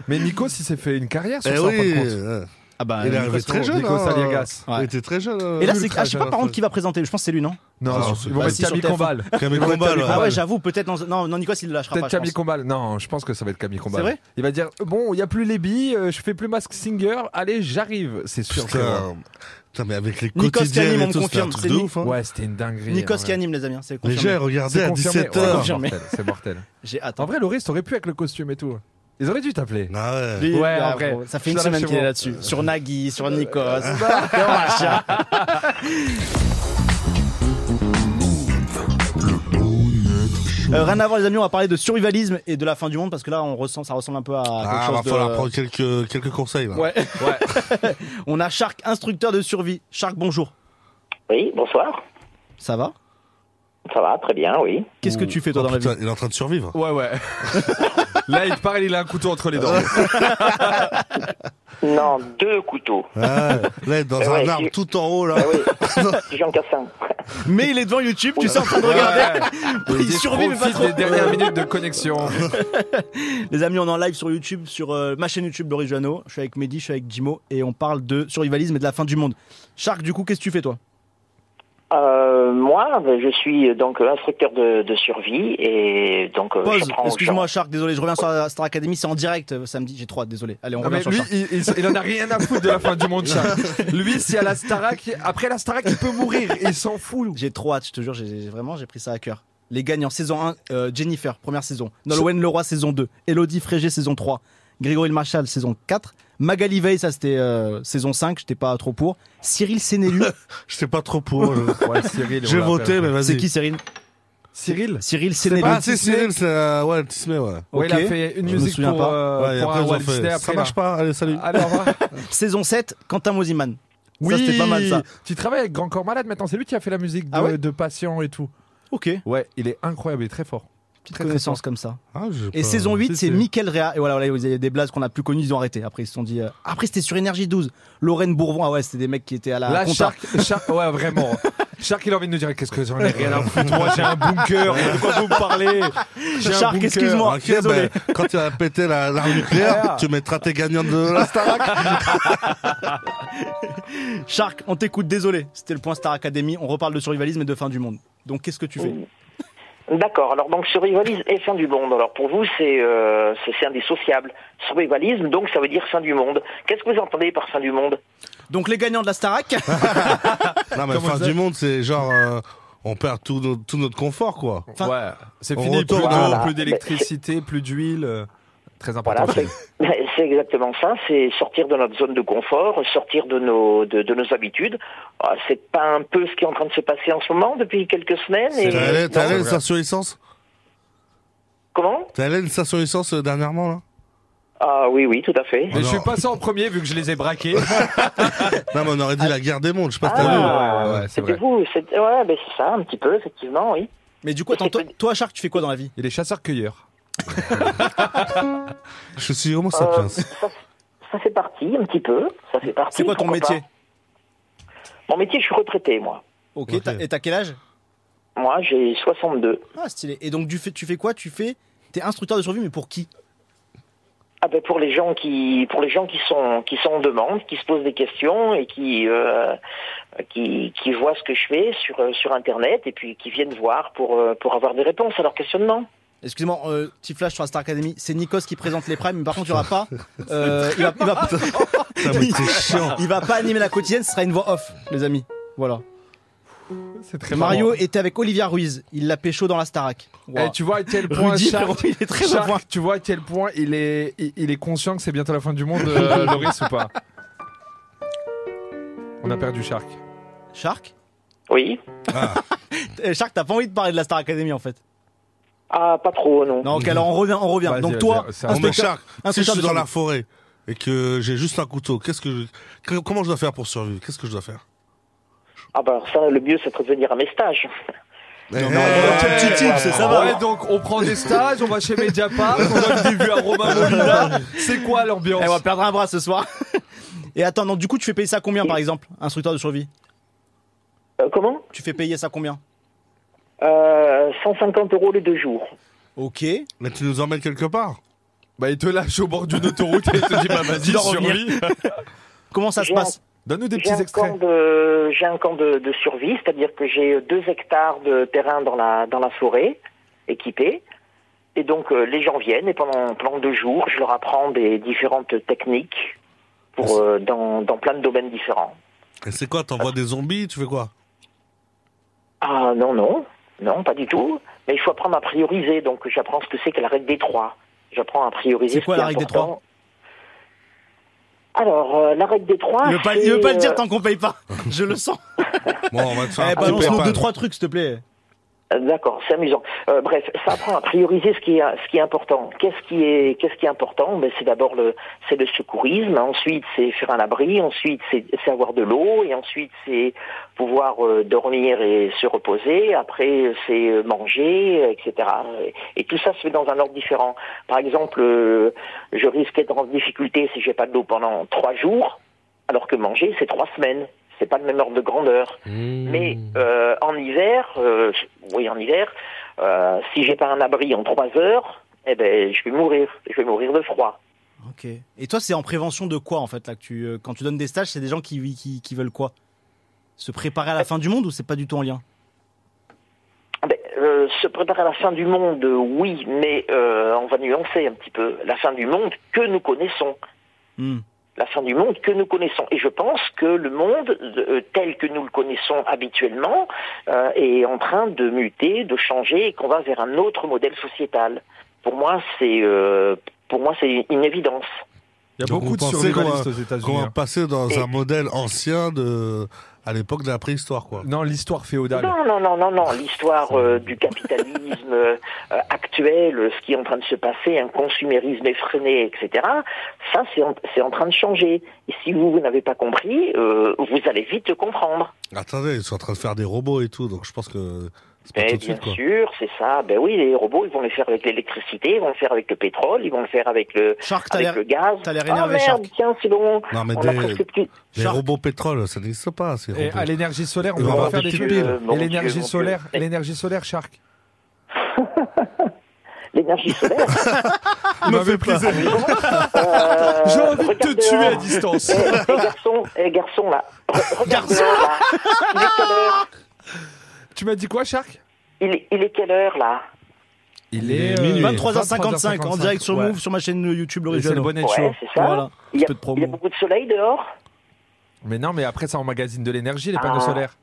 Speaker 4: Mais Nikos, il s'est fait une carrière sur
Speaker 6: eh
Speaker 4: ça, en fin
Speaker 6: oui.
Speaker 4: de compte.
Speaker 6: euh,
Speaker 5: Ah bah,
Speaker 6: Il est
Speaker 5: euh,
Speaker 6: arrivé très jeune.
Speaker 4: Nikos
Speaker 6: hein.
Speaker 4: Aliagas.
Speaker 5: Ouais.
Speaker 6: Il était très jeune.
Speaker 5: Et là,
Speaker 6: euh,
Speaker 5: c'est,
Speaker 6: ultra
Speaker 5: ah, je sais pas
Speaker 6: jeune,
Speaker 5: par
Speaker 6: en
Speaker 5: contre qui va présenter. Je pense que c'est lui, non
Speaker 4: Non,
Speaker 6: Ah,
Speaker 4: ils vont
Speaker 15: bah,
Speaker 4: mettre
Speaker 15: si, sur
Speaker 4: Camille
Speaker 15: TF1.
Speaker 4: Combal.
Speaker 6: fait. Camille Combal, ouais.
Speaker 5: Ah ouais, j'avoue, peut-être. dans- Non, non, Nicolas, il le lâchera pas.
Speaker 4: Peut-être
Speaker 5: je pense.
Speaker 4: Camille Combal. Non, je pense que ça va être Camille Combal.
Speaker 5: C'est vrai
Speaker 4: Il va dire Bon, il n'y a plus les billes, euh, je fais plus Mask Singer, allez, j'arrive. C'est sûr. que
Speaker 6: Putain. Putain, mais avec les
Speaker 5: Nikos Canim,
Speaker 6: quotidiennes
Speaker 5: on
Speaker 6: et tout, c'était un
Speaker 5: confirme,
Speaker 6: truc
Speaker 5: c'est
Speaker 6: de
Speaker 5: Ni-
Speaker 6: ouf. hein.
Speaker 4: Ouais, c'était une dinguerie.
Speaker 5: Nikos
Speaker 4: hein, ouais.
Speaker 5: qui anime, les amis, hein, c'est
Speaker 6: Les
Speaker 5: confirmé.
Speaker 6: gens, regardez
Speaker 4: C'est
Speaker 6: à
Speaker 4: confirmé, ouais,
Speaker 6: 17h.
Speaker 5: confirmé.
Speaker 4: mortel, C'est mortel.
Speaker 5: J'ai
Speaker 4: En
Speaker 5: attends.
Speaker 4: vrai, Loris, t'aurais pu avec le costume et tout. Ils auraient dû t'appeler.
Speaker 6: Ah ouais.
Speaker 5: Lui,
Speaker 4: Ouais,
Speaker 5: là,
Speaker 4: en vrai.
Speaker 5: Ça fait
Speaker 4: Je
Speaker 5: une
Speaker 4: suis
Speaker 5: semaine
Speaker 4: chez
Speaker 5: qu'il est
Speaker 4: moi. Euh.
Speaker 5: là-dessus. Sur Nagui, sur Nikos. sur machin. Euh, rien à voir les amis, on va parler de survivalisme et de la fin du monde parce que là on ressent, ça ressemble un peu à quelque
Speaker 6: Ah,
Speaker 5: chose
Speaker 6: va
Speaker 5: de...
Speaker 6: falloir prendre quelques, quelques conseils. Là.
Speaker 5: Ouais. on a Shark, instructeur de survie. Shark, bonjour.
Speaker 13: Oui, bonsoir.
Speaker 5: Ça va
Speaker 13: Ça va, très bien, oui.
Speaker 5: Qu'est-ce que tu fais toi
Speaker 6: Oh,
Speaker 5: dans la vie
Speaker 6: putain, il est en train de survivre.
Speaker 4: Ouais, ouais. Là, il te parle, il a un couteau entre les dents.
Speaker 13: Non, deux couteaux.
Speaker 6: Ah, là, il est dans
Speaker 13: Eh
Speaker 6: un
Speaker 13: ouais,
Speaker 6: arbre
Speaker 13: tu-
Speaker 6: tout en haut, là.
Speaker 13: Ah oui, si j'en casse un.
Speaker 5: Mais il est devant YouTube, tu sais, en train de regarder. Il survit, mais pas
Speaker 4: Profite
Speaker 5: trop.
Speaker 4: des dernières minutes de connexion.
Speaker 5: Les amis, on est en live sur YouTube, sur euh, ma chaîne YouTube Laurie Joanneau. Je suis avec Mehdi, je suis avec Jimo et on parle de survivalisme et de la fin du monde. Shark, du coup, qu'est-ce que tu fais toi
Speaker 13: Euh, moi, je suis euh, donc instructeur de, de survie et donc euh,
Speaker 5: Pause,
Speaker 13: j'apprends aux
Speaker 5: excuse-moi
Speaker 13: gens.
Speaker 5: Shark, désolé, je reviens sur la Star Academy, c'est en direct euh, samedi, j'ai trop hâte, désolé. Allez, on
Speaker 4: Non,
Speaker 5: revient
Speaker 4: Ah,
Speaker 5: sur
Speaker 4: mais lui,
Speaker 5: Shark.
Speaker 4: il, il- il en a rien à foutre de la fin du monde, chat. Lui, s'il y a la Starac, après la Starac, il peut mourir. Il s'en fout.
Speaker 5: J'ai trop hâte, je te jure, j'ai- j'ai- vraiment, j'ai pris ça à cœur. Les gagnants, saison 1, euh, Jennifer, première saison. Nolwenn Leroy, saison 2. Elodie Frégé, saison 3. Grégory Le Marchal, saison 4. Magali Veil, ça c'était euh, saison 5, j'étais pas trop pour. Cyril Sénélu,
Speaker 6: Je sais pas trop pour. je-
Speaker 4: Ouais, Cyril. on
Speaker 6: J'ai
Speaker 4: l'appelle.
Speaker 6: voté, mais vas-y.
Speaker 5: c'est qui Cyril
Speaker 4: Cyril
Speaker 5: Cyril Sénélu.
Speaker 6: Ah, c'est Cyril, c'est. euh, Ouais, le petit Smé, ouais.
Speaker 4: Ouais, il a
Speaker 5: Ok.
Speaker 4: fait une
Speaker 5: Je me
Speaker 4: musique
Speaker 5: souviens
Speaker 4: pour,
Speaker 5: pas.
Speaker 4: euh,
Speaker 6: Ouais, et
Speaker 4: pour
Speaker 6: après,
Speaker 4: un
Speaker 6: ils ont
Speaker 4: Walt
Speaker 6: fait,
Speaker 4: Disney.
Speaker 6: Ça
Speaker 4: Après,
Speaker 6: marche
Speaker 4: là.
Speaker 6: pas, allez, salut.
Speaker 4: Allez, au revoir.
Speaker 5: Saison 7, Quentin Mosiman.
Speaker 4: Oui,
Speaker 5: c'était pas mal, ça.
Speaker 4: Tu travailles avec Grand Corps Malade maintenant, c'est lui qui a fait la musique de,
Speaker 5: Ah ouais
Speaker 4: de Patient et tout.
Speaker 5: Ok, petite
Speaker 4: Ouais, il est incroyable, il est très fort.
Speaker 5: connaissance comme ça.
Speaker 6: Ah, j'ai
Speaker 5: Et
Speaker 6: pas-
Speaker 5: saison 8,
Speaker 4: si,
Speaker 5: c'est
Speaker 4: c'est-
Speaker 5: Michael Réa. Et voilà, voilà, il y a des blazes qu'on a plus connues, ils ont arrêté. Après, ils se sont dit. euh, Après, c'était sur Énergie 12. Lorraine Bourbon, ah ouais, c'était des mecs qui étaient à la.
Speaker 4: Là,
Speaker 5: compta.
Speaker 4: Shark, Shark- ouais, vraiment. Shark, il a envie de nous dire qu'est-ce que j'en ai rien à foutre. Moi, j'ai un bunker. De quoi vous me parlez J'ai un
Speaker 5: Shark,
Speaker 4: bunker.
Speaker 5: excuse-moi.
Speaker 6: Ok,
Speaker 5: désolé.
Speaker 6: ben, quand tu vas péter la- l'arme nucléaire, tu mettras tes gagnants de la Starac.
Speaker 5: Shark, on t'écoute, désolé. C'était le point Star Academy. On reparle de survivalisme et de fin du monde. Donc, qu'est-ce que tu fais
Speaker 13: D'accord, alors donc survivalisme et fin du monde. Alors pour vous, c'est euh, c'est c'est indissociable. Survivalisme, donc ça veut dire fin du monde. Qu'est-ce que vous entendez par fin du monde
Speaker 5: Donc, les gagnants de la Starac.
Speaker 13: Ah,
Speaker 6: Non, mais
Speaker 4: Comment
Speaker 6: fin
Speaker 4: ça
Speaker 6: du monde, c'est genre. euh, On perd tout, notre- tout notre confort, quoi.
Speaker 4: Ouais, c'est
Speaker 6: On
Speaker 4: fini. Plus
Speaker 6: retourne
Speaker 4: d'eau,
Speaker 13: à-
Speaker 4: plus d'électricité, plus d'huile. euh, Très important.
Speaker 13: Voilà,
Speaker 4: chez
Speaker 13: c'est c'est exactement ça. C'est sortir de notre zone de confort, sortir de nos de, de nos habitudes. Ah, C'est pas un peu ce qui est en train de se passer en ce moment depuis quelques semaines. et-
Speaker 6: T'as allé, t'as
Speaker 13: Non.
Speaker 6: allé une station essence
Speaker 13: Comment
Speaker 6: T'as allé une station essence euh, dernièrement, là
Speaker 13: Ah oui, oui, tout à fait.
Speaker 4: Mais je suis
Speaker 6: non.
Speaker 4: passé en premier vu que je les ai braqués.
Speaker 6: Non, mais on aurait dit la guerre des mondes, je sais pas si t'as vu.
Speaker 13: Ah,
Speaker 4: ouais, ouais, ouais, c'est
Speaker 13: c'était
Speaker 4: vrai.
Speaker 13: vous, c'était ouais, ben c'est ça, un petit peu, effectivement, oui.
Speaker 5: Mais du coup, attends, toi, toi, Shark, tu fais quoi dans la vie
Speaker 4: Il est chasseur-cueilleur.
Speaker 6: Je suis homo
Speaker 13: Euh,
Speaker 6: sapiens.
Speaker 13: ça, ça fait partie, un petit peu. Ça fait partie.
Speaker 5: C'est quoi ton
Speaker 13: pourquoi pas.
Speaker 5: métier
Speaker 13: Mon métier, je suis retraité, moi.
Speaker 5: Ok,
Speaker 6: Ok.
Speaker 5: t'as- et t'as quel âge
Speaker 13: Moi, j'ai 62.
Speaker 5: Ah, stylé. Et donc, tu fais, tu fais quoi Tu fais. T'es instructeur de survie, mais pour qui
Speaker 13: Ah ben pour les gens qui pour les gens qui sont qui sont en demande, qui se posent des questions et qui euh, qui, qui voient ce que je fais sur euh, sur internet et puis qui viennent voir pour euh, pour avoir des réponses à leurs questionnements.
Speaker 5: Excusez-moi, euh, petit flash sur la Star Academy. C'est Nikos qui présente les primes, mais par contre, il n'y aura pas. euh, il, va, il va- Il va pas animer la quotidienne, ce sera une voix off, les amis. Voilà.
Speaker 4: C'est très
Speaker 5: Mario était avec Olivia Ruiz. Il l'a pécho dans la Starac. Wow.
Speaker 4: Et eh, tu vois à quel point
Speaker 5: Rudy,
Speaker 4: Shark-
Speaker 5: frérot, il est très
Speaker 4: Shark,
Speaker 5: loin.
Speaker 4: tu vois à quel point il est, il, il est conscient que c'est bientôt la fin du monde, euh, Loris ou pas On a perdu Ah. Shark.
Speaker 5: Shark
Speaker 13: Oui.
Speaker 11: Ah.
Speaker 5: Euh, Shark, t'as pas envie de parler de la Star Academy en fait
Speaker 13: Ah pas trop non.
Speaker 5: Non, ok, alors on revient, on revient.
Speaker 4: Vas-y,
Speaker 5: Donc
Speaker 4: vas-y,
Speaker 5: toi,
Speaker 4: c'est un
Speaker 6: Bon,
Speaker 5: inspecteur-
Speaker 6: mais Shark,
Speaker 5: un
Speaker 6: si je
Speaker 5: spectacle
Speaker 6: suis
Speaker 5: de
Speaker 6: dans la
Speaker 5: zombie.
Speaker 6: forêt et que j'ai juste un couteau, qu'est-ce que je- que- comment je dois faire pour survivre Qu'est-ce que je dois faire
Speaker 13: Ah ben alors ça le mieux c'est de venir à mes stages.
Speaker 6: Non,
Speaker 11: mais on a un
Speaker 6: eh,
Speaker 11: petit tip, c'est ça, va.
Speaker 4: Ouais, donc on prend des stages, on va chez Mediapart, on donne des vues à Romain Molina. C'est quoi l'ambiance
Speaker 5: Eh, on va perdre un bras ce soir. Et attends, donc du coup, tu fais payer ça combien par exemple, instructeur de survie
Speaker 13: Euh, comment
Speaker 5: Tu fais payer ça combien
Speaker 13: Euh, 150 euros les deux jours.
Speaker 5: Ok.
Speaker 6: Mais tu nous emmènes quelque part
Speaker 4: Bah, il te lâche au bord d'une autoroute et il te dit, bah, vas-y,
Speaker 5: D'en
Speaker 4: survie.
Speaker 5: Comment ça se
Speaker 13: J'ai
Speaker 5: passe
Speaker 4: Donne-nous des
Speaker 13: J'ai
Speaker 4: petits
Speaker 13: un
Speaker 4: extraits.
Speaker 13: camp de, j'ai un camp de, de survie, c'est-à-dire que j'ai deux hectares de terrain dans la, dans la forêt, équipés. Et donc, euh, les gens viennent et pendant, pendant deux jours, je leur apprends des différentes techniques pour, euh, dans, dans plein de domaines différents.
Speaker 6: Et c'est quoi T'envoies des zombies Tu fais quoi
Speaker 13: Ah, non, non, non, pas du tout. Mais il faut apprendre à prioriser. Donc, j'apprends ce que c'est que la règle des trois. J'apprends à prioriser.
Speaker 5: C'est
Speaker 13: ce
Speaker 5: quoi
Speaker 13: qui est
Speaker 5: la règle des
Speaker 13: important. Alors, euh, la règle des trois.
Speaker 5: il veut, pas, il
Speaker 13: c'est,
Speaker 5: veut pas le dire
Speaker 13: euh,
Speaker 5: tant qu'on paye pas. Je le sens.
Speaker 6: Bon, on va te faire
Speaker 5: Eh,
Speaker 6: un petit
Speaker 5: balance-nous
Speaker 6: PayPal.
Speaker 5: deux, trois trucs, s'il te plaît.
Speaker 13: Euh, D'accord, c'est amusant. Euh, bref, ça apprend à prioriser ce qui est ce qui est important. Qu'est-ce qui est qu'est-ce qui est important Ben c'est d'abord le c'est le secourisme. Ensuite, c'est faire un abri. Ensuite, c'est c'est avoir de l'eau. Et ensuite, c'est pouvoir euh, dormir et se reposer. Après, c'est euh, manger, euh, etc. Et, et tout ça se fait dans un ordre différent. Par exemple, euh, je risque d'être en difficulté si j'ai pas de l'eau pendant trois jours, alors que manger c'est trois semaines. C'est pas le même ordre de grandeur. Mais euh, en hiver, euh, oui, en hiver, euh, si j'ai pas un abri en trois heures, eh ben, je vais mourir. Je vais mourir de froid.
Speaker 5: Ok. Et toi, c'est en prévention de quoi en fait là que tu, euh, Quand tu donnes des stages, c'est des gens qui, qui, qui veulent quoi Se préparer à la fin du monde ou c'est pas du tout en lien
Speaker 13: Ah ben, euh, se préparer à la fin du monde, euh, oui, mais euh, on va nuancer un petit peu. La fin du monde que nous connaissons.
Speaker 5: Hmm.
Speaker 13: La fin du monde que nous connaissons. Et je pense que le monde euh, tel que nous le connaissons habituellement euh, est en train de muter, de changer, et qu'on va vers un autre modèle sociétal. Pour moi, c'est euh, pour moi c'est une évidence.
Speaker 4: Il y a
Speaker 6: Donc,
Speaker 4: beaucoup de
Speaker 6: vous pensez qu'on va-
Speaker 4: survivalistes aux États-Unis.
Speaker 6: Qu'on va
Speaker 4: hein.
Speaker 6: passer dans
Speaker 13: Et-
Speaker 6: un modèle ancien de à l'époque de la préhistoire, quoi.
Speaker 4: Non, l'histoire féodale.
Speaker 13: Non, non, non, non, non.
Speaker 5: Ah,
Speaker 13: L'histoire euh, du capitalisme euh, euh, actuel, euh, ce qui est en train de se passer, un consumérisme effréné, etc., ça, c'est en, c'est en train de changer. Et si vous, vous n'avez pas compris, euh, vous allez vite comprendre.
Speaker 6: Attendez, ils sont en train de faire des robots et tout, donc je pense que c'est pas tout
Speaker 13: Eh
Speaker 6: de
Speaker 13: bien
Speaker 6: suite, quoi.
Speaker 13: sûr, c'est ça. Ben oui, les robots, ils vont le faire avec l'électricité, ils vont le faire avec le pétrole, ils vont le faire avec le,
Speaker 5: Shark, t'as
Speaker 13: avec
Speaker 5: l'air.
Speaker 13: le gaz.
Speaker 5: t'as l'air
Speaker 13: Ah
Speaker 5: énervé,
Speaker 13: merde,
Speaker 5: Shark.
Speaker 13: tiens, c'est bon.
Speaker 6: Non, mais
Speaker 13: On a
Speaker 6: des-
Speaker 13: presque plus-
Speaker 6: Les
Speaker 5: Shark.
Speaker 6: robots pétrole, ça n'existe pas, ces
Speaker 4: Et
Speaker 6: robots.
Speaker 4: à l'énergie solaire, on
Speaker 6: Et on
Speaker 4: va
Speaker 6: va
Speaker 4: pas
Speaker 6: avoir
Speaker 4: faire
Speaker 6: des
Speaker 4: des
Speaker 6: petites
Speaker 4: trucs.
Speaker 6: piles.
Speaker 13: Euh, Mon
Speaker 4: Et l'énergie
Speaker 13: Dieu, mon
Speaker 4: solaire,
Speaker 13: Dieu.
Speaker 4: l'énergie solaire, Shark.
Speaker 13: L'énergie solaire.
Speaker 4: Me fait plaisir.
Speaker 13: J'ai
Speaker 4: envie de te tuer à distance.
Speaker 13: Euh, Eh, eh, garçon, eh, garçon là. Re- regarde dehors, là. Il est quelle heure
Speaker 4: Tu m'as dit quoi, Shark
Speaker 13: il est, il est quelle heure là
Speaker 4: Il
Speaker 6: est, euh,
Speaker 5: 23h55 en direct sur
Speaker 4: ouais.
Speaker 5: Move, sur ma chaîne YouTube,
Speaker 4: Et
Speaker 5: Loris
Speaker 4: C'est le
Speaker 5: Jeannot.
Speaker 4: bonnet
Speaker 13: Ouais,
Speaker 4: show.
Speaker 13: c'est ça.
Speaker 5: Voilà.
Speaker 13: il, y a,
Speaker 5: peu de promo.
Speaker 13: il y a beaucoup de soleil dehors.
Speaker 4: Mais non, mais après, ça emmagasine de l'énergie, les panneaux
Speaker 13: Ah.
Speaker 4: solaires.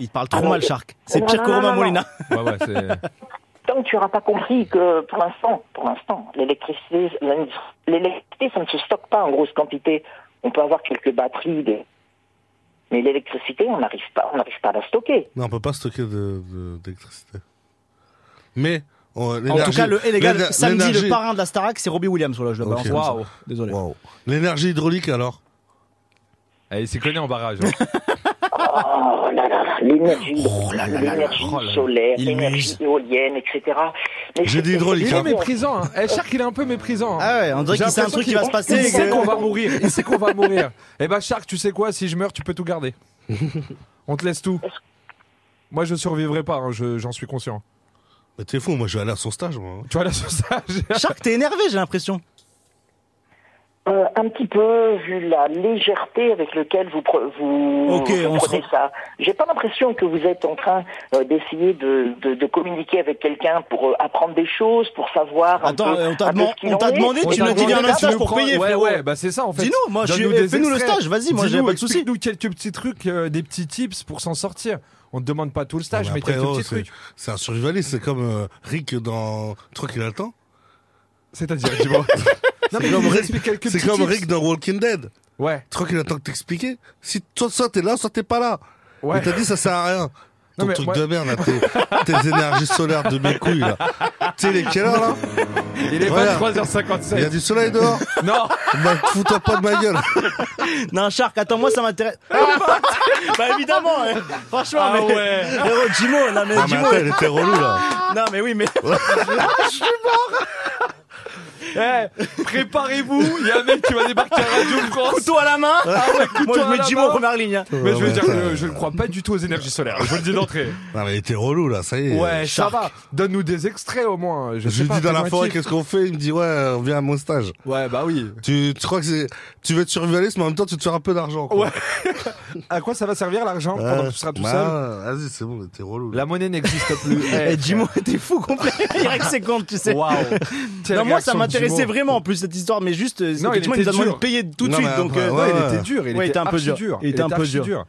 Speaker 5: Il parle trop
Speaker 13: Ah,
Speaker 5: mal,
Speaker 13: non.
Speaker 5: Shark. C'est
Speaker 13: Non,
Speaker 5: pire
Speaker 13: non,
Speaker 5: que
Speaker 13: non,
Speaker 5: Romain
Speaker 13: non,
Speaker 5: Molina.
Speaker 4: Ouais, ouais, c'est.
Speaker 13: Tant que tu n'auras pas compris que pour l'instant, pour l'instant, l'électricité, l'électricité, ça ne se stocke pas en grosse quantité. On peut avoir quelques batteries, des- mais l'électricité, on n'arrive pas, on n'arrive pas à la stocker.
Speaker 6: Non, on peut pas stocker de- de- d'électricité. Mais, on-
Speaker 5: En tout
Speaker 6: l'énergie-
Speaker 5: cas, le, eh, les gars,
Speaker 6: l'éner-
Speaker 5: samedi, le
Speaker 6: l'énergie-
Speaker 5: parrain de la Starac, c'est Robbie Williams. Voilà, je le
Speaker 6: Ok.
Speaker 5: balance. comme ça.
Speaker 4: Waouh.
Speaker 5: Désolé.
Speaker 6: Waouh. L'énergie hydraulique, alors
Speaker 4: Allez, c'est connu en barrage. hein.
Speaker 13: Oh là là, là, l'énergie, l'énergie
Speaker 4: oh là là.
Speaker 13: solaire,
Speaker 6: Il
Speaker 13: l'énergie
Speaker 6: muse. éolienne,
Speaker 13: éolienne, etc. Mais
Speaker 6: J'ai
Speaker 13: c'est-
Speaker 6: dit hydraulique,
Speaker 4: Il est
Speaker 6: hein.
Speaker 4: méprisant. Hein. Eh, Shark, il est un peu méprisant. hein.
Speaker 5: Ah ouais, on dirait
Speaker 4: J'ai
Speaker 5: qu'il sait un
Speaker 4: l'impression
Speaker 5: truc qui
Speaker 4: qu'il-
Speaker 5: va se passer.
Speaker 4: Il sait
Speaker 5: et que-
Speaker 4: qu'on va mourir. Il sait qu'on va mourir. Eh ben, Shark, tu sais quoi Si je meurs, tu peux tout garder. On te laisse tout. Moi, je survivrai pas. hein, je- J'en suis conscient.
Speaker 6: Mais t'es fou, moi je vais aller à son stage, moi.
Speaker 4: Tu vois là sur ça. j'ai-
Speaker 5: Shark, t'es énervé, j'ai l'impression.
Speaker 13: Euh, un petit peu vu la légèreté avec laquelle vous pre- vous,
Speaker 5: Ok,
Speaker 13: vous
Speaker 5: on se
Speaker 13: prenez ça. J'ai pas l'impression que vous êtes en train euh, d'essayer de, de, de communiquer avec quelqu'un pour euh, apprendre des choses, pour savoir. Un
Speaker 5: Attends,
Speaker 13: peu,
Speaker 5: euh, on t'a
Speaker 13: un peu
Speaker 5: deman-
Speaker 13: ce qu'il
Speaker 5: on
Speaker 13: en
Speaker 5: t'a
Speaker 13: est.
Speaker 5: demandé, tu
Speaker 4: On
Speaker 5: nous dis,
Speaker 4: t'a demandé
Speaker 5: viens à un
Speaker 4: si
Speaker 5: stage
Speaker 4: tu
Speaker 5: pour
Speaker 4: prends-
Speaker 5: payer,
Speaker 4: Ouais,
Speaker 5: frérot.
Speaker 4: ouais, bah c'est ça en fait.
Speaker 5: Dis-nous, moi, je
Speaker 4: Donne-nous
Speaker 5: suis-
Speaker 4: des
Speaker 5: fais-nous le
Speaker 4: extraits.
Speaker 5: stage, vas-y, moi, j'ai
Speaker 4: Dis-nous,
Speaker 5: pas de souci.
Speaker 4: Explique-nous quelques petits trucs, euh, des petits tips pour s'en sortir. On te demande pas tout le stage,
Speaker 6: Non,
Speaker 4: mais,
Speaker 6: mais après,
Speaker 4: quelques
Speaker 6: oh,
Speaker 4: petits trucs.
Speaker 6: C'est un survivaliste, c'est comme euh, Rick dans Truc il a le temps.
Speaker 4: C'est-à-dire, dis-moi. non, mais
Speaker 6: comme
Speaker 4: nous
Speaker 6: Rick-
Speaker 4: explique quelques
Speaker 6: C'est
Speaker 4: petits
Speaker 6: comme
Speaker 4: tips.
Speaker 6: Rick dans Walking Dead.
Speaker 4: Ouais,
Speaker 6: Truc il a le temps de t'expliquer. Si soit soit t'es là, soit t'es pas là.
Speaker 4: ouais.
Speaker 6: Il t'a dit ça sert à rien.
Speaker 4: Non,
Speaker 6: Ton
Speaker 4: mais
Speaker 6: truc
Speaker 4: moi-
Speaker 6: de merde, là, tes, tes énergies solaires de mes couilles, là. Tu sais, les quelle heure, là
Speaker 4: Il est
Speaker 6: Voilà.
Speaker 4: 23h57.
Speaker 6: Il y a du soleil dehors
Speaker 4: Non,
Speaker 6: Bah, fous-toi pas de ma gueule
Speaker 5: Non, Shark, attends, moi, ça m'intéresse.
Speaker 16: Bah évidemment, hein. franchement.
Speaker 5: Ah
Speaker 16: mais...
Speaker 5: ouais.
Speaker 16: Héros, Jimo, non mais
Speaker 6: Ah, mais
Speaker 16: Jimo.
Speaker 6: attends, elle était relou, là.
Speaker 16: Non mais oui, mais.
Speaker 5: Ah,
Speaker 14: je suis mort Eh, préparez-vous, il y a un mec qui va débarquer à Radio France.
Speaker 16: Couteau à la main
Speaker 14: Ah ouais, couteau
Speaker 16: Moi, je
Speaker 14: à
Speaker 16: mets
Speaker 14: la
Speaker 16: Jimo
Speaker 14: main.
Speaker 16: en première ligne, hein.
Speaker 14: Mais je veux
Speaker 6: Ouais,
Speaker 14: dire
Speaker 6: ouais.
Speaker 14: que je ne crois pas du tout aux énergies solaires, je vous le dis d'entrée.
Speaker 6: Non, mais il était relou, là, ça y est.
Speaker 14: Ouais, ça
Speaker 6: Eh, Shark.
Speaker 14: va, donne-nous des extraits au moins.
Speaker 6: Je,
Speaker 14: sais
Speaker 6: lui
Speaker 14: pas,
Speaker 6: dis dans la
Speaker 14: témoignez.
Speaker 6: forêt, qu'est-ce qu'on fait Il me dit, ouais, on vient à mon stage.
Speaker 14: Ouais, bah oui.
Speaker 6: Tu, tu crois que c'est. Tu veux te survivaliste, mais en même temps, tu te fais un peu d'argent, quoi. Ouais.
Speaker 4: À quoi ça va servir l'argent pendant que tu seras tout
Speaker 6: Bah, Vas-y, c'est bon, t'es relou.
Speaker 4: seul La monnaie n'existe plus.
Speaker 6: Eh,
Speaker 4: Eh,
Speaker 5: Jimo était fou complet. Il règle ses comptes, tu sais.
Speaker 4: Waouh. Quelle
Speaker 5: Non, moi, ça
Speaker 4: réaction de
Speaker 5: m'intéressait
Speaker 4: Jimo.
Speaker 5: vraiment en plus cette histoire, mais juste, euh,
Speaker 4: Non, il
Speaker 5: effectivement, il nous
Speaker 4: était
Speaker 5: a demandé
Speaker 4: dur.
Speaker 5: de payer tout de
Speaker 4: Non,
Speaker 5: suite.
Speaker 4: mais
Speaker 5: Donc,
Speaker 4: après,
Speaker 5: euh,
Speaker 4: ouais, il était dur, il
Speaker 5: Ouais,
Speaker 4: était
Speaker 5: un peu
Speaker 4: archi
Speaker 5: dur.
Speaker 4: dur.
Speaker 5: Il était un peu
Speaker 4: archi
Speaker 5: dur.
Speaker 4: dur.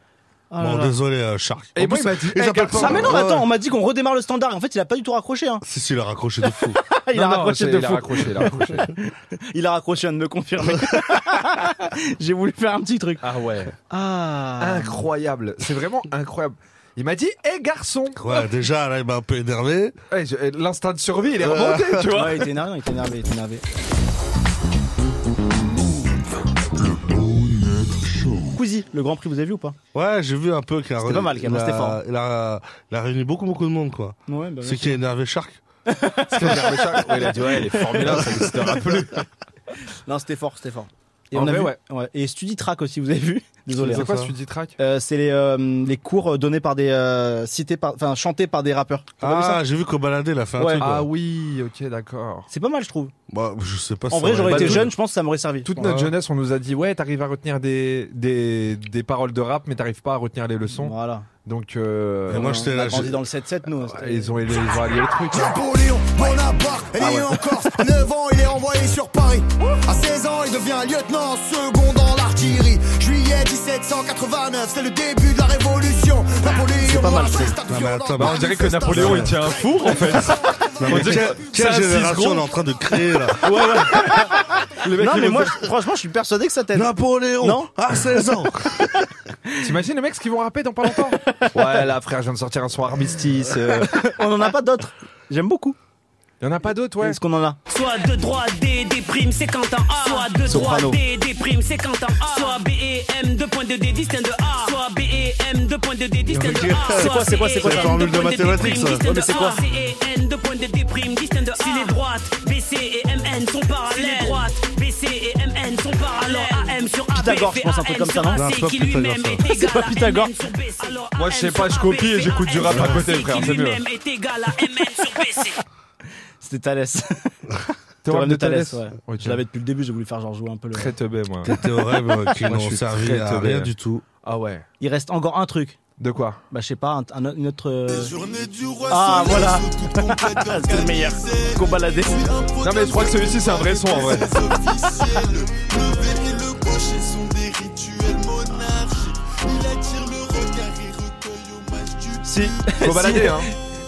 Speaker 4: Oh
Speaker 5: Ah là
Speaker 6: Bon,
Speaker 5: là.
Speaker 6: désolé, euh, Shark.
Speaker 4: Et moi, il m'a dit, eh, Gaspard,
Speaker 5: Ah, mais non,
Speaker 6: ouais,
Speaker 5: attends,
Speaker 6: ouais.
Speaker 5: on m'a dit qu'on redémarre le standard. En fait, il a pas du tout raccroché. Hein.
Speaker 6: Si, si, il a raccroché de fou.
Speaker 5: il
Speaker 4: Non,
Speaker 5: a
Speaker 4: non,
Speaker 5: raccroché
Speaker 4: c'est-
Speaker 5: de
Speaker 4: il a
Speaker 5: fou.
Speaker 4: raccroché, il a raccroché.
Speaker 5: il a raccroché, on de me confirmer. J'ai voulu faire un petit truc.
Speaker 4: Ah ouais.
Speaker 5: Ah.
Speaker 4: Incroyable. C'est vraiment incroyable. Il m'a dit, hé garçon.
Speaker 6: Ouais, déjà, là, il m'a un peu énervé. Euh.
Speaker 4: Eh, je- eh, L'instinct de survie, il est remonté, tu vois.
Speaker 5: Ouais, il était énervé, il était énervé, il était énervé. Cousy, le Grand Prix, vous avez vu ou pas
Speaker 6: Ouais, j'ai vu un peu qu'il a.
Speaker 5: C'était pas mal, quand même,
Speaker 6: il a-
Speaker 5: c'était fort.
Speaker 6: Il a, il a réuni beaucoup, beaucoup de monde, quoi.
Speaker 5: Ouais, bah,
Speaker 6: C'est qui a énervé Shark.
Speaker 4: Ouais, il a dit, ouais, elle est formidable, ça n'existera plus.
Speaker 5: Non, c'était fort, c'était fort. Et
Speaker 4: En
Speaker 5: on a
Speaker 4: vrai,
Speaker 5: vu.
Speaker 4: ouais.
Speaker 5: Et Study Track aussi, vous avez vu Désolé.
Speaker 4: C'est
Speaker 5: hein.
Speaker 4: quoi ce dit track
Speaker 5: Euh, c'est les, euh, les cours donnés par des euh, cités par enfin chantés par des rappeurs. T'as pas vu ça
Speaker 6: Ah, j'ai vu qu'au baladé, il a fait un
Speaker 5: Ouais.
Speaker 6: truc.
Speaker 4: Ah
Speaker 6: ouais.
Speaker 4: oui, ok, d'accord.
Speaker 5: C'est pas mal je trouve.
Speaker 6: Bah, je sais pas si
Speaker 5: En
Speaker 6: ça
Speaker 5: vrai
Speaker 6: aurait
Speaker 5: j'aurais
Speaker 6: été
Speaker 5: été
Speaker 6: tout-
Speaker 5: jeune, je pense que ça m'aurait servi.
Speaker 4: Toute
Speaker 6: Ouais.
Speaker 4: notre jeunesse, on nous a dit, ouais, t'arrives à retenir des, des, des paroles de rap, mais t'arrives pas à retenir les leçons.
Speaker 5: Voilà.
Speaker 4: Donc, euh, Ah,
Speaker 6: Et moi,
Speaker 5: On
Speaker 6: j'étais
Speaker 5: a
Speaker 6: là.
Speaker 5: grandi
Speaker 6: j'ai-
Speaker 5: dans le 7-7 nous. hein. c'était-
Speaker 4: ils ont, ils ont allié le truc. Ah, hein.
Speaker 12: Napoléon Bonaparte, il est en Corse, 9 ans il est envoyé sur Paris. À 16 ans il devient lieutenant second dans l'artillerie. Juillet 1789, c'est le début de la révolution. Napoléon
Speaker 5: pas mal,
Speaker 12: lance
Speaker 5: c'est-
Speaker 12: la statue
Speaker 6: Non, mais attends,
Speaker 12: en
Speaker 6: bah,
Speaker 12: or-
Speaker 14: On dirait que Napoléon, il tient un four, en fait.
Speaker 6: Non,
Speaker 14: On
Speaker 6: mais
Speaker 14: dirait
Speaker 6: quelle,
Speaker 14: que
Speaker 6: quelle
Speaker 14: c'est un
Speaker 6: génération
Speaker 14: ciseron.
Speaker 6: on est en train de créer, là
Speaker 14: Le mec,
Speaker 5: Non
Speaker 14: il
Speaker 5: mais
Speaker 14: veut
Speaker 5: moi
Speaker 14: faire-
Speaker 5: je- franchement je suis persuadé que ça t'aide.
Speaker 6: Napoléon
Speaker 5: Non
Speaker 6: À 16 ans
Speaker 4: T'imagines les mecs qui vont rapper dans pas longtemps Ouais, là, frère, je viens de sortir un soir armistice. euh.
Speaker 5: On en a pas d'autres. J'aime beaucoup.
Speaker 4: Y'en a pas d'autres, ouais.
Speaker 5: Est-ce qu'on en a
Speaker 10: Soit de droite D, déprime, c'est quand en A. Soit de droite
Speaker 5: Soprano.
Speaker 10: D, déprime, c'est quand en A. Soit B et M, 2.2 D, distinct de A. Soit B et M, 2.2 D, distinct de A.
Speaker 5: C'est quoi, c'est quoi, c'est
Speaker 10: Soit
Speaker 5: quoi la
Speaker 10: C et M,
Speaker 6: formule de
Speaker 10: 2.2 déprime,
Speaker 6: mathématiques, ça
Speaker 10: distinct
Speaker 5: Ouais, mais
Speaker 10: de
Speaker 5: c'est quoi
Speaker 10: A. C et N, 2.2 déprime, distinct de A. Si les droites B, C et M, N sont parallèles. Si les droites B, C et M, N sont parallèles. Alors AM sur AB,
Speaker 5: Pythagore, je
Speaker 10: fait
Speaker 5: pense, un truc
Speaker 10: AN
Speaker 5: comme ça,
Speaker 10: sur
Speaker 5: non
Speaker 10: AC,
Speaker 6: Non, c'est pas
Speaker 10: qui
Speaker 6: Pythagore,
Speaker 10: lui-même
Speaker 6: ça.
Speaker 10: est égal
Speaker 5: pas
Speaker 10: à
Speaker 5: Pythagore.
Speaker 10: MN sur B. Alors
Speaker 14: Moi, je sais pas, je copie et j'écoute du rap à côté, frère, c'est mieux.
Speaker 10: AM est égal à MN sur BC.
Speaker 5: C'était Thalès.
Speaker 4: Théorème de
Speaker 5: Thalès,
Speaker 4: Thalès.
Speaker 5: ouais.
Speaker 4: Ok.
Speaker 5: Je l'avais depuis le début, j'ai voulu faire genre jouer un peu le
Speaker 4: Très teubé, moi.
Speaker 6: Tes théorèmes euh, qui
Speaker 4: Moi, je
Speaker 6: n'ont
Speaker 4: suis
Speaker 6: servi
Speaker 4: très
Speaker 6: à
Speaker 4: teubé.
Speaker 6: rien du tout.
Speaker 4: Ah ouais.
Speaker 5: Il reste encore un truc.
Speaker 4: De quoi
Speaker 5: Bah je sais pas, un- un- une autre euh, Ah,
Speaker 12: Ah
Speaker 5: voilà.
Speaker 12: voilà
Speaker 5: C'est le meilleur. qu'on baladait.
Speaker 14: Non, mais je crois que celui-ci, c'est un vrai son, en vrai.
Speaker 5: Si.
Speaker 4: Faut balader, hein.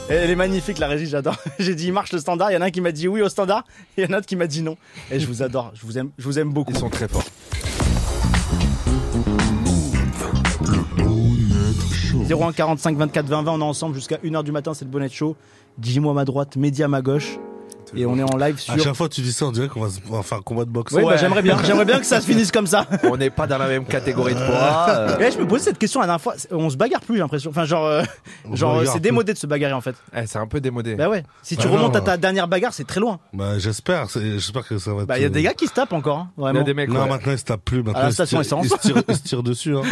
Speaker 5: Elle est magnifique la régie, j'adore. J'ai dit il marche le standard, il y en a un qui m'a dit oui au standard, et il y en a un autre qui m'a dit non. Et je vous adore, je vous aime, je vous aime beaucoup.
Speaker 4: Ils sont très forts.
Speaker 5: Mmh. 01 45 24 20 20, on est ensemble jusqu'à 1h du matin, c'est le bonnet show. Dis-moi à ma droite, Mehdi à ma gauche. Et on est en live sur.
Speaker 6: À chaque fois, tu dis ça, on dirait qu'on va, se- on va faire un combat de boxe.
Speaker 5: Ouais, bah, j'aimerais bien, j'aimerais bien que ça se finisse comme ça.
Speaker 4: On n'est pas dans la même catégorie de poids. euh.
Speaker 5: Et là, Eh, je me posais cette question la dernière fois, on se bagarre plus, j'ai l'impression. Enfin, genre, euh,
Speaker 6: On
Speaker 5: genre euh,
Speaker 6: regarde
Speaker 5: c'est
Speaker 6: tout.
Speaker 5: démodé de se bagarrer en fait.
Speaker 4: Eh, c'est un peu démodé.
Speaker 5: Bah ouais, si tu
Speaker 6: Bah
Speaker 5: remontes
Speaker 6: non.
Speaker 5: à ta dernière bagarre, c'est très loin.
Speaker 6: Bah, j'espère, c'est- j'espère que ça va.
Speaker 5: Bah,
Speaker 6: être-
Speaker 5: il y a des gars qui se tapent encore, hein,
Speaker 4: Il y
Speaker 5: vraiment.
Speaker 4: a des mecs.
Speaker 6: Non,
Speaker 4: ouais.
Speaker 6: maintenant, ils se tapent plus. Maintenant,
Speaker 5: À la
Speaker 6: ils se
Speaker 5: station
Speaker 6: tirent-
Speaker 5: essence.
Speaker 6: Ils se tirent, ils se tirent dessus. Hein.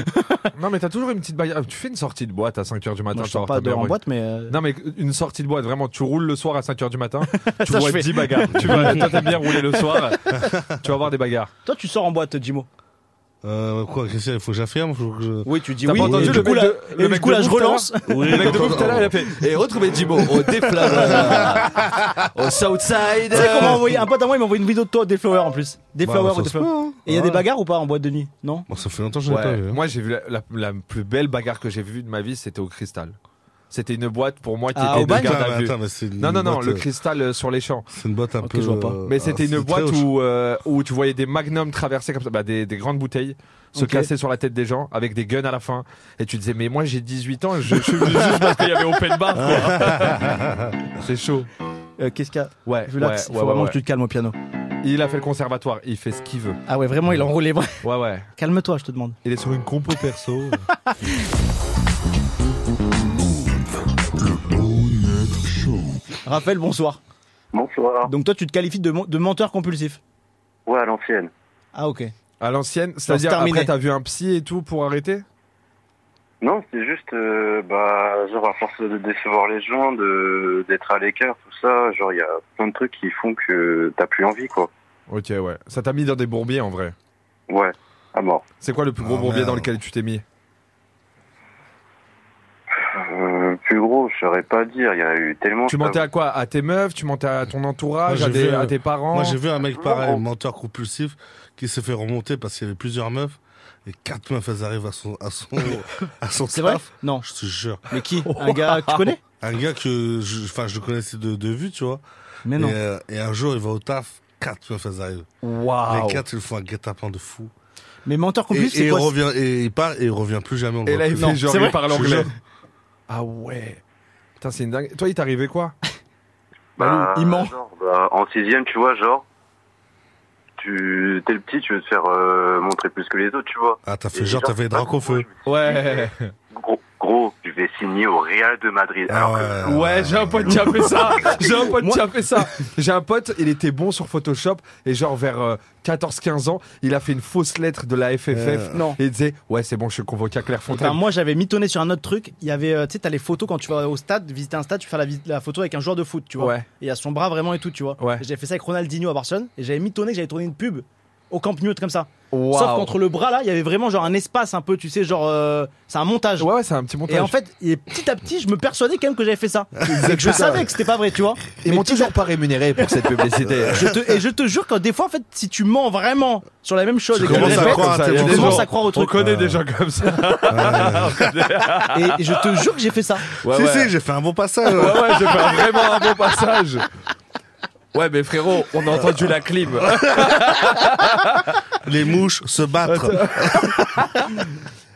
Speaker 4: Non, mais t'as toujours une petite bagarre. Tu fais une sortie de boîte à 5h du matin.
Speaker 5: Moi, je
Speaker 4: tu
Speaker 5: sors
Speaker 4: vas
Speaker 5: pas
Speaker 4: voir ta
Speaker 5: dehors en
Speaker 4: mère,
Speaker 5: boîte, mais. euh,
Speaker 4: Non, mais une sortie de boîte, vraiment. Tu roules le soir à 5h du matin. Tu
Speaker 5: Ça,
Speaker 4: vois
Speaker 5: je fais.
Speaker 4: 10 bagarres. tu vas, toi, t'aimes bien rouler le soir. tu vas voir des bagarres.
Speaker 5: Toi, tu sors en boîte, Jimo.
Speaker 6: Euh, quoi, qu'est-ce qu'il faut que j'affirme faut que je...
Speaker 5: Oui, tu dis
Speaker 4: T'as
Speaker 5: oui.
Speaker 4: pas entendu
Speaker 5: et
Speaker 4: le
Speaker 5: du coup, là-
Speaker 4: mec de- le
Speaker 5: et du
Speaker 4: mec
Speaker 5: coup,
Speaker 4: de
Speaker 5: là, je
Speaker 4: Bouffe, t'as
Speaker 5: relance.
Speaker 4: le mec de bouffe, tout à l'heure, il a fait. Et retrouvez Jimo au déflaveur. au Southside.
Speaker 5: Tu sais qu'on m'a envoyé un pote à moi, il m'a envoyé une vidéo de toi au Deflower en plus. Deflower
Speaker 6: Bah,
Speaker 5: ou
Speaker 6: ça se
Speaker 5: Deflower.
Speaker 6: peut, hein.
Speaker 5: Et il y a
Speaker 6: Ouais.
Speaker 5: des bagarres ou pas en boîte de nuit Non
Speaker 6: Bon, ça fait longtemps que je l'ai
Speaker 4: Ouais,
Speaker 6: pas vu. hein.
Speaker 4: Moi, j'ai vu la, la- la plus belle bagarre que j'ai vue de ma vie, c'était au cristal. C'était une boîte pour moi qui
Speaker 5: Ah, au
Speaker 4: était
Speaker 5: bagne
Speaker 4: de garde
Speaker 6: Attends,
Speaker 4: à vue.
Speaker 6: mais attends, mais c'est une
Speaker 4: Non, non, non,
Speaker 6: boîte,
Speaker 4: le
Speaker 6: euh,
Speaker 4: cristal euh, sur les champs.
Speaker 6: C'est une boîte un peu.
Speaker 5: je vois pas.
Speaker 6: euh,
Speaker 4: Mais c'était
Speaker 6: ah, c'est
Speaker 4: une boîte
Speaker 6: très haut.
Speaker 4: où, euh, où tu voyais des magnums traverser comme ça, bah, des, des grandes bouteilles se
Speaker 5: Ok.
Speaker 4: casser sur la tête des gens avec des guns à la fin. Et tu disais, mais moi j'ai 18 ans, je, je suis venu juste parce qu'il y avait open bar. quoi. C'est chaud.
Speaker 5: Euh, Qu'est-ce qu'il y a
Speaker 4: Ouais,
Speaker 5: Vu là,
Speaker 4: ouais,
Speaker 5: faut
Speaker 4: ouais, ouais,
Speaker 5: vraiment
Speaker 4: ouais.
Speaker 5: que tu te calmes au piano.
Speaker 4: Il a fait le conservatoire, il fait ce qu'il veut.
Speaker 5: Ah ouais, vraiment, il a enroulé. Ouais,
Speaker 4: ouais.
Speaker 5: Calme-toi, je te demande.
Speaker 4: Il est sur une compo perso.
Speaker 5: Raphaël, bonsoir.
Speaker 8: Bonsoir.
Speaker 5: Donc toi, tu te qualifies de, mon- de menteur compulsif.
Speaker 8: Ouais, à l'ancienne.
Speaker 5: Ah ok.
Speaker 4: À l'ancienne,
Speaker 5: c'est
Speaker 4: c'est-à-dire
Speaker 5: terminé.
Speaker 4: après t'as vu un psy et tout pour arrêter
Speaker 8: Non, c'est juste, euh, bah, genre, à force de décevoir les gens, de d'être à l'écart, tout ça, genre, il y a plein de trucs qui font que t'as plus envie, quoi.
Speaker 4: Ok, ouais. Ça t'a mis dans des bourbiers en vrai.
Speaker 8: Ouais, à Ah, mort.
Speaker 4: C'est quoi le plus gros
Speaker 8: Ah,
Speaker 4: bourbier
Speaker 8: merde.
Speaker 4: dans lequel tu t'es mis
Speaker 8: Euh, plus gros, je saurais pas dire, il y a eu tellement...
Speaker 4: Tu
Speaker 8: ça-
Speaker 4: mentais à quoi À tes meufs Tu mentais à ton entourage
Speaker 6: Moi,
Speaker 4: à,
Speaker 6: j'ai
Speaker 4: des-
Speaker 6: vu,
Speaker 4: à tes parents
Speaker 6: Moi, j'ai vu un mec pareil, menteur compulsif, qui s'est fait remonter parce qu'il y avait plusieurs meufs. Et quatre meufs, elles arrivent à son, à son, à son
Speaker 5: C'est vrai
Speaker 6: taf.
Speaker 5: Non.
Speaker 6: Je te jure.
Speaker 5: Mais qui Un gars que tu connais
Speaker 6: Un gars que, je- enfin, je le connaissais de, de vue, tu vois.
Speaker 5: Mais non.
Speaker 6: Et, euh, et un jour, il va au taf, quatre meufs, elles arrivent.
Speaker 5: Waouh.
Speaker 6: Les quatre, ils font un guet-apens de fou.
Speaker 5: Mais menteur
Speaker 6: Et,
Speaker 5: compulsif,
Speaker 6: et
Speaker 5: c'est
Speaker 6: il
Speaker 5: quoi
Speaker 6: revient, et il part, et il revient plus jamais. on le
Speaker 4: Et là,
Speaker 6: voit
Speaker 4: il
Speaker 6: plus.
Speaker 4: fait genre,
Speaker 6: C'est
Speaker 4: il
Speaker 6: vrai
Speaker 4: parle
Speaker 6: Je te
Speaker 4: anglais.
Speaker 6: jure.
Speaker 4: Ah ouais. Putain, c'est une dingue. Toi, il t'est arrivé quoi
Speaker 8: Bah,
Speaker 4: il ment.
Speaker 8: genre, bah, en sixième, tu vois, genre, tu t'es le petit, tu veux te faire euh, montrer plus que les autres, tu vois.
Speaker 6: Ah, t'as fait
Speaker 8: Et
Speaker 6: genre, t'avais drac au feu.
Speaker 4: Ouais.
Speaker 8: Gros, gros, je vais signer au Real de Madrid. Alors que-
Speaker 4: Ah Ouais, j'ai un pote qui a fait ça. J'ai un pote qui a fait ça. J'ai un pote, il était bon sur Photoshop et genre vers 14-15 ans, il a fait une fausse lettre de la FFF
Speaker 5: Euh, non.
Speaker 4: et il disait "Ouais, c'est bon, je suis convoqué à Clairefontaine."
Speaker 5: Enfin, moi j'avais mitonné sur un autre truc. Il y avait, euh, tu sais, t'as les photos quand tu vas au stade, visiter un stade, tu fais la, vis- la photo avec un joueur de foot, tu vois.
Speaker 4: Ouais.
Speaker 5: Et à son bras vraiment et tout, tu vois.
Speaker 4: Ouais.
Speaker 5: Et J'avais fait ça avec Ronaldinho à Barcelone et j'avais mitonné que j'avais tourné une pub au Camp Nou comme ça.
Speaker 4: Waouh.
Speaker 5: Sauf qu'entre le bras là, il y avait vraiment genre un espace un peu, tu sais, genre euh, c'est un montage.
Speaker 4: Ouais, ouais, c'est un petit montage.
Speaker 5: Et en fait, et petit à petit, je me persuadais quand même que j'avais fait ça. Et que je
Speaker 4: Exactement.
Speaker 5: savais que c'était pas vrai, tu vois.
Speaker 2: Ils
Speaker 5: Mais
Speaker 2: m'ont
Speaker 5: petit à-
Speaker 2: toujours pas rémunéré pour cette publicité.
Speaker 5: je te, et je te jure que des fois, en fait, si tu mens vraiment sur la même chose
Speaker 2: Tu
Speaker 5: et que tu
Speaker 2: commences à
Speaker 5: répètes,
Speaker 2: croire à tes
Speaker 5: tu
Speaker 2: mensonges.
Speaker 5: commences à croire au truc.
Speaker 4: On connaît des gens comme ça.
Speaker 5: Et je te jure que j'ai fait ça.
Speaker 4: Ouais,
Speaker 6: si,
Speaker 4: ouais.
Speaker 6: si, j'ai fait un bon passage.
Speaker 4: Ouais, ouais, j'ai fait vraiment un bon passage. Ouais, mais frérot, on a entendu la clim.
Speaker 5: Ah
Speaker 6: Les mouches se battre.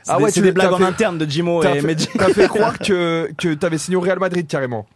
Speaker 5: Ah ouais, c'est
Speaker 4: tu-
Speaker 5: des blagues
Speaker 4: t'as
Speaker 5: en
Speaker 4: fait-
Speaker 5: interne de Jimo
Speaker 4: T'as
Speaker 5: et
Speaker 4: fait,
Speaker 5: Medji.
Speaker 4: t'as fait croire que, que t'avais signé au Real Madrid carrément.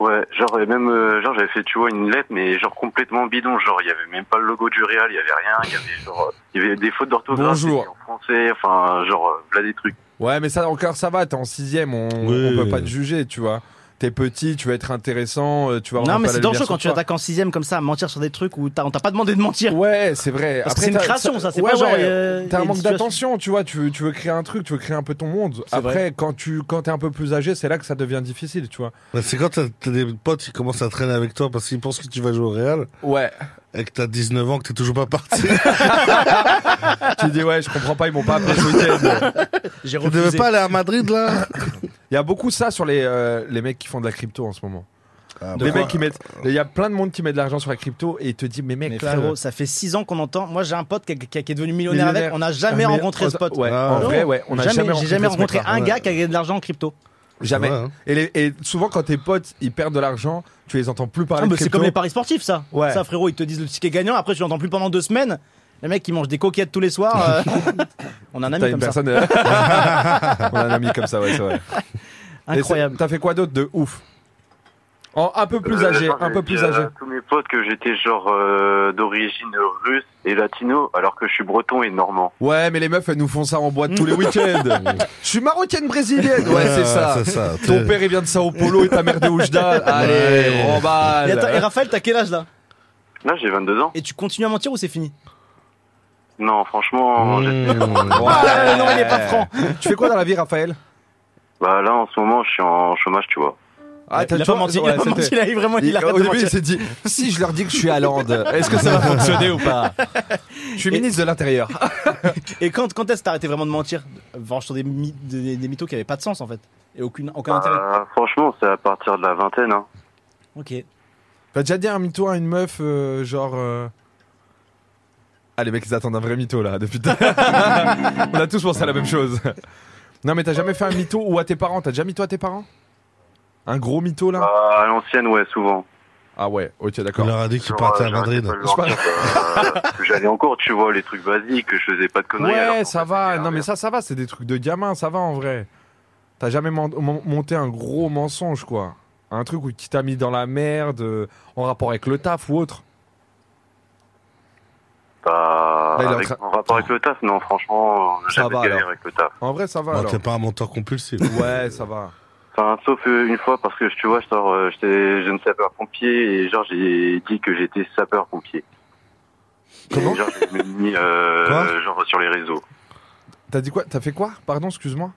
Speaker 8: Ouais, genre et même euh, genre j'avais fait tu vois une lettre mais genre complètement bidon, genre il y avait même pas le logo du Real, il y avait rien, il y avait genre euh, il y avait des fautes d'orthographe
Speaker 4: Bonjour.
Speaker 8: c'était en français, enfin genre euh, voilà des trucs.
Speaker 4: Ouais, mais ça encore ça va, t'es en sixième, on,
Speaker 6: Oui.
Speaker 4: on peut pas te juger, tu vois. T'es petit, tu vas être intéressant, euh, tu vas
Speaker 5: Non,
Speaker 4: avoir
Speaker 5: mais
Speaker 4: pas
Speaker 5: c'est
Speaker 4: la
Speaker 5: dangereux
Speaker 4: lumière
Speaker 5: quand tu
Speaker 4: sur toi.
Speaker 5: attaques en sixième comme ça, à mentir sur des trucs où t'as- on t'a pas demandé de mentir.
Speaker 4: Ouais, c'est vrai.
Speaker 5: Parce que
Speaker 4: Après,
Speaker 5: c'est une
Speaker 4: t'as-
Speaker 5: création, ça, c'est
Speaker 4: ouais,
Speaker 5: pas genre.
Speaker 4: ouais,
Speaker 5: euh, y a
Speaker 4: T'as un
Speaker 5: une
Speaker 4: manque
Speaker 5: situation.
Speaker 4: d'attention, tu vois. Tu veux, tu veux créer un truc, tu veux créer un peu ton monde. Après,
Speaker 5: vrai.
Speaker 4: quand tu quand t'es un peu plus âgé, c'est là que ça devient difficile, tu vois.
Speaker 6: Bah, c'est quand t'as t'as des potes qui commencent à traîner avec toi parce qu'ils pensent que tu vas jouer au Real.
Speaker 4: Ouais.
Speaker 6: Et que t'as 19 ans, que t'es toujours pas parti.
Speaker 4: tu dis ouais, je comprends pas, ils m'ont pas appelé ce week-end.
Speaker 5: J'ai
Speaker 6: Tu devais pas aller à Madrid là
Speaker 4: Il y a beaucoup ça sur les, euh, les mecs qui font de la crypto en ce moment. les
Speaker 6: De Ah, bah, quoi
Speaker 4: mecs qui mettent. Il y a plein de monde qui met de l'argent sur la crypto et te dit mais mec
Speaker 5: Mais
Speaker 4: là,
Speaker 5: frérot,
Speaker 4: euh,
Speaker 5: ça fait 6 ans qu'on entend. Moi, j'ai un pote qui, qui- qui est devenu millionnaire, avec.
Speaker 4: Millionnaire.
Speaker 5: On n'a jamais
Speaker 4: Ah, mais
Speaker 5: rencontré
Speaker 4: on-
Speaker 5: ce pote.
Speaker 4: ouais, en
Speaker 5: Non,
Speaker 4: vrai, ouais, on n'a jamais
Speaker 5: J'ai
Speaker 4: rencontré
Speaker 5: jamais
Speaker 4: ce
Speaker 5: rencontré
Speaker 4: mec-là.
Speaker 5: un
Speaker 4: Ouais.
Speaker 5: gars qui a gagné de l'argent en crypto.
Speaker 4: Jamais.
Speaker 5: C'est vrai, hein.
Speaker 4: et, les- et souvent, quand tes potes ils perdent de l'argent, tu les entends plus parler.
Speaker 5: Ah,
Speaker 4: de
Speaker 5: mais c'est
Speaker 4: crypto.
Speaker 5: comme les paris sportifs, ça.
Speaker 4: Ouais.
Speaker 5: Ça, frérot, ils te disent le ticket gagnant. Après, tu l'entends plus pendant deux semaines. Le mec, il mange des coquillettes tous les soirs. euh, On a un
Speaker 4: T'as
Speaker 5: ami
Speaker 4: une
Speaker 5: comme ça.
Speaker 4: personne- euh, On a un ami comme ça, ouais, c'est vrai.
Speaker 5: Incroyable.
Speaker 4: Et c'est- T'as fait quoi d'autre de ouf En un peu plus âgé,
Speaker 8: Euh,
Speaker 4: un
Speaker 8: j'ai
Speaker 4: peu
Speaker 8: dit
Speaker 4: plus
Speaker 8: à
Speaker 4: âgé.
Speaker 8: tous mes potes que j'étais genre euh, d'origine russe et latino alors que je suis breton et normand.
Speaker 4: Ouais, mais les meufs, elles nous font ça en boîte tous les week-ends. Je suis marocaine brésilienne. Ouais,
Speaker 6: Ouais,
Speaker 4: c'est ça.
Speaker 6: c'est ça.
Speaker 4: Ton père, il vient de Sao Paulo et ta mère de Oujda. Allez,
Speaker 6: Ouais.
Speaker 5: Et, attends, et
Speaker 4: remballe.
Speaker 5: Raphaël, t'as quel âge là
Speaker 8: Là, j'ai 22 ans.
Speaker 5: Et tu continues à mentir ou c'est fini
Speaker 8: Non, franchement, j'étais-
Speaker 4: Hmm. Ouais.
Speaker 5: Non, il est pas franc.
Speaker 4: Tu fais quoi dans la vie, Raphaël
Speaker 8: bah là en ce moment, je suis en chômage, tu vois.
Speaker 4: Ah,
Speaker 5: Il a
Speaker 4: tu
Speaker 5: pas
Speaker 4: vois,
Speaker 5: menti, il
Speaker 4: ouais,
Speaker 5: a pas
Speaker 4: c'était-
Speaker 5: menti, il a vraiment il
Speaker 4: Il-
Speaker 5: arrête
Speaker 4: Au
Speaker 5: de
Speaker 4: début, il
Speaker 5: mentir.
Speaker 4: s'est dit si je leur dis que je suis à Lande, est-ce que ça va fonctionner ou pas Je suis ministre de l'Intérieur.
Speaker 5: Et quand, quand est-ce que t'as arrêté vraiment de mentir Vraiment sur des, my- des, des mythos qui avaient pas de sens en fait. Et aucune, aucun
Speaker 4: Ah.
Speaker 5: intérêt.
Speaker 8: Bah, franchement, c'est à partir de la vingtaine. Hein.
Speaker 5: Ok.
Speaker 4: T'as Bah, déjà dit un mytho à une meuf, euh, genre. euh, Ah, les mecs, ils attendent un vrai mytho là, depuis. tout- On a tous pensé à la même chose. Non, mais t'as jamais fait un mytho ou à tes parents T'as déjà mytho à tes parents Un gros mytho là
Speaker 8: Bah, à l'ancienne, ouais, souvent.
Speaker 4: Ah ouais, ok,
Speaker 6: Il
Speaker 4: d'accord.
Speaker 6: leur a dit que tu
Speaker 8: Genre,
Speaker 6: partais à
Speaker 8: euh, j'arrête
Speaker 6: Madrid.
Speaker 8: pas de leur dire, bah, euh, J'allais en cours, tu vois, les trucs basiques, que je faisais pas de conneries. alors
Speaker 4: Ouais,
Speaker 8: qu'en
Speaker 4: ça
Speaker 8: fait,
Speaker 4: va. Non, mais ça, ça va, c'est des trucs de gamin, ça va en vrai. T'as jamais mon- mon- monté un gros mensonge, quoi. Un truc où qui t'a mis dans la merde, euh, en rapport avec le taf ou autre.
Speaker 8: pas
Speaker 6: Là, il est en
Speaker 8: avec-
Speaker 6: train-
Speaker 8: en rapport avec le taf, non, franchement, j'ai
Speaker 6: Ça
Speaker 8: jamais
Speaker 6: va,
Speaker 8: galéré
Speaker 6: alors.
Speaker 8: avec le taf.
Speaker 4: En vrai, ça va.
Speaker 6: Bon,
Speaker 8: alors.
Speaker 6: Bah, t'es pas un menteur compulsif.
Speaker 4: Ouais, ça va.
Speaker 8: Enfin, sauf euh, une fois parce que tu vois, je sors, euh, j'étais jeune sapeur-pompier et genre j'ai dit que j'étais sapeur-pompier. Comment Genre j'ai même mis euh,
Speaker 4: Quoi
Speaker 8: genre sur les réseaux.
Speaker 4: T'as dit quoi T'as fait quoi Pardon, excuse-moi.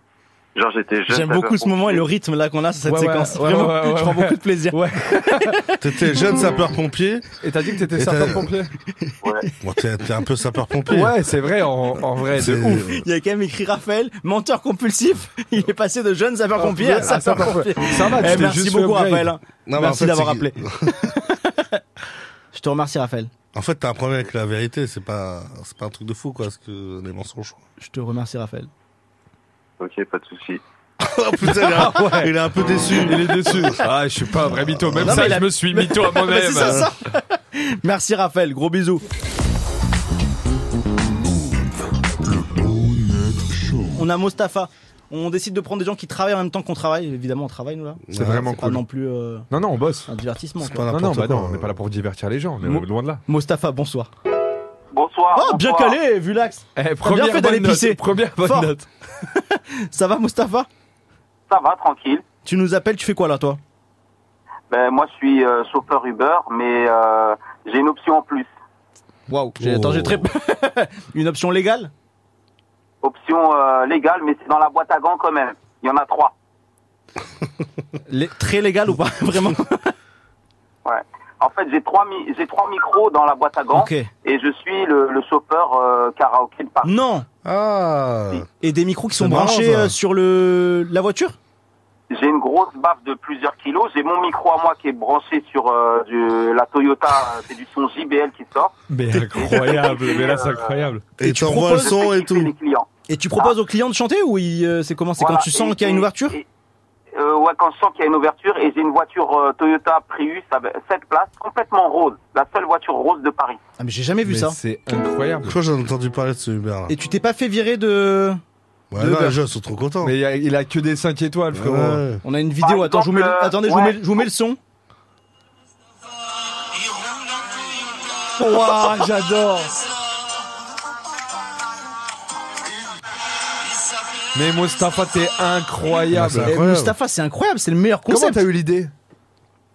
Speaker 8: Genre j'étais jeune.
Speaker 5: J'aime beaucoup ce moment et le rythme là qu'on a sur Ah, cette
Speaker 4: Ouais, ouais,
Speaker 5: séquence.
Speaker 4: ouais,
Speaker 5: Vraiment,
Speaker 4: ouais, ouais,
Speaker 5: je prends
Speaker 4: ouais.
Speaker 5: beaucoup de plaisir.
Speaker 6: T'étais jeune sapeur-pompier.
Speaker 4: Et t'as dit que t'étais
Speaker 6: Et t'as-
Speaker 4: sapeur-pompier
Speaker 6: Bon, t'es t'es un peu sapeur-pompier.
Speaker 4: Ouais, c'est vrai, en, en vrai, de
Speaker 6: C'est-
Speaker 4: ouf.
Speaker 5: Il y a quand même écrit Raphaël, menteur compulsif. Il est passé de jeune sapeur-pompier à
Speaker 4: Ah, sapeur-pompier.
Speaker 5: sapeur-pompier.
Speaker 4: Ça va, tu
Speaker 5: Eh,
Speaker 4: t'es
Speaker 5: Merci
Speaker 4: juste
Speaker 5: beaucoup
Speaker 4: fait upgrade.
Speaker 5: Raphaël. hein.
Speaker 6: Non, mais en
Speaker 5: Merci
Speaker 6: fait,
Speaker 5: d'avoir
Speaker 6: c'est-
Speaker 5: appelé. Je te remercie Raphaël.
Speaker 6: En fait, t'as un problème avec la vérité. C'est pas, c'est pas un truc de fou, quoi, ce que les mensonges.
Speaker 5: Je te remercie Raphaël.
Speaker 8: Ok, pas de souci.
Speaker 6: Oh putain, il est un,
Speaker 4: Ah Ouais.
Speaker 6: il est un peu déçu.
Speaker 4: Il est déçu. Ah, je suis pas un vrai mytho. Même
Speaker 5: Non,
Speaker 4: ça,
Speaker 5: mais il
Speaker 4: je
Speaker 5: a-
Speaker 4: me suis mytho à
Speaker 5: Mais
Speaker 4: moi-même.
Speaker 5: c'est ça, ça. Merci Raphaël, gros bisous. On a Mustapha. On décide de prendre des gens qui travaillent en même temps qu'on travaille. Évidemment, on travaille nous là.
Speaker 4: C'est vraiment
Speaker 5: pas
Speaker 4: cool.
Speaker 5: non plus euh,
Speaker 4: Non, non, on bosse.
Speaker 5: un divertissement. quoi.
Speaker 4: Non, non, bah non, on n'est pas là pour divertir les gens, on est loin de là.
Speaker 5: Mustapha, bonsoir.
Speaker 8: Bonsoir.
Speaker 5: Oh, bien calé, vu l'axe.
Speaker 4: Eh,
Speaker 5: T'as
Speaker 4: première
Speaker 5: bien fait d'aller
Speaker 4: bonne note,
Speaker 5: pisser.
Speaker 4: première bonne
Speaker 5: Fort.
Speaker 4: note.
Speaker 5: Ça va, Mustapha
Speaker 3: Ça va, tranquille.
Speaker 5: Tu nous appelles, tu fais quoi là, toi
Speaker 3: Ben, moi, je suis euh, chauffeur Uber, mais euh, j'ai une option en plus.
Speaker 5: Waouh, j'ai attends, j'ai très une option légale.
Speaker 3: Option euh, légale, mais c'est dans la boîte à gants quand même. Il y en a trois.
Speaker 5: Lé- Très légale ou pas Vraiment
Speaker 3: Ouais. En fait, j'ai trois, mi- j'ai trois micros dans la boîte à gants.
Speaker 5: Ok.
Speaker 3: Et je suis le, le chauffeur euh, karaoké de Paris.
Speaker 5: Non.
Speaker 6: Ah.
Speaker 5: Et des micros qui
Speaker 3: C'est
Speaker 5: sont
Speaker 3: marrant,
Speaker 5: branchés
Speaker 3: ça.
Speaker 5: euh, sur le la voiture
Speaker 3: J'ai une grosse baffe de plusieurs kilos. J'ai mon micro à moi qui est branché sur euh, du- la Toyota. euh, C'est du son JBL qui sort. euh,
Speaker 4: Mais incroyable, mais là, c'est incroyable.
Speaker 6: Et
Speaker 5: tu
Speaker 6: t'envoies le
Speaker 5: proposes-
Speaker 6: son et tout.
Speaker 5: Et tu proposes aux clients de chanter ou il, euh, c'est comment C'est
Speaker 3: Ah. Voilà,
Speaker 5: quand tu sens
Speaker 3: et-
Speaker 5: qu'il y a une
Speaker 3: et-
Speaker 5: ouverture
Speaker 3: et- Euh, ouais, quand je sens qu'il y a une ouverture. Et j'ai une voiture euh, Toyota Prius avec 7 places, complètement rose. La seule voiture rose de Paris.
Speaker 5: Ah mais j'ai jamais vu ça.
Speaker 4: C'est incroyable.
Speaker 6: Je crois que j'en ai entendu parler de ce Uber là.
Speaker 5: Et tu t'es pas fait virer de
Speaker 6: Ouais,
Speaker 5: de
Speaker 6: non,
Speaker 5: Uber.
Speaker 6: les gens ils sont trop contents.
Speaker 4: Mais il a, il a que des 5 étoiles, frérot.
Speaker 6: Ouais.
Speaker 5: On a une vidéo. Attends, je vous mets, le-
Speaker 3: exemple, euh,
Speaker 5: attendez, je vous mets,
Speaker 3: ouais.
Speaker 5: je vous mets le son. Waouh, j'adore.
Speaker 4: Mais Mustapha, t'es incroyable.
Speaker 5: Eh, Mustapha, c'est incroyable, c'est le meilleur
Speaker 4: Comment
Speaker 5: concept.
Speaker 4: t'as eu l'idée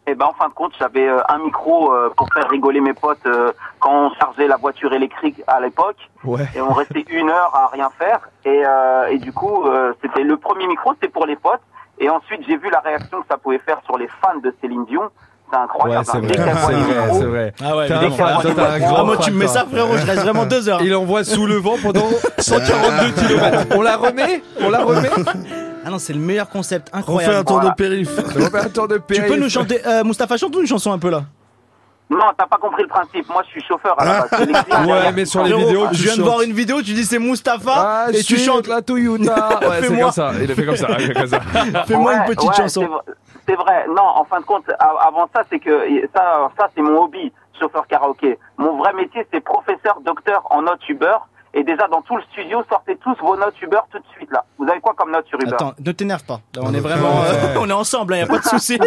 Speaker 3: Et ben en fin de compte, j'avais euh, un micro euh, pour faire rigoler mes potes euh, quand on chargeait la voiture électrique à l'époque.
Speaker 4: Ouais.
Speaker 3: Et on restait une heure à rien faire. Et, euh, et du coup, euh, c'était le premier micro, c'était pour les potes. Et ensuite, j'ai vu la réaction que ça pouvait faire sur les fans de Céline Dion. C'est incroyable.
Speaker 4: Ouais, c'est vrai,
Speaker 3: hein. Dès
Speaker 4: c'est
Speaker 3: qu'elle voit le
Speaker 4: vrai,
Speaker 3: micro,
Speaker 4: c'est vrai.
Speaker 5: Ah ouais,
Speaker 4: T'es un
Speaker 5: évidemment.
Speaker 4: fan, toi, t'es un grand
Speaker 5: Ah, moi, tu
Speaker 4: fan,
Speaker 5: me mets
Speaker 4: toi.
Speaker 5: ça, frérot, je reste vraiment deux heures.
Speaker 4: Il envoie sous le vent pendant 142 km. On la remet On la remet
Speaker 5: Ah non, c'est le meilleur concept,
Speaker 6: On fait
Speaker 5: incroyable.
Speaker 6: un tour de périph.
Speaker 4: On refait un tour de
Speaker 5: Tu
Speaker 4: périph'.
Speaker 5: peux nous chanter, euh, Mustapha, chante-nous une chanson un peu là.
Speaker 3: Non, t'as pas compris le principe. Moi, je suis chauffeur à la base. C'est l'électrique
Speaker 4: Ouais,
Speaker 3: derrière.
Speaker 4: mais sur les
Speaker 5: Frérot,
Speaker 4: vidéos, tu
Speaker 5: je viens
Speaker 4: chantes.
Speaker 5: de voir une vidéo, tu dis c'est Mustapha
Speaker 4: Ah,
Speaker 5: et tu chantes.
Speaker 4: la Toyota. Ouais, c'est
Speaker 5: Fais-moi.
Speaker 4: comme ça. Il a fait comme ça. il a fait comme ça.
Speaker 5: Fais-moi
Speaker 3: Ouais,
Speaker 5: une petite
Speaker 3: ouais, c'est
Speaker 5: chanson.
Speaker 3: v- C'est vrai. Non, en fin de compte, a- avant ça, c'est que ça, ça c'est mon hobby, chauffeur karaoké. Mon vrai métier, c'est professeur, docteur en notes Uber. Et déjà, dans tout le studio, sortez tous vos notes Uber tout de suite, là. Vous avez quoi comme notes sur Uber
Speaker 5: Attends, ne t'énerve pas. Là, on est vraiment, euh, on est ensemble, il y a pas de souci.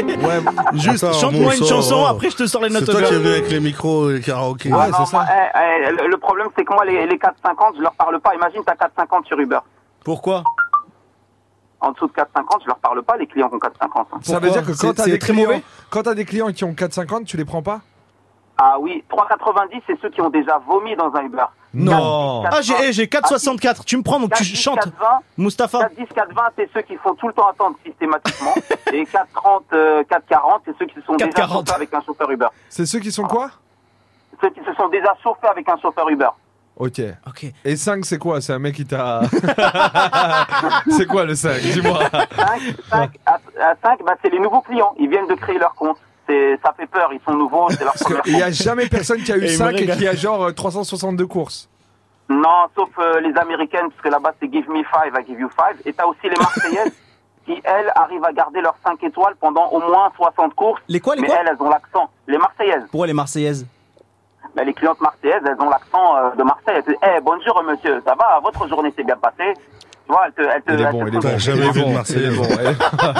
Speaker 5: Juste
Speaker 6: Attends,
Speaker 5: chante-moi
Speaker 6: bon
Speaker 5: une
Speaker 6: sang,
Speaker 5: chanson,
Speaker 6: oh.
Speaker 5: après je te sors les
Speaker 6: C'est
Speaker 5: notes.
Speaker 6: toi qui es
Speaker 5: Uber.
Speaker 6: venu avec les micros et les karaokés.
Speaker 3: Ah non, moi, eh, eh, le- le problème, c'est que moi, les, les 4,50, je leur parle pas. Imagine, t'as 4,50 sur Uber.
Speaker 5: Pourquoi
Speaker 3: En dessous de 4,50, je leur parle pas, les clients qui ont 4,50. hein.
Speaker 4: Ça veut dire que quand
Speaker 5: C'est-
Speaker 4: t'as
Speaker 5: c'est
Speaker 4: des
Speaker 5: très
Speaker 4: clients,
Speaker 5: mauvais
Speaker 4: quand t'as des clients qui ont 4,50, tu les prends pas
Speaker 3: Ah oui, 3,90, c'est ceux qui ont déjà vomi dans un Uber.
Speaker 4: Non.
Speaker 5: Ah j'ai, eh, j'ai 4,64. Tu me prends donc tu
Speaker 3: 4,10,
Speaker 5: chantes.
Speaker 3: 4,20,
Speaker 5: Mustapha,
Speaker 3: 4, 10, 4, 20, c'est ceux qui font tout le temps attendre systématiquement. et 4, 30, 4, 40, c'est ceux qui se sont
Speaker 5: 4,
Speaker 3: déjà
Speaker 5: 40.
Speaker 3: chauffés avec un chauffeur Uber.
Speaker 4: C'est ceux qui sont quoi
Speaker 3: Ceux qui se sont déjà chauffés avec un chauffeur Uber.
Speaker 4: Ok.
Speaker 5: Ok.
Speaker 4: Et 5, c'est quoi C'est un mec qui t'a. c'est quoi le 5 Dis-moi.
Speaker 3: 5, 5, à, 5, bah, c'est les nouveaux clients. Ils viennent de créer leur compte. C'est, ça fait peur, ils sont nouveaux, c'est leur première
Speaker 4: Parce qu'il n'y a jamais personne qui a eu
Speaker 5: Et il me
Speaker 4: 5 et
Speaker 5: régale.
Speaker 4: qui a genre euh, 362 courses.
Speaker 3: Non, sauf euh, les Américaines, parce que là-bas, c'est Give me 5, I give you 5. Et t'as aussi les Marseillaises qui, elles, arrivent à garder leurs 5 étoiles pendant au moins 60 courses.
Speaker 5: Les quoi, les
Speaker 3: Mais
Speaker 5: quoi
Speaker 3: elles, elles ont l'accent. Les Marseillaises.
Speaker 5: pourquoi les Marseillaises
Speaker 3: Ben, les clientes marseillaises, elles ont l'accent euh, de Marseille. Elles disent, Eh, bonjour monsieur, ça va Votre journée s'est bien passée vois, elle te, elle te,
Speaker 4: Il est
Speaker 3: elle
Speaker 4: bon,
Speaker 3: te
Speaker 4: il est
Speaker 3: pose-
Speaker 4: bon. il est bon, Il est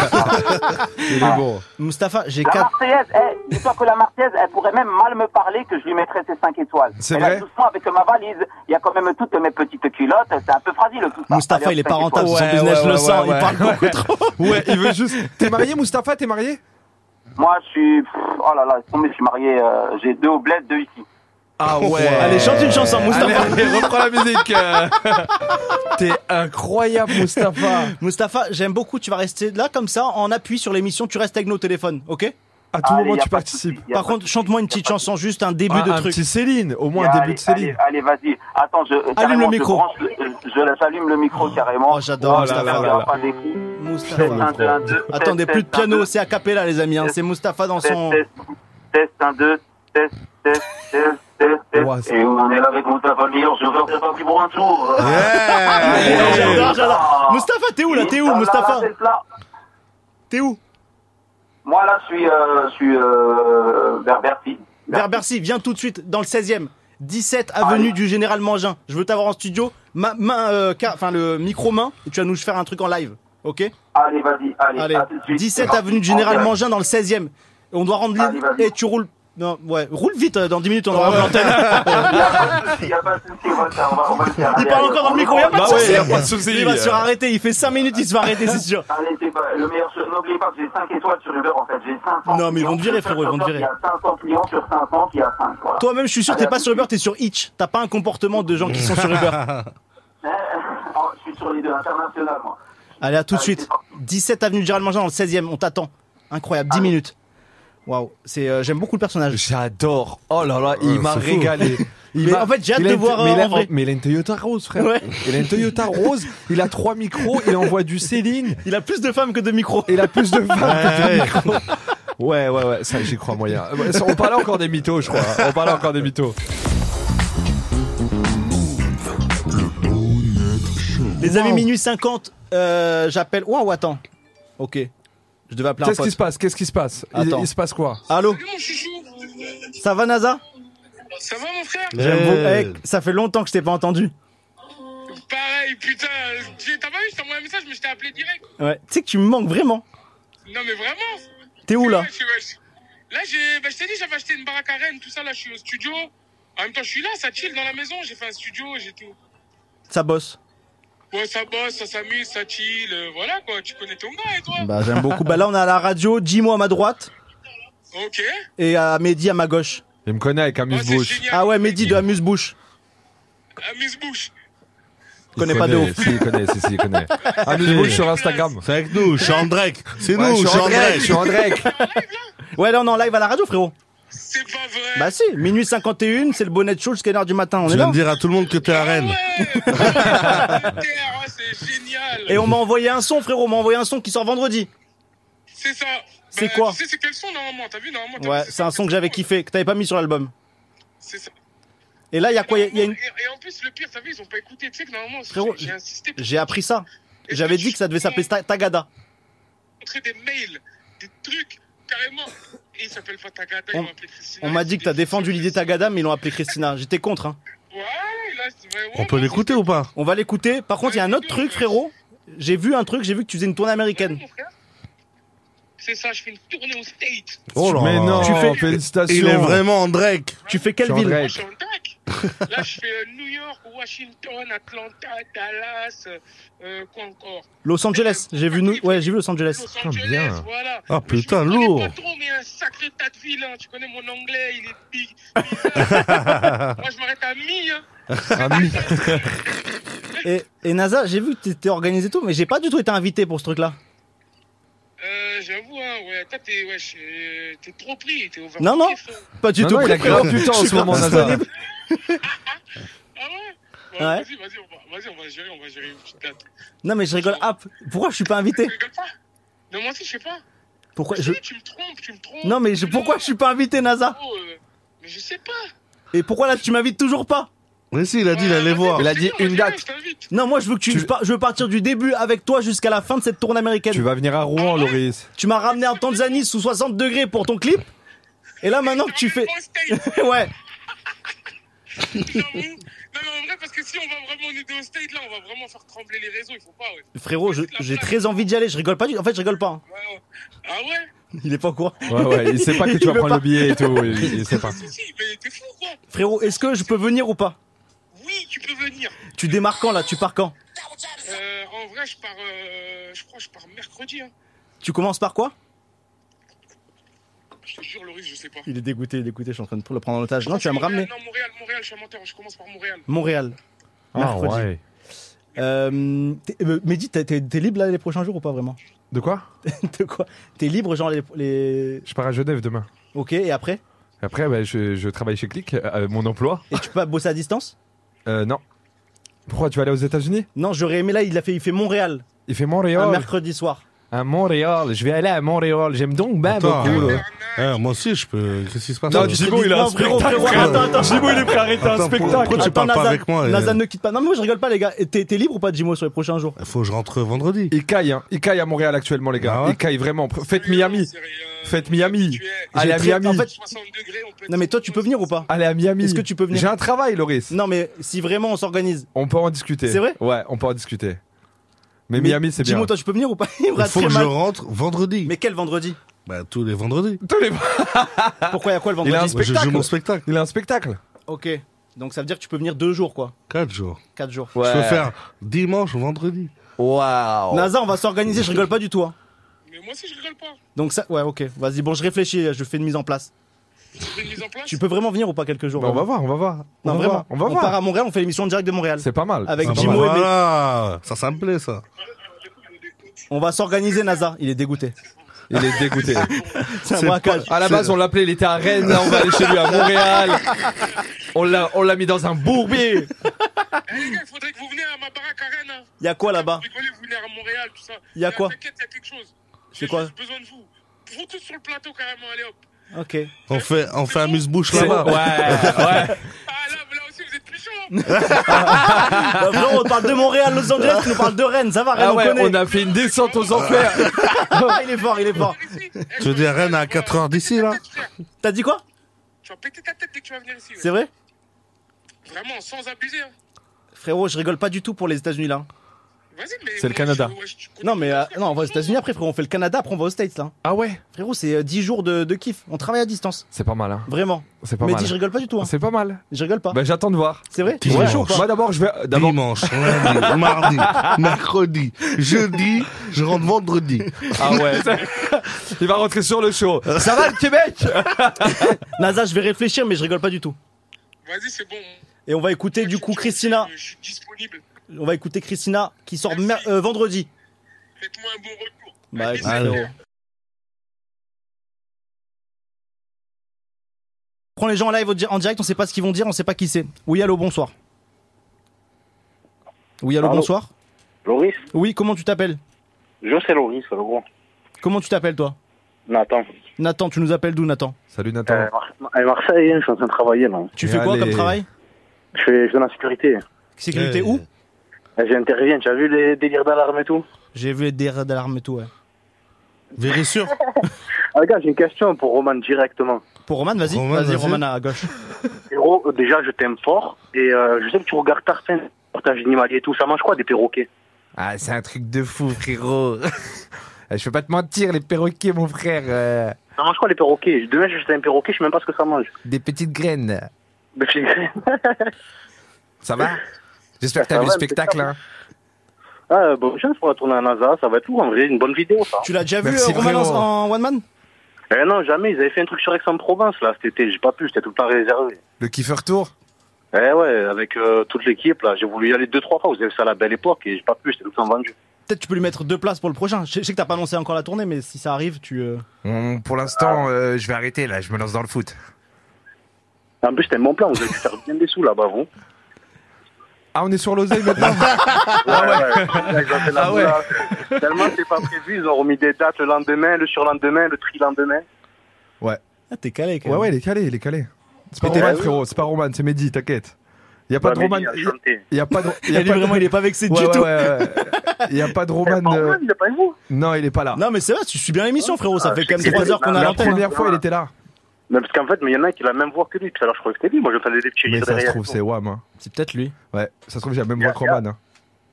Speaker 4: bon. Il est bon.
Speaker 5: Mustapha, j'ai
Speaker 3: La
Speaker 5: 4.
Speaker 3: Marseillaise, eh, dis-toi que la Marseillaise, elle pourrait même mal me parler que je lui mettrais ses 5 étoiles.
Speaker 5: C'est
Speaker 3: Et
Speaker 5: vrai
Speaker 3: là, doucement, avec ma valise, il y a quand même toutes mes petites culottes, c'est un peu fragile tout ça.
Speaker 5: Mustapha,
Speaker 3: Allez,
Speaker 5: il est
Speaker 3: cinq
Speaker 5: pas rentable,
Speaker 3: étoiles.
Speaker 5: son business le sent, il parle beaucoup trop.
Speaker 4: Ouais, il veut juste. T'es marié, Mustapha T'es marié
Speaker 3: Moi, je suis. pff, Oh là là, laisse tomber, je suis marié, euh, j'ai deux au bled, deux ici.
Speaker 4: Ah
Speaker 3: ouais.
Speaker 4: Allez, chante une chanson,
Speaker 5: Mustapha.
Speaker 4: Allez, reprends la musique. euh.
Speaker 5: T'es incroyable, Mustapha. Mustapha, j'aime beaucoup. Tu vas rester là comme ça, en appui sur l'émission. Tu restes avec nos téléphones, ok À
Speaker 3: tout Allez, moment, y a tu pas de participes. souci, y a
Speaker 5: Par
Speaker 3: pas de
Speaker 5: contre, chante-moi une petite chanson, juste un début
Speaker 3: Ah,
Speaker 5: de
Speaker 3: un
Speaker 5: truc.
Speaker 3: petit
Speaker 4: Céline, au
Speaker 3: Allez, allez, vas-y. Attends, je. carrément,
Speaker 5: le
Speaker 3: je
Speaker 5: micro.
Speaker 3: branche le- Je, je laisse- j'allume le micro carrément. Oh,
Speaker 5: j'adore,
Speaker 3: ça
Speaker 5: Mustapha.
Speaker 3: perdra
Speaker 5: Oh là
Speaker 3: pas
Speaker 5: là.
Speaker 3: des coups.
Speaker 5: Mustapha.
Speaker 3: Test, un, deux, un, deux,
Speaker 5: Attendez,
Speaker 3: test,
Speaker 5: plus de
Speaker 3: test, un,
Speaker 5: piano,
Speaker 3: deux.
Speaker 5: c'est a cappella, les amis. hein, C'est Mustapha dans son.
Speaker 3: Test, test, 1, 2, test, test, test, test, test. Et on est là avec mon tavanir, je veux faire parti pour un tour. Ah,
Speaker 5: J'adore, j'adore. Mustapha, t'es où là T'es où, Mustapha T'es où
Speaker 3: Moi là, je suis, euh, je suis euh, vers Bercy.
Speaker 5: Vers Bercy, viens tout de suite dans le 16e. 17
Speaker 3: Ah,
Speaker 5: avenue du Général Mangin. Je veux t'avoir en studio. Ma main, euh, ca- enfin le micro main. et Tu vas nous faire un truc en live, ok
Speaker 3: Allez, vas-y, allez,
Speaker 5: Allez,
Speaker 3: à tout de suite.
Speaker 5: 17 avenue du Général
Speaker 3: En direct.
Speaker 5: Mangin dans le 16e. On doit rendre l'île et tu roules. Non, ouais, roule vite. euh, Dans 10 minutes, on aura l'antenne.
Speaker 3: Il y a pas de souci, on va le faire, on va- on va le faire.
Speaker 5: Il
Speaker 3: Allez,
Speaker 5: parle
Speaker 3: allez,
Speaker 5: encore dans
Speaker 3: on-
Speaker 5: le micro. Il y a pas de
Speaker 3: Bah
Speaker 5: souci.
Speaker 3: ouais, y a pas de souci.
Speaker 5: Il va se faire arrêter. Il fait 5 minutes. Il se fait arrêter, c'est sûr.
Speaker 3: Allez, c'est pas- le meilleur, chose- n'oubliez pas que j'ai 5 étoiles sur Uber en fait. J'ai 500.
Speaker 5: Non, mais ils vont te virer, frérot, ils vont te virer.
Speaker 3: Il y a 500 clients sur 500 qui a 5. Voilà.
Speaker 5: Toi-même, je suis sûr,
Speaker 3: Allez,
Speaker 5: t'es pas sur Uber, t'es sur Itch. T'as pas un comportement de gens qui sont sur Uber.
Speaker 3: Oh, je suis sur les deux internationales, moi.
Speaker 5: Allez, à tout de suite. 17 avenue Gérald Mangin dans le 16e. On t'attend. Incroyable.
Speaker 4: Ah
Speaker 5: 10 minutes. Waouh. C'est, euh, j'aime beaucoup le personnage.
Speaker 4: J'adore. Oh là là, il
Speaker 5: Ouais,
Speaker 4: m'a
Speaker 5: Euh, c'est fou.
Speaker 4: régalé. Il
Speaker 5: Mais
Speaker 4: m'a-
Speaker 5: en fait, j'ai hâte
Speaker 4: il a
Speaker 5: de
Speaker 4: une-
Speaker 5: voir,
Speaker 4: Mais,
Speaker 5: euh,
Speaker 4: il a-
Speaker 5: en vrai.
Speaker 4: mais il a une Toyota Rose, frère.
Speaker 5: Ouais.
Speaker 4: Il a une Toyota Rose. Il a trois micros. Il envoie du Céline.
Speaker 5: Il a plus de femmes que de micros.
Speaker 4: Il a plus de femmes que de
Speaker 17: Ouais.
Speaker 4: micros. Ouais, ouais, ouais. Ça, j'y crois moyen. Ouais, ça, On parlait encore des mythos, je crois. On parlait encore des mythos.
Speaker 5: Les amis, minuit 50, euh, j'appelle. Waouh, attends. Ok. Je devais appeler un
Speaker 4: Qu'est-ce
Speaker 5: pote.
Speaker 4: qui se passe Qu'est-ce qui se passe Il-
Speaker 5: Attends.
Speaker 4: il se passe quoi
Speaker 5: Allô Ça va, Naza
Speaker 18: Ça va mon frère
Speaker 5: J'aime beaucoup. Eh, ça fait longtemps que je t'ai pas entendu.
Speaker 18: Pareil, putain, j'ai- t'as pas vu, je t'ai envoyé un message, mais je t'ai appelé direct.
Speaker 5: Ouais. Tu sais que tu me manques vraiment.
Speaker 18: Non mais vraiment
Speaker 5: T'es où là
Speaker 18: Ouais, je- ouais, je- Là, j'ai, bah, je t'ai dit, j'avais acheté une baraque à Rennes, tout ça, là, je suis au studio. En même temps, je suis là, ça chill dans la maison, j'ai fait un studio, j'ai tout.
Speaker 5: Ça bosse.
Speaker 18: Ouais, ça bosse, ça s'amuse, ça chill, euh, voilà quoi, tu connais ton gars et toi
Speaker 5: Bah, j'aime beaucoup. bah, là, on est à la radio. Jimo à ma droite
Speaker 18: Ok.
Speaker 5: et à Mehdi à ma gauche.
Speaker 4: Il me connaît avec Amuse-Bouche.
Speaker 5: Ah ouais, Mehdi de Amuse-Bouche.
Speaker 18: Amuse-Bouche.
Speaker 5: Je connais pas de ouf.
Speaker 4: Si, il connaît, si, si, il connaît. Amuse-Bouche Ah, sur Instagram.
Speaker 6: Ah, C'est avec nous, je suis en Drake. C'est
Speaker 4: Ouais,
Speaker 6: nous,
Speaker 4: je suis en Drake, je suis en
Speaker 6: Drake.
Speaker 5: Ouais, là, on est en live à la radio, frérot. C'est pas vrai. Bah, si. Minuit 51, c'est le bonnet de show jusqu'à 1h du matin. On
Speaker 6: Tu
Speaker 5: est
Speaker 6: viens
Speaker 5: là.
Speaker 6: de dire à tout le monde que t'es à Rennes.
Speaker 5: Et on m'a envoyé un son, frérot. On m'a envoyé un son qui sort vendredi.
Speaker 18: C'est ça. Bah,
Speaker 5: C'est quoi
Speaker 18: Tu sais, c'est quel son normalement, t'as vu normalement t'as
Speaker 5: Ouais,
Speaker 18: vu,
Speaker 5: c'est un son que j'avais kiffé, que t'avais pas mis sur l'album.
Speaker 18: C'est ça.
Speaker 5: Et là, il y a quoi Il y a- il y a une-
Speaker 18: Et, et en plus, le pire, t'as vu, ils ont pas écouté, tu sais que normalement,
Speaker 5: Frérot,
Speaker 18: j'ai insisté pour
Speaker 5: J'ai appris ça. J'avais dit que ça devait s'appeler Ta- Tagada.
Speaker 18: montrer des mails, des trucs, carrément. Et il s'appelle pas Tagada, il
Speaker 5: On,
Speaker 18: m'a appelé Christina.
Speaker 5: on m'a dit que t'as défendu l'idée Tagada, mais ils l'ont appelé Christina. J'étais contre. Hein.
Speaker 6: On peut l'écouter ou pas
Speaker 5: On va l'écouter. Par contre, il y a un autre truc, frérot. J'ai vu un truc, j'ai vu que tu faisais une tournée américaine.
Speaker 18: C'est ça, je fais une tournée aux States.
Speaker 6: Oh là
Speaker 4: Mais non,
Speaker 6: Tu fais-
Speaker 4: félicitations.
Speaker 6: Il est vraiment en Drake.
Speaker 5: Tu fais
Speaker 4: quelle ville
Speaker 18: Je suis en Drake. Là, je fais euh, New York, Washington, Atlanta, Dallas, euh, euh, quoi encore
Speaker 5: Los Angeles. J'ai vu nous. Ouais, j'ai vu Los Angeles.
Speaker 18: bien. voilà.
Speaker 6: Ah putain, lourd.
Speaker 18: Patron, mais un sacré tas de villes, hein. tu connais mon anglais, il est big. Moi, je m'arrête à mi, hein.
Speaker 5: Et, et NASA, j'ai vu que t'étais organisé tout, mais j'ai pas du tout été invité pour ce truc-là.
Speaker 18: Euh, J'avoue, hein, ouais, toi, t'es ouais, je- t'es trop pris, t'es over.
Speaker 5: Non, non, pas du
Speaker 4: Non,
Speaker 5: tout.
Speaker 4: non, il a
Speaker 5: frérot.
Speaker 4: grave du temps en
Speaker 5: Je suis
Speaker 4: ce moment,
Speaker 5: grave
Speaker 4: NASA.
Speaker 5: disponible.
Speaker 18: ah Ouais,
Speaker 5: Ouais.
Speaker 18: Vas-y, vas-y, on va, vas-y, on va gérer, on va gérer une petite date.
Speaker 5: Non, mais je rigole. Ah, pourquoi je suis pas invité
Speaker 18: Non, moi aussi, je sais pas.
Speaker 5: Pourquoi
Speaker 18: Mais
Speaker 5: je-
Speaker 18: si, Tu me trompes, tu me trompes.
Speaker 5: Non, mais je- pourquoi je suis pas invité, NASA
Speaker 18: Oh, euh, mais je sais pas.
Speaker 5: Et pourquoi là tu m'invites toujours pas
Speaker 6: Mais si, il a dit il allait voir.
Speaker 5: Euh, Il a dit une date. Non, moi je veux que tu, Je, par- je veux partir du début avec toi jusqu'à la fin de cette tournée américaine. Tu
Speaker 4: vas venir à Rouen,
Speaker 18: Ah,
Speaker 4: Loris.
Speaker 5: Tu m'as ramené en Tanzanie sous 60 degrés pour ton clip. Et là maintenant que tu fais. ouais.
Speaker 18: Non, mais en vrai, parce que si on va vraiment nous aider au state, là, on va vraiment faire trembler les réseaux. Il faut pas, ouais.
Speaker 5: Frérot, je- j'ai très envie d'y aller. Je rigole pas du En fait, je rigole pas. hein.
Speaker 18: Ah ouais
Speaker 5: Il est pas au courant.
Speaker 4: Ouais, ouais, il sait pas que tu vas
Speaker 5: veut
Speaker 4: prendre
Speaker 5: pas.
Speaker 4: le billet et tout. Il, il sait pas.
Speaker 5: Frérot, est-ce que je peux venir ou pas
Speaker 18: Oui, tu peux venir.
Speaker 5: Tu démarres quand là Tu pars quand
Speaker 18: Euh, en vrai, je pars, euh, je crois, que je pars mercredi. Hein.
Speaker 5: Tu commences par quoi
Speaker 18: Je te jure, Loris, je sais pas. Ah
Speaker 5: Il est dégoûté, il est dégoûté. Je suis en train de le prendre en otage. Non, tu vas me ramener.
Speaker 18: Non, Montréal, Montréal, je suis un menteur. Je commence par Montréal.
Speaker 5: Montréal.
Speaker 18: Ah,
Speaker 5: mercredi.
Speaker 18: ouais.
Speaker 5: Euh, t'es- euh, Mehdi, t'es- t'es t'es libre là les prochains jours ou pas vraiment
Speaker 4: De quoi
Speaker 5: De quoi T'es libre genre les, les-
Speaker 4: Je pars à Genève demain.
Speaker 5: Ok, et après
Speaker 4: Après, bah, je, je travaille chez Click, euh, mon emploi.
Speaker 5: Et tu peux pas bosser à distance
Speaker 4: euh, Non. Pourquoi tu vas aller aux États-Unis
Speaker 5: Non, j'aurais aimé là, il, a fait, il fait Montréal.
Speaker 4: Il fait Montréal.
Speaker 5: Un mercredi soir.
Speaker 4: À Montréal, je vais aller à Montréal. J'aime donc ben beaucoup. là.
Speaker 6: Eh, moi aussi, je peux. Qu'est-ce qui se passe
Speaker 4: Non,
Speaker 6: là
Speaker 4: Djibo, il a un
Speaker 6: Non, frérot,
Speaker 4: spectacle.
Speaker 6: frérot,
Speaker 4: Attends, attends.
Speaker 6: Djibo, il est prêt à arrêter un
Speaker 5: Attends,
Speaker 6: spectacle.
Speaker 5: pourquoi-
Speaker 6: Pourquoi tu
Speaker 5: Attends,
Speaker 6: parles pas
Speaker 5: Nazan-
Speaker 6: avec moi, et-
Speaker 5: Nazan ne quitte pas. Non, mais moi je rigole pas, les gars. Et T'es t'es libre ou pas, Jimo, sur les prochains jours
Speaker 6: Il faut que je rentre vendredi. Ah
Speaker 4: Il caille, hein. il caille à Montréal actuellement, les gars. Il caille vraiment. Pr- Faites Miami. Faites Miami. Allez
Speaker 5: J'ai
Speaker 4: Ah, à
Speaker 5: très-
Speaker 4: Miami. Ah,
Speaker 5: en fait- Non, mais toi, tu peux venir ou pas
Speaker 4: Allez à Miami.
Speaker 5: Est-ce que tu peux venir
Speaker 4: J'ai un travail, Loris.
Speaker 5: Non, mais si vraiment on s'organise.
Speaker 4: On peut en discuter.
Speaker 5: C'est vrai
Speaker 4: Ouais, on peut en discuter. Mais, Miami, c'est bien.
Speaker 5: Jimo, toi, tu peux venir ou pas Il me
Speaker 6: Il
Speaker 5: regarde
Speaker 6: faut
Speaker 5: très
Speaker 6: que je
Speaker 5: mal.
Speaker 6: rentre vendredi.
Speaker 5: Mais quel vendredi
Speaker 6: Bah, tous les vendredis.
Speaker 4: Tous les
Speaker 5: Pourquoi, il y a quoi le vendredi
Speaker 6: Il a un Moi, je joue spectacle. mon spectacle.
Speaker 4: Il a un spectacle.
Speaker 5: Ok. Donc ça veut dire que tu peux venir deux jours, quoi.
Speaker 6: Quatre jours.
Speaker 5: 4 jours.
Speaker 6: Je peux faire dimanche, vendredi.
Speaker 2: Waouh.
Speaker 5: Nazar, on va s'organiser, je rigole pas du tout. hein.
Speaker 18: Mais moi aussi, je rigole pas.
Speaker 5: Donc ça, ouais, ok. Vas-y, bon, je réfléchis, je fais une mise en place. Tu peux vraiment venir ou pas quelques jours
Speaker 4: Bah, on va
Speaker 5: vraiment
Speaker 4: voir, on va voir.
Speaker 5: Non,
Speaker 4: on
Speaker 5: vraiment.
Speaker 4: Va voir, on va voir.
Speaker 5: part à Montréal, on fait l'émission en direct de Montréal.
Speaker 4: C'est pas mal.
Speaker 5: Avec
Speaker 6: Ah, bah,
Speaker 5: Jimo et Mehdi.
Speaker 6: voilà. Ça, ça me plaît, ça.
Speaker 5: On va s'organiser, Nazar. Il est dégoûté.
Speaker 4: Il est dégoûté.
Speaker 5: C'est un
Speaker 4: C'est
Speaker 5: braquage.
Speaker 4: pas- À la base, on l'appelait, il était à Rennes, là, on va aller chez lui à Montréal. On l'a, on l'a mis dans un bourbier.
Speaker 5: Il y a quoi là-bas
Speaker 18: Rigolez, vous venez à Montréal, tout ça.
Speaker 5: Il y a
Speaker 18: Mais
Speaker 5: quoi
Speaker 18: T'inquiète, il y a quelque chose.
Speaker 5: C'est quoi
Speaker 18: J'ai besoin de vous. Vous tous sur le plateau, carrément, allez hop.
Speaker 5: Ok.
Speaker 6: On fait, on fait un muse-bouche
Speaker 5: C'est-
Speaker 6: là-bas.
Speaker 5: ouais,
Speaker 18: Ah, hein.
Speaker 5: Bah, vraiment, on parle de Montréal, Los Angeles, tu nous parles de Rennes, ça va, Rennes,
Speaker 4: Ah ouais,
Speaker 5: on connaît.
Speaker 4: on a fait une descente aux enfers.
Speaker 5: il est fort, il est fort.
Speaker 6: Tu veux dire Rennes à 4 heures d'ici, là
Speaker 5: T'as dit quoi
Speaker 18: Tu vas péter ta tête dès que tu vas venir ici. ouais.
Speaker 5: C'est vrai
Speaker 18: Vraiment, sans abuser. hein.
Speaker 5: Frérot, je rigole pas du tout pour les États-Unis là.
Speaker 18: Vas-y, mais.
Speaker 5: C'est le Canada. Non, mais euh, non, on va aux États-Unis après, frérot. On fait le Canada, après on va aux States là.
Speaker 4: Ah ouais
Speaker 5: Frérot, c'est euh, 10 jours de, de kiff. On travaille à distance.
Speaker 4: C'est pas mal, hein.
Speaker 5: Vraiment.
Speaker 4: C'est pas
Speaker 5: mais
Speaker 4: mal.
Speaker 5: dis, je rigole pas du tout. hein.
Speaker 4: C'est pas mal.
Speaker 5: Je rigole pas.
Speaker 4: Bah, j'attends de voir.
Speaker 5: C'est vrai
Speaker 4: Ouais.
Speaker 5: chaud ou pas
Speaker 4: Moi, d'abord, je vais. D'abord...
Speaker 6: Dimanche, lundi, mardi, mercredi, jeudi, je rentre vendredi.
Speaker 4: Ah ouais. Il va rentrer sur le show. Ça va le Québec
Speaker 5: Naza, je vais réfléchir, mais je rigole pas du tout.
Speaker 18: Vas-y, c'est bon.
Speaker 5: Et on va écouter du coup Christina.
Speaker 18: Je suis disponible.
Speaker 5: On va écouter Christina qui sort mer- euh, vendredi.
Speaker 18: Faites-moi un bon retour.
Speaker 5: Bah, écoute,
Speaker 18: Allô.
Speaker 5: frérot. Prends les gens en live au di- en direct, on sait pas ce qu'ils vont dire, on sait pas qui c'est. Oui, allô, bonsoir. Oui, allô,
Speaker 8: Allô.
Speaker 5: bonsoir.
Speaker 8: Loris
Speaker 5: Oui, comment tu t'appelles
Speaker 8: Je sais Loris, le gros.
Speaker 5: Comment tu t'appelles toi
Speaker 8: Nathan.
Speaker 5: Nathan, tu nous appelles d'où Nathan
Speaker 4: Salut Nathan.
Speaker 8: Euh, Mar- à Marseille, hein, je suis en train de travailler là.
Speaker 5: Tu fais quoi comme travail
Speaker 8: je fais, je fais dans la sécurité.
Speaker 5: Sécurité où
Speaker 8: Euh, J'interviens, tu as vu les délires d'alarme et tout
Speaker 5: J'ai vu les délires d'alarme et tout, ouais.
Speaker 6: Véré sûr
Speaker 8: Ah, gars, j'ai une question pour Roman directement.
Speaker 5: Pour Roman, vas-y,
Speaker 8: Roman,
Speaker 5: vas-y,
Speaker 8: vas-y.
Speaker 5: Roman à gauche.
Speaker 8: Héros, euh, déjà, je t'aime fort et euh, je sais que tu regardes Tartin, portage animalier et tout. Ça mange quoi des perroquets
Speaker 4: Ah, c'est un truc de fou, frérot. Je peux pas te mentir, les perroquets, mon frère. euh,
Speaker 8: Ça mange quoi les perroquets Demain, je sais un perroquet, je sais même pas ce que ça mange.
Speaker 4: des petites graines.
Speaker 8: Mais j'ai-
Speaker 4: Ça va J'espère que
Speaker 8: Ça
Speaker 4: t'as vu le
Speaker 8: va,
Speaker 4: spectacle.
Speaker 8: impeccable.
Speaker 4: Hein.
Speaker 8: Ah, euh, bonne chance pour la tournée à NASA, ça va être lourd en vrai, une bonne vidéo ça.
Speaker 5: Tu l'as déjà vu euh, Roman en, en one man
Speaker 8: Eh non, jamais, ils avaient fait un truc sur Aix-en-Provence là cet été, j'ai pas pu, j'étais tout le temps réservé.
Speaker 4: Le kiffer tour
Speaker 8: Eh ouais, avec euh, toute l'équipe là, j'ai voulu y aller deux trois fois, vous avez ça à la belle époque et j'ai pas pu, j'étais tout le temps vendu.
Speaker 5: Peut-être tu peux lui mettre deux places pour le prochain. Je je sais que t'as pas annoncé encore la tournée, mais si ça arrive, tu. euh,
Speaker 4: On- pour l'instant,
Speaker 8: Ah.
Speaker 4: euh, je vais arrêter là, je me lance dans le foot.
Speaker 8: En plus, c'était un bon plan, vous avez pu faire bien des sous là-bas, vous.
Speaker 4: Ah, on est sur l'oseille maintenant
Speaker 8: Ah ouais, ils ont
Speaker 4: Ah
Speaker 8: fait la boulade. Tellement c'est pas prévu, ils ont remis des dates le lendemain, le surlendemain, le tri-lendemain.
Speaker 4: Ouais.
Speaker 5: Ah, t'es calé,
Speaker 4: Ouais, ouais, il est calé, il est calé. C'est pas
Speaker 8: Mais t'es
Speaker 4: Roman,
Speaker 8: pas-
Speaker 4: frérot, c'est pas Roman, c'est Mehdi, t'inquiète. Il y a pas
Speaker 8: Ouais,
Speaker 4: de
Speaker 8: Mehdi,
Speaker 4: Roman.
Speaker 8: Bah, il a chanté.
Speaker 4: Il y a pas de. y a
Speaker 5: Lui,
Speaker 4: pas de-
Speaker 5: vraiment, il est pas vexé du
Speaker 4: Ouais, ouais,
Speaker 5: tout.
Speaker 4: ouais, ouais. Il y a pas de Roman. euh,
Speaker 8: Il est pas vous
Speaker 4: Non, il est pas là.
Speaker 5: Non, mais c'est vrai, tu suis bien l'émission, frérot. Ça
Speaker 4: Ah,
Speaker 5: fait quand
Speaker 4: c'est-
Speaker 5: même 3 heures qu'on est à
Speaker 4: La
Speaker 5: l'antenne.
Speaker 4: première fois, il était là.
Speaker 8: Mais parce qu'en fait, mais il y en a qui a la même voix que lui. Tout à l'heure, je croyais que c'était lui. Moi, je faisais des petits
Speaker 4: Mais
Speaker 8: rires
Speaker 4: ça se
Speaker 8: derrière.
Speaker 4: trouve, c'est Wam. hein.
Speaker 5: C'est peut-être lui.
Speaker 4: Ouais, ça se trouve, j'ai la même voix que Roman. hein.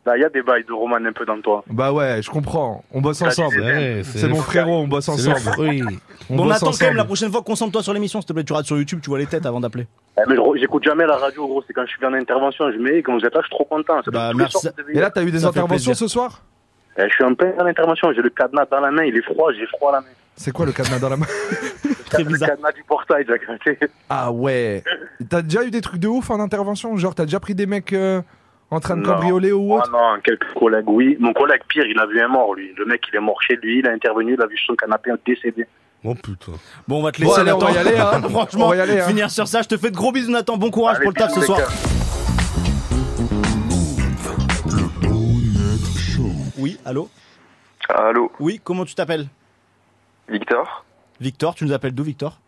Speaker 8: Là, il y a des bails de Roman un peu dans toi.
Speaker 4: Bah ouais, je comprends. On bosse
Speaker 8: Ça,
Speaker 4: ensemble.
Speaker 8: c'est-
Speaker 4: c'est
Speaker 8: Eh, c'est
Speaker 4: mon
Speaker 8: le-
Speaker 4: frérot, on bosse
Speaker 8: c'est le
Speaker 4: ensemble.
Speaker 8: fruit.
Speaker 4: On
Speaker 5: Bon,
Speaker 4: bosse
Speaker 5: Nathan, quand même,
Speaker 4: ensemble.
Speaker 5: la prochaine fois, concentre-toi sur l'émission, s'il te plaît. Tu regardes sur YouTube, tu vois les têtes avant d'appeler.
Speaker 8: Eh, mais gros, j'écoute jamais la radio, gros. C'est quand je suis en intervention, je mets. Quand vous êtes là, je suis trop content. Ça
Speaker 4: Bah,
Speaker 8: fait tous les soirs que vous avez-
Speaker 4: ce soir
Speaker 8: Eh, Je suis en pleine intervention. J'ai le cadenas dans la main. Il est froid. J'ai froid à la main.
Speaker 4: C'est quoi le cadenas dans la main
Speaker 5: Très bizarre.
Speaker 8: Le cadenas du portail, j'ai gratté.
Speaker 4: Ah ouais. T'as déjà eu des trucs de ouf en intervention Genre, t'as déjà pris des mecs euh, en train de
Speaker 8: Non.
Speaker 4: cambrioler ou
Speaker 8: Oh
Speaker 4: autre
Speaker 8: non, quelques collègues, oui. Mon collègue, pire, il a vu un mort, lui. Le mec, il est mort chez lui. Il a intervenu. Il a vu son canapé décédé.
Speaker 6: Oh putain.
Speaker 5: Bon, on va te
Speaker 8: Bon,
Speaker 5: laisser,
Speaker 8: allez, on
Speaker 5: Nathan.
Speaker 8: va y aller, hein.
Speaker 5: Franchement,
Speaker 8: On va y aller, hein.
Speaker 5: finir sur ça. Je te fais de gros bisous, Nathan. Bon courage pour le taf ce soir. Oui, allô
Speaker 8: Allô
Speaker 5: Oui, comment tu t'appelles
Speaker 8: Victor
Speaker 5: Victor, tu nous appelles d'où, Victor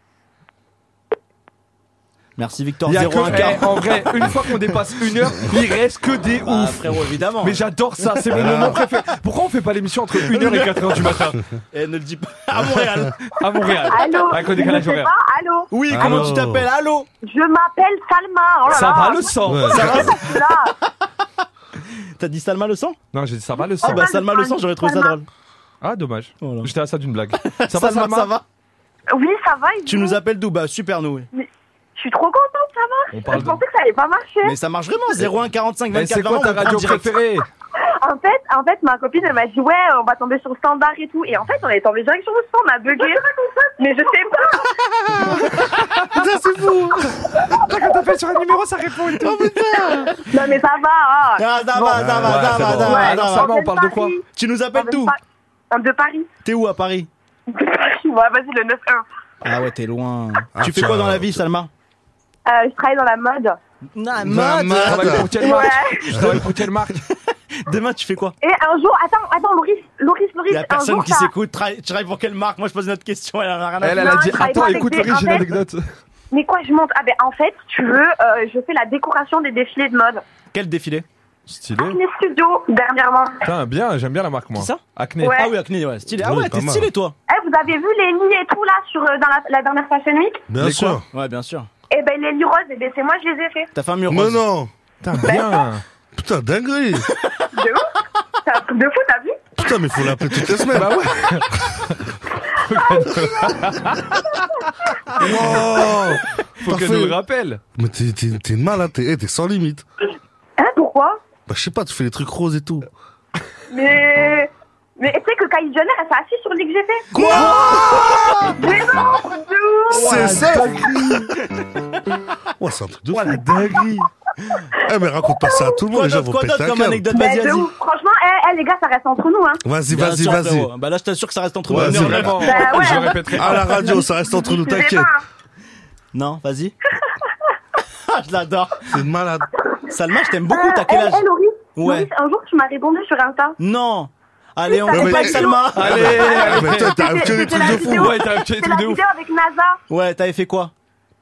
Speaker 5: Merci, Victor.
Speaker 4: Il y a
Speaker 5: 01
Speaker 4: que- eh, en vrai, une fois qu'on dépasse une heure, il reste que des
Speaker 5: Bah,
Speaker 4: ouf.
Speaker 5: frérot, évidemment.
Speaker 4: Mais j'adore ça, c'est mon moment préféré. Pourquoi on fait pas l'émission entre 1h et 4h du matin
Speaker 19: Oh
Speaker 5: Eh, ne le dis pas. À Montréal.
Speaker 4: À Montréal.
Speaker 19: Allô
Speaker 4: Avec le
Speaker 19: Je
Speaker 4: décalage
Speaker 19: sais
Speaker 4: horaire.
Speaker 19: pas, allô
Speaker 5: Oui, comment tu t'appelles Allô
Speaker 19: Je m'appelle Salma. Oh là
Speaker 4: Ça
Speaker 19: là.
Speaker 4: va le sang
Speaker 5: Ça va
Speaker 19: Là,
Speaker 5: T'as dit Salma le sang
Speaker 4: Non, j'ai dit ça va le sang.
Speaker 5: Ah bah, Salma le sang, j'aurais trouvé ça
Speaker 19: Salma.
Speaker 5: drôle.
Speaker 4: Ah, dommage. J'étais à ça d'une blague. Ça va,
Speaker 5: Salma,
Speaker 4: Salma
Speaker 5: ça va
Speaker 19: Oui, ça va. il
Speaker 5: Tu
Speaker 19: dit.
Speaker 5: nous appelles d'où Bah, super, nous. oui.
Speaker 19: Je suis trop contente, ça marche.
Speaker 5: On parle
Speaker 19: je
Speaker 5: de-
Speaker 19: pensais que ça allait pas marcher.
Speaker 5: Mais ça marche vraiment, 01 45
Speaker 4: Mais
Speaker 5: 24
Speaker 4: c'est quoi ta radio préférée
Speaker 19: En fait, en fait, ma copine elle m'a dit ouais, on va tomber sur le standard et tout. Et en fait, on est tombé direct sur le standard, on a bugué. Mais je sais pas.
Speaker 4: putain, c'est fou. Quand t'appelles sur un numéro, ça répond et tout.
Speaker 19: Non mais ça va. hein.
Speaker 5: Ah, ça va, ça va,
Speaker 4: ouais,
Speaker 5: ça
Speaker 4: c'est
Speaker 5: va,
Speaker 4: bon.
Speaker 5: ça va,
Speaker 4: Ouais,
Speaker 5: ça
Speaker 4: alors,
Speaker 5: va.
Speaker 4: ça va, on parle de quoi
Speaker 5: Tu nous appelles d'où
Speaker 19: De Paris.
Speaker 5: T'es où à Paris
Speaker 19: ouais, vas-y le 9-1.
Speaker 5: Ah ouais, t'es loin.
Speaker 4: Ah,
Speaker 5: tu fais
Speaker 4: tiens,
Speaker 5: quoi dans la vie, Salma
Speaker 19: Euh, je travaille dans la mode.
Speaker 5: mode.
Speaker 4: Je travaille pour quelle marque
Speaker 19: Ouais.
Speaker 4: Je travaille pour quelle marque
Speaker 5: Demain, tu fais quoi
Speaker 19: Et un jour, attends, attends, Loris, Loris, Loris.
Speaker 5: Il y a
Speaker 19: un
Speaker 5: personne
Speaker 19: jour,
Speaker 5: qui
Speaker 19: ça-
Speaker 5: s'écoute. Tra- Tu travailles pour quelle marque Moi, je pose une autre question. Elle en a rien à
Speaker 4: Elle, elle
Speaker 5: foutre.
Speaker 4: a
Speaker 19: Non,
Speaker 4: dit
Speaker 19: je travaille
Speaker 4: Attends,
Speaker 19: pas avec
Speaker 4: écoute,
Speaker 19: des-
Speaker 4: Laurie, j'ai une
Speaker 19: en fait-
Speaker 4: anecdote.
Speaker 19: Mais quoi, je monte Ah ben en fait, tu veux, euh, je fais la décoration des défilés de mode.
Speaker 5: Quel défilé
Speaker 4: Stylé.
Speaker 19: Les studios, dernièrement.
Speaker 4: Putain, bien, j'aime bien la marque, moi.
Speaker 5: ça
Speaker 4: Acné.
Speaker 19: Ouais.
Speaker 5: Ah oui, Acne, ouais, stylé. Ah
Speaker 4: Oui,
Speaker 5: ouais,
Speaker 4: pas
Speaker 5: t'es
Speaker 4: mal.
Speaker 5: stylé, toi
Speaker 19: Eh, vous avez vu les lits et tout là sur euh, dans la, la dernière Fashion Week
Speaker 5: Les quoi Ouais, bien sûr.
Speaker 19: Eh ben les lits roses, eh ben c'est moi je les ai fait.
Speaker 5: T'as fait un mur
Speaker 6: Mais
Speaker 5: rose.
Speaker 6: non
Speaker 4: Putain, bien
Speaker 6: Putain, dinguerie
Speaker 19: De ouf C'est un truc de fou, t'as vu
Speaker 6: Putain, mais faut l'appeler toutes les semaines
Speaker 4: Bah ouais
Speaker 5: Oh.
Speaker 4: Faut qu'elle nous le rappelle
Speaker 6: Mais t'es- t'es t'es malade, t'es eh, t'es sans limite
Speaker 19: Hein, pourquoi
Speaker 6: Bah je sais pas, tu fais les trucs roses et tout
Speaker 19: Mais mais tu sais que Kylie Jenner, elle s'est assise sur le lit que j'ai fait.
Speaker 6: Quoi
Speaker 19: Mais non, de ouf
Speaker 6: C'est ça Ouais, c'est un truc de fou la
Speaker 4: Oh, dinguerie
Speaker 6: Eh mais raconte pas ça à tout le monde, les gens vont
Speaker 5: Quoi
Speaker 6: péter
Speaker 5: d'autre
Speaker 6: un
Speaker 5: comme
Speaker 6: câble
Speaker 5: anecdote
Speaker 19: Mais
Speaker 5: Vas-y,
Speaker 19: de
Speaker 5: vas-y.
Speaker 19: ouf. Franchement, eh, eh, les gars, ça reste entre nous, hein.
Speaker 6: Vas-y,
Speaker 5: Bien
Speaker 6: vas-y,
Speaker 5: sûr,
Speaker 6: vas-y
Speaker 5: frérot. Bah là, je t'assure que ça reste entre nous.
Speaker 6: Vas-y.
Speaker 5: une heure, vraiment.
Speaker 19: Bah ouais.
Speaker 4: Je répéterai
Speaker 6: À la radio, ça reste entre nous,
Speaker 19: Je sais
Speaker 6: t'inquiète
Speaker 19: pas.
Speaker 5: Non, vas-y. Ah, je l'adore.
Speaker 6: C'est une malade
Speaker 5: Salma, je t'aime beaucoup. T'as
Speaker 19: Eh,
Speaker 5: quel âge
Speaker 19: eh, Loris,
Speaker 5: Ouais.
Speaker 19: Loris, un jour, tu m'as répondu sur Insta.
Speaker 5: Non. Allez, on
Speaker 19: Mais
Speaker 5: coupe
Speaker 19: t'as
Speaker 5: avec
Speaker 19: fait
Speaker 5: Salma.
Speaker 19: quoi
Speaker 4: Allez, allez,
Speaker 6: Ah, Mais toi, t'arrives que des
Speaker 19: C'était
Speaker 6: trucs
Speaker 19: la
Speaker 6: de fou
Speaker 19: vidéo-
Speaker 4: Ouais, t'arrives que des
Speaker 19: c'était
Speaker 4: trucs
Speaker 19: la
Speaker 4: de ouf.
Speaker 19: vidéo avec NASA.
Speaker 5: Ouais, t'avais fait quoi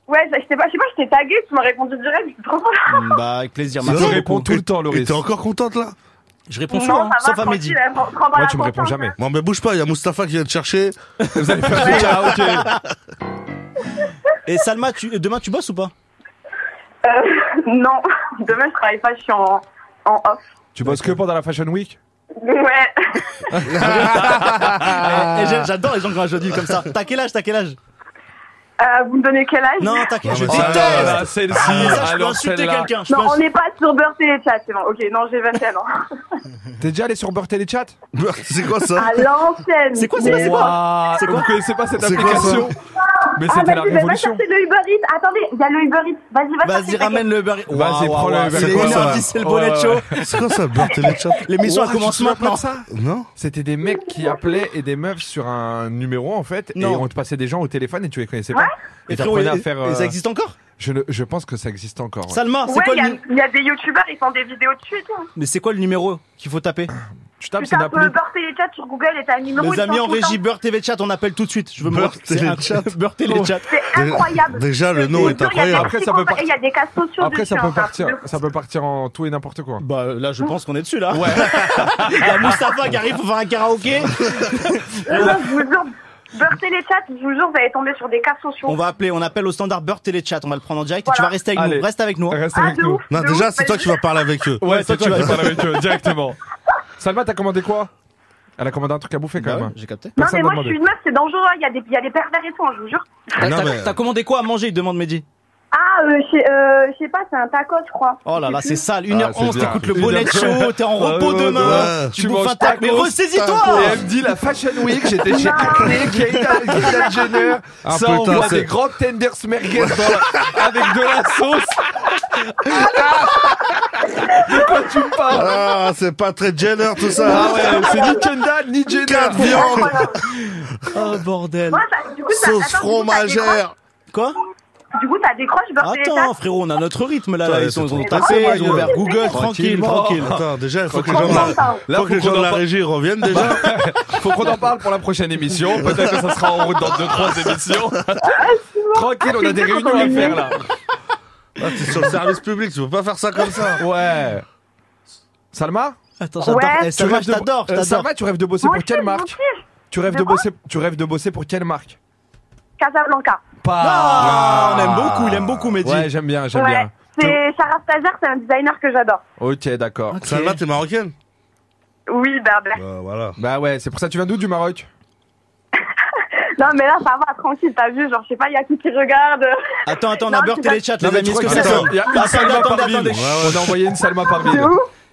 Speaker 19: Ouais, je je sais pas, je sais pas, je t'ai tagué, tu m'as répondu direct, j'étais trop content.
Speaker 5: Mm, Bah, avec plaisir.
Speaker 6: C'est
Speaker 5: merci
Speaker 6: vrai
Speaker 5: beaucoup.
Speaker 4: Réponds tout le temps,
Speaker 6: Et
Speaker 4: Loris.
Speaker 6: t'es encore contente là
Speaker 5: Je réponds souvent, hein, sauf à midi.
Speaker 4: Moi, tu me réponds jamais.
Speaker 6: Bon, mais bouge pas, il y a Mustapha qui vient te chercher.
Speaker 4: Vous allez faire
Speaker 19: hein.
Speaker 4: des karaokés.
Speaker 5: Et Salma, tu... demain, tu bosses ou pas
Speaker 19: Euh, non, demain je travaille pas, je suis en, en off.
Speaker 4: Tu bosses que pendant la Fashion Week
Speaker 19: Ouais,
Speaker 5: Eh, eh, j'ai- J'adore les gens quand je dis comme ça. T'as quel âge T'as quel âge
Speaker 19: Euh, vous me donnez quel âge
Speaker 5: Non, t'as quel âge Je
Speaker 4: Oh là là,
Speaker 5: déteste
Speaker 4: celle-ci,
Speaker 5: Ah, mais ça, je peux
Speaker 4: alors
Speaker 5: insulter
Speaker 4: celle-là.
Speaker 5: quelqu'un. je
Speaker 19: Non,
Speaker 5: peux
Speaker 19: on n'est pas sur Beurre Téléchat, c'est bon. Ok, non, j'ai 21 ans.
Speaker 4: T'es déjà allé sur Beurre Téléchat
Speaker 6: C'est quoi ça
Speaker 19: À l'ancienne.
Speaker 5: C'est quoi, c'est quoi,
Speaker 19: mais-
Speaker 5: c'est quoi
Speaker 4: Waouh,
Speaker 5: C'est quoi
Speaker 4: Vous connaissez pas cette
Speaker 6: C'est quoi,
Speaker 4: application Mais
Speaker 19: Ah,
Speaker 4: c'était la
Speaker 19: vas-y, va- va
Speaker 4: révolution.
Speaker 19: chercher le Uber Eats. Attendez, il y a le Uber Eats. Vas-y, va chercher.
Speaker 5: Vas-y, ramène le beurre.
Speaker 4: Vas-y, prends le beurre.
Speaker 5: C'est
Speaker 6: C'est quoi, ça
Speaker 5: 1h10, c'est le bonnet
Speaker 4: Ouais,
Speaker 5: show.
Speaker 4: ouais.
Speaker 6: C'est quoi ça, Beurre Téléchat
Speaker 5: L'émission,
Speaker 4: Ouah,
Speaker 5: elle
Speaker 4: tu te
Speaker 5: commence
Speaker 4: souviens pas de
Speaker 5: maintenant.
Speaker 4: ça
Speaker 6: Non
Speaker 4: C'était des mecs qui appelaient et des meufs sur un numéro en fait, et
Speaker 5: Non.
Speaker 4: on te passait des gens au téléphone et tu les connaissais pas. Et
Speaker 5: frérot,
Speaker 4: t'apprenais à
Speaker 5: et-
Speaker 4: faire.
Speaker 5: et
Speaker 4: euh,
Speaker 5: ça existe encore
Speaker 4: je, ne- je pense que ça existe encore. ouais.
Speaker 5: Salma, c'est
Speaker 19: Ouais,
Speaker 5: quoi
Speaker 19: il y,
Speaker 5: le
Speaker 19: a-
Speaker 5: nu-
Speaker 19: il y a des youtubeurs, ils font des vidéos dessus et tout.
Speaker 5: Mais c'est quoi le numéro qu'il faut taper
Speaker 4: Tu
Speaker 19: Tu
Speaker 4: tapes, c'est une
Speaker 19: tapes
Speaker 4: appli.
Speaker 19: le Beurre Téléchat sur Google et t'as un numéro.
Speaker 5: Les
Speaker 19: ils
Speaker 5: amis
Speaker 19: sont
Speaker 5: en
Speaker 19: tout le
Speaker 5: régie,
Speaker 19: temps.
Speaker 5: Beurre TV Chat, on appelle tout de suite. Je veux me
Speaker 6: Beurre
Speaker 5: voir. C'est
Speaker 6: TV
Speaker 5: un-
Speaker 6: Chat.
Speaker 5: Beurre TV Chat.
Speaker 19: C'est incroyable.
Speaker 6: Déjà, le
Speaker 19: C'est
Speaker 6: nom est
Speaker 19: dur, il y a des
Speaker 6: incroyable.
Speaker 4: Après,
Speaker 19: petits
Speaker 4: ça peut
Speaker 19: combats et Il y a des cases sociaux
Speaker 4: Après, ça
Speaker 19: dessus,
Speaker 4: peut
Speaker 19: hein,
Speaker 4: partir,
Speaker 19: c'est un truc de
Speaker 4: ça peut partir en tout et n'importe quoi.
Speaker 5: Bah là, je pense qu'on est dessus là. Ouais. Il y a Mustapha qui arrive pour faire un karaoké.
Speaker 19: fou. Non, non, je vous jure. Beurtez les chats, je vous jure, vous allez tomber sur des cas sociaux.
Speaker 5: On va appeler, on appelle au standard Beurt et les chats, on va le prendre en direct. Et tu
Speaker 19: Voilà.
Speaker 5: vas rester avec
Speaker 6: Allez,
Speaker 5: nous, reste avec nous. hein.
Speaker 6: reste Ah, avec de nous. ouf, Non, de déjà, ouf, c'est toi vas-y. qui vas parler avec eux.
Speaker 4: Ouais, c'est toi
Speaker 6: Ouais,
Speaker 4: qui vas parler avec eux
Speaker 14: directement.
Speaker 4: Salma, t'as commandé quoi Elle a commandé un truc à bouffer quand
Speaker 6: Bah
Speaker 4: même.
Speaker 5: J'ai capté.
Speaker 19: Non,
Speaker 4: Personne n'a
Speaker 19: mais moi, je
Speaker 4: demandé.
Speaker 19: suis une meuf, c'est dangereux. hein. Il y, a des- il y a des pervers et tout, hein, je vous jure.
Speaker 5: T'as
Speaker 4: Non,
Speaker 5: t'as-
Speaker 4: mais-
Speaker 5: t'as commandé quoi à manger Il demande Mehdi.
Speaker 19: Ah, euh, je sais- euh, je sais pas, c'est un taco, je crois.
Speaker 5: Oh là là, c'est sale.
Speaker 4: Ah,
Speaker 5: 1h11,
Speaker 4: c'est
Speaker 5: t'écoutes
Speaker 4: bien.
Speaker 5: le bonnet
Speaker 4: Une heure-
Speaker 6: Oh,
Speaker 5: chaud, t'es en
Speaker 4: Ouais,
Speaker 5: repos
Speaker 4: Ah ouais,
Speaker 5: demain.
Speaker 4: ouais.
Speaker 5: Tu bouffes
Speaker 4: manges
Speaker 5: un tac, mais
Speaker 4: tacos,
Speaker 5: ressaisis-toi
Speaker 4: tacos. Et elle me dit la Fashion Week, j'étais chez
Speaker 5: Non.
Speaker 4: Acne, Kate Kate Jenner.
Speaker 14: Ah,
Speaker 4: Ça
Speaker 14: putain,
Speaker 4: envoie
Speaker 14: c'est-
Speaker 4: des grands tenders merguez dans la- avec de la sauce.
Speaker 6: De quoi tu parles Ah, c'est pas très Jenner tout ça.
Speaker 4: Ah ouais, c'est ni
Speaker 6: Kendall ni Jenner.
Speaker 4: Ah,
Speaker 5: Oh bordel.
Speaker 19: Moi, ça- du coup, ça-
Speaker 5: Sauce
Speaker 19: attends, du coup, ça décroche.
Speaker 5: fromagère. Quoi
Speaker 19: Du coup, ça décroche, beurre et les
Speaker 5: Attends,
Speaker 19: chats.
Speaker 5: frérot, on a notre rythme là. là.
Speaker 6: Ouais,
Speaker 5: Ils
Speaker 6: c'est
Speaker 5: sont ils ont
Speaker 6: trop-
Speaker 5: tapé,
Speaker 6: Ah,
Speaker 5: ils ont ouvert Google, tranquille, tranquille.
Speaker 6: Attends, déjà, il faut que les gens de
Speaker 5: Tranquille.
Speaker 6: la,
Speaker 5: Là,
Speaker 6: faut que les gens de la régie reviennent déjà.
Speaker 14: Faut qu'on en parle pour la prochaine émission. Peut-être que ça sera en route dans 2-3 émissions.
Speaker 19: Ah,
Speaker 14: Tranquille, on a des réunions à faire là.
Speaker 6: Ah, t'es sur le service public, tu peux pas faire ça comme ça.
Speaker 4: Ouais. Salma
Speaker 5: Attends,
Speaker 19: j'adore. Ouais. Eh, Salma,
Speaker 4: Tu rêves
Speaker 5: je
Speaker 4: de-
Speaker 5: t'adore, je
Speaker 4: Euh,
Speaker 5: t'adore.
Speaker 4: Salma, tu rêves de bosser
Speaker 19: Moi
Speaker 4: pour
Speaker 19: aussi,
Speaker 4: quelle
Speaker 19: moi
Speaker 4: marque
Speaker 19: aussi.
Speaker 4: Tu rêves
Speaker 19: De
Speaker 4: de
Speaker 19: quoi
Speaker 4: bosser tu rêves de bosser pour quelle marque
Speaker 19: Casablanca.
Speaker 4: Pas.
Speaker 5: on aime beaucoup, il aime beaucoup Mehdi.
Speaker 4: Ouais, j'aime bien, Ah, j'aime
Speaker 19: Ouais.
Speaker 4: bien.
Speaker 19: C'est Sarah Stazer, c'est un designer que j'adore.
Speaker 4: OK, d'accord.
Speaker 6: Salma, t'es marocaine
Speaker 19: Oui, bah, bah.
Speaker 6: voilà.
Speaker 4: Bah ouais, c'est pour ça tu viens d'où du Maroc
Speaker 19: Non, mais là, ça va, tranquille, t'as vu, genre, je sais pas, il y a qui qui regarde.
Speaker 5: Attends, attends, on a
Speaker 19: Non,
Speaker 5: beurté
Speaker 19: c'est
Speaker 5: les chats,
Speaker 4: Non,
Speaker 5: les
Speaker 4: mais
Speaker 5: amis.
Speaker 4: tu
Speaker 5: Est-ce
Speaker 4: crois
Speaker 5: que
Speaker 4: qu'il
Speaker 5: ça
Speaker 4: y a-
Speaker 5: sonne
Speaker 4: il y a une
Speaker 5: Attendez,
Speaker 4: Salma par
Speaker 5: attendez,
Speaker 4: ville.
Speaker 5: attendez.
Speaker 4: Ouais, ouais. On a envoyé une Salma par ville.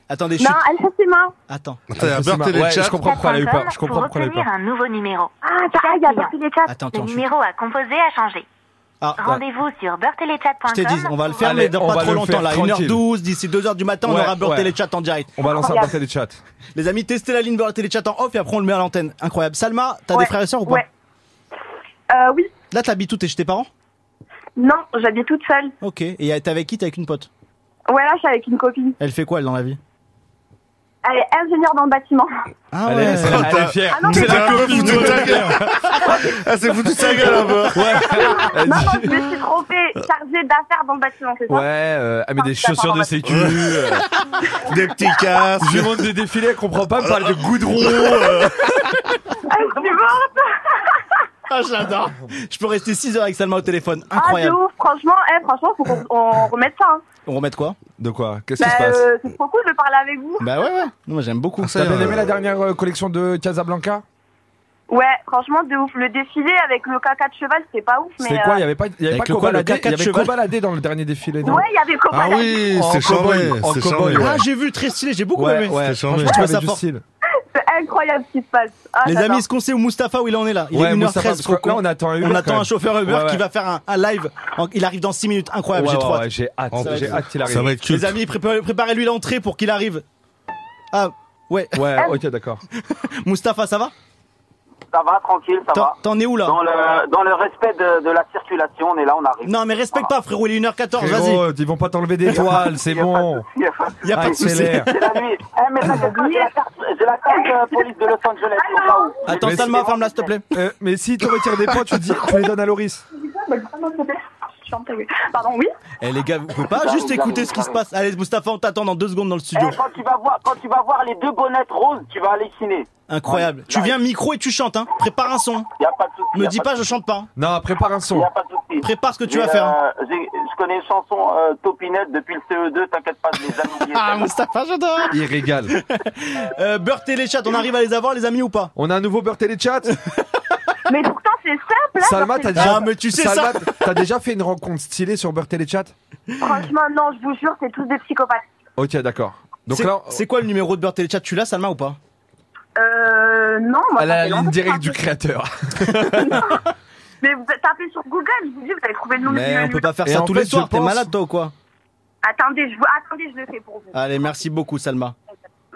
Speaker 5: Attendez,
Speaker 19: Non,
Speaker 5: chut.
Speaker 19: elle fait ses mains.
Speaker 5: Attends.
Speaker 6: il y a Burt et les
Speaker 4: Ouais,
Speaker 6: chats.
Speaker 4: Je comprends pourquoi elle a eu peur. Je comprends pourquoi elle a eu peur.
Speaker 20: un nouveau numéro.
Speaker 19: Ah, t'as, il y a Beurre et les chats.
Speaker 5: Attends,
Speaker 20: Le
Speaker 5: attends, chut.
Speaker 20: numéro à composer a changé.
Speaker 5: Ah, ouais.
Speaker 20: Rendez-vous sur beurteletchat.com.
Speaker 5: Je t'ai dit, on va le faire,
Speaker 4: Allez,
Speaker 5: mais dans
Speaker 4: on
Speaker 5: pas
Speaker 4: va
Speaker 5: trop
Speaker 4: le
Speaker 5: longtemps,
Speaker 4: faire
Speaker 5: là.
Speaker 4: tranquille.
Speaker 5: 1h12, d'ici 2h du matin, on
Speaker 4: Ouais,
Speaker 5: aura beurté
Speaker 4: ouais.
Speaker 5: les chats en direct.
Speaker 4: On va lancer un portrait des chats.
Speaker 5: Les amis, testez la ligne beurté les chats en off et après on le met à l'antenne. Incroyable. Salma, t'as des frères et sœurs ou pas
Speaker 19: Ouais. Euh, oui.
Speaker 5: Là, t'habites où T'es chez tes parents
Speaker 19: Non, j'habite toute seule.
Speaker 5: Ok. Et t'es avec qui T'es avec une pote
Speaker 19: Ouais, là, je suis avec une copine.
Speaker 5: Elle fait quoi, elle, dans la vie
Speaker 19: Elle est ingénieure dans le bâtiment.
Speaker 5: Ah
Speaker 4: Elle est- elle est- elle est fière.
Speaker 19: Ah non, mais
Speaker 4: C'est la
Speaker 19: t'as-
Speaker 4: copine de ta gueule. Ah,
Speaker 6: Elle s'est foutue de sa gueule un peu.
Speaker 19: non, non, je me suis trompée. Chargée d'affaires dans le bâtiment, c'est Ah, ça
Speaker 14: Ouais, euh, elle met des chaussures de sécu. euh,
Speaker 6: Des petits casques.
Speaker 14: Je lui montre des défilés, elle comprend pas, elle me parle de goudron. euh.
Speaker 19: Ah, je suis morte.
Speaker 5: Ah, j'adore. Je peux rester 6 heures avec Salma au téléphone.
Speaker 19: Ah, de
Speaker 5: Incroyable.
Speaker 19: ouf, franchement, eh, franchement, faut qu'on on remette ça. hein.
Speaker 5: on remet de quoi
Speaker 4: De quoi Qu'est-ce
Speaker 19: Bah,
Speaker 4: qui se passe
Speaker 19: euh, c'est trop cool de parler avec vous.
Speaker 5: Bah ouais, ouais. Non, Moi, j'aime beaucoup.
Speaker 4: T'as bien aimé la dernière euh, collection de Casablanca
Speaker 19: Ouais, franchement, de ouf. Le défilé avec le caca de cheval, c'était pas ouf, mais.
Speaker 4: C'était quoi
Speaker 19: euh,
Speaker 4: Il y avait pas, il y avait
Speaker 5: Avec
Speaker 4: pas
Speaker 5: le quoi, le
Speaker 4: cobaladé,
Speaker 5: caca
Speaker 4: il y
Speaker 5: de
Speaker 4: avait
Speaker 5: cheval
Speaker 4: cobaladé dans le dernier défilé. non
Speaker 19: Ouais, il y avait copain.
Speaker 6: Ah oui,
Speaker 4: En
Speaker 6: c'est
Speaker 4: cow-boy,
Speaker 6: chambé.
Speaker 4: en
Speaker 6: C'est
Speaker 4: cow-boy.
Speaker 6: chambé.
Speaker 5: Ah, j'ai vu, très stylé, j'ai beaucoup
Speaker 4: Ouais,
Speaker 5: aimé.
Speaker 4: ouais.
Speaker 6: chambé.
Speaker 4: Franchement,
Speaker 5: Je
Speaker 4: tu
Speaker 5: trouve
Speaker 4: avais
Speaker 5: ça
Speaker 4: Ah, du
Speaker 5: fort.
Speaker 4: style.
Speaker 19: C'est incroyable ce qui se passe. Ah,
Speaker 5: Les
Speaker 19: j'adore.
Speaker 5: amis, est-ce qu'on sait où Mustapha où il en est là Il
Speaker 4: Ouais,
Speaker 5: est 1h13
Speaker 4: Mustapha, parce que
Speaker 5: trop con.
Speaker 4: là, on attend un Uber,
Speaker 5: On attend
Speaker 4: quand
Speaker 5: un
Speaker 4: même.
Speaker 5: chauffeur Uber
Speaker 4: Ouais, ouais.
Speaker 5: qui va faire un, un live. En- Il arrive dans 6 minutes, incroyable,
Speaker 4: Ouais,
Speaker 5: j'ai
Speaker 4: ouais,
Speaker 5: trop
Speaker 4: ouais,
Speaker 5: hâte.
Speaker 4: j'ai hâte,
Speaker 6: Oh,
Speaker 4: j'ai hâte qu'il arrive.
Speaker 6: Ça va être cute.
Speaker 5: Les amis, prépa- préparez-lui l'entrée pour qu'il arrive. Ah, ouais.
Speaker 4: Ouais, ok, d'accord.
Speaker 5: Mustapha, ça va
Speaker 3: Ça va, tranquille, ça
Speaker 5: T'en-
Speaker 3: va.
Speaker 5: T'en es où là
Speaker 3: Dans le, dans le respect de, de la circulation, on est là, on arrive.
Speaker 5: Non, mais respecte pas, frérot, il est 1h14, vas-y.
Speaker 4: Frérot, ils vont pas t'enlever d'étoiles, c'est bon.
Speaker 3: Il y a pas de-
Speaker 5: Y a pas de souci. Ah.
Speaker 4: Accélère.
Speaker 3: C'est la nuit. Eh, mais t'inquiète pas, j'ai la carte, j'ai la carte euh, police de Los Angeles, au cas où.
Speaker 5: Attends,
Speaker 4: Mais
Speaker 5: Salma,
Speaker 4: c'est-
Speaker 5: ferme-la, s'il te plaît.
Speaker 4: Euh, mais si tu retires des points, tu, dis, tu les donnes à Loris.
Speaker 19: Bah, Je suis enterrée. Pardon, oui.
Speaker 5: Eh les gars, vous pouvez pas juste écouter ce qui se passe. Allez, Mustapha, on t'attend dans 2 secondes dans le studio.
Speaker 3: Eh, quand, tu vas voir, quand tu vas voir les deux bonnettes roses, tu vas halluciner.
Speaker 5: Incroyable. Tu viens micro et tu chantes, hein. Prépare un son.
Speaker 3: Il a pas de souci.
Speaker 5: Me dis pas, je chante pas. hein.
Speaker 4: Non, prépare un son.
Speaker 3: Il a pas de souci.
Speaker 5: Prépare ce que tu
Speaker 3: J'ai,
Speaker 5: vas faire. hein.
Speaker 3: euh, j'ai- je connais une chanson euh, Topinette depuis le CE2, E t'inquiète pas, je les ai oubliées.
Speaker 5: Ah, Mustapha, j'adore.
Speaker 4: Il régale.
Speaker 5: Euh, Burt et les chats, on arrive à les avoir, les amis, ou pas
Speaker 4: On a un nouveau beurre téléchat.
Speaker 19: Mais pourtant, c'est simple. Là,
Speaker 4: Salma,
Speaker 19: parce
Speaker 4: t'as
Speaker 19: que-
Speaker 4: déjà,
Speaker 5: Ah, mais tu sais
Speaker 4: Salma, t'as déjà fait une rencontre stylée sur beurre téléchat
Speaker 19: Franchement, non, je vous jure, c'est tous des psychopathes.
Speaker 4: Ok, d'accord. Donc
Speaker 5: C'est-
Speaker 4: là,
Speaker 5: C'est quoi le numéro de Burt et les chats Tu l'as, Salma, ou pas
Speaker 19: Euh, non, moi.
Speaker 4: elle
Speaker 19: ça
Speaker 4: a la
Speaker 19: fait longtemps
Speaker 4: ligne
Speaker 19: que
Speaker 4: directe
Speaker 19: je
Speaker 4: du créateur.
Speaker 19: Mais vous tapez sur Google, je vous dis, vous allez trouver le nom
Speaker 5: Mais
Speaker 19: du-
Speaker 5: on peut pas faire
Speaker 4: Et
Speaker 5: ça
Speaker 4: en
Speaker 5: tous
Speaker 4: fait,
Speaker 5: les soirs,
Speaker 4: je
Speaker 5: t'es
Speaker 4: pense-
Speaker 5: malade, toi, ou quoi
Speaker 19: Attendez, je vous... Attendez, je le fais pour vous.
Speaker 5: Allez, merci beaucoup, Salma.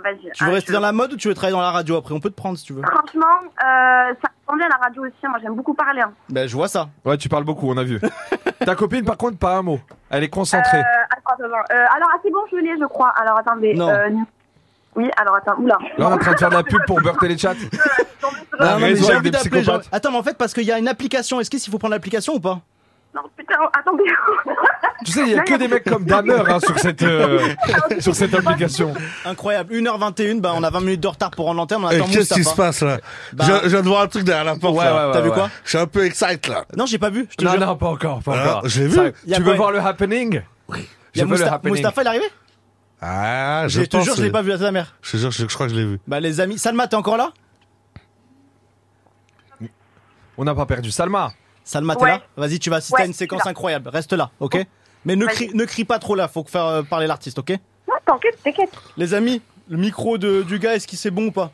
Speaker 19: Vas-y.
Speaker 5: Tu veux
Speaker 19: Ah,
Speaker 5: rester
Speaker 19: je-
Speaker 5: dans la mode ou tu veux travailler dans la radio après On peut te prendre si tu veux.
Speaker 19: Franchement, euh, ça ressemble bien à la radio aussi. Moi, j'aime beaucoup parler. hein.
Speaker 5: Ben, je vois ça.
Speaker 4: Ouais, tu parles beaucoup, on a vu. Ta copine, par contre, pas un mot. Elle est
Speaker 19: Euh,
Speaker 4: concentrée.
Speaker 19: attends, attends, attends. Euh, alors, ah, c'est bon, je l'ai, je crois. Alors, attendez.
Speaker 5: Non.
Speaker 19: euh, oui, alors, attends. Oula.
Speaker 4: Là, on est en train de faire de la pub pour beurre téléchat.
Speaker 19: Je tombe sur-
Speaker 4: Ah,
Speaker 5: Non, non, mais
Speaker 4: raison
Speaker 5: j'ai
Speaker 4: avec
Speaker 5: envie
Speaker 4: des
Speaker 5: d'appeler, j'ai envie-
Speaker 4: psychopathes.
Speaker 5: Attends, mais en fait, parce qu'il y a une application, est-ce qu'il faut prendre l'application ou pas
Speaker 19: Non, putain, attendez.
Speaker 4: Tu sais, il y a que des mecs comme Damer hein, sur cette euh, sur cette application.
Speaker 5: Incroyable. 1h21, bah on a 20 minutes de retard pour rendre l'antenne. on attend
Speaker 6: Eh, Qu'est-ce
Speaker 5: Moustapha.
Speaker 6: qui se passe là
Speaker 5: Bah-
Speaker 6: je, je viens de voir un truc derrière la porte.
Speaker 5: Ouais,
Speaker 6: là.
Speaker 5: ouais, ouais, T'as vu ouais. quoi
Speaker 6: Je suis un peu excite là.
Speaker 5: Non, j'ai pas vu. Je te
Speaker 4: Non,
Speaker 5: jure.
Speaker 4: non, pas encore, pas
Speaker 6: Ah,
Speaker 4: encore.
Speaker 6: je l'ai vu.
Speaker 4: Ça,
Speaker 5: Y a
Speaker 4: Tu
Speaker 5: quoi
Speaker 4: veux voir le happening Oui.
Speaker 5: Il y
Speaker 4: Je
Speaker 5: a
Speaker 4: veux le
Speaker 5: Mousta-
Speaker 4: happening.
Speaker 5: Mustapha, il est arrivé
Speaker 6: Ah, je
Speaker 5: Je te
Speaker 6: pense
Speaker 5: jure, je l'ai
Speaker 6: que-
Speaker 5: pas vu à ta mère.
Speaker 6: Je te jure, je, je crois que je l'ai vu.
Speaker 5: Bah les amis, Salma, t'es encore là
Speaker 4: On n'a pas perdu Salma.
Speaker 5: Salma, t'es
Speaker 4: Ouais.
Speaker 5: là Vas-y, tu vas assister
Speaker 4: Ouais,
Speaker 5: à une
Speaker 4: je suis
Speaker 5: séquence
Speaker 4: là.
Speaker 5: incroyable. Reste là, ok Mais ne crie, ne crie pas trop là, faut que faire euh, parler l'artiste, ok
Speaker 19: Non, t'inquiète, t'inquiète.
Speaker 5: Les amis, le micro de, du gars, est-ce qu'il c'est bon ou pas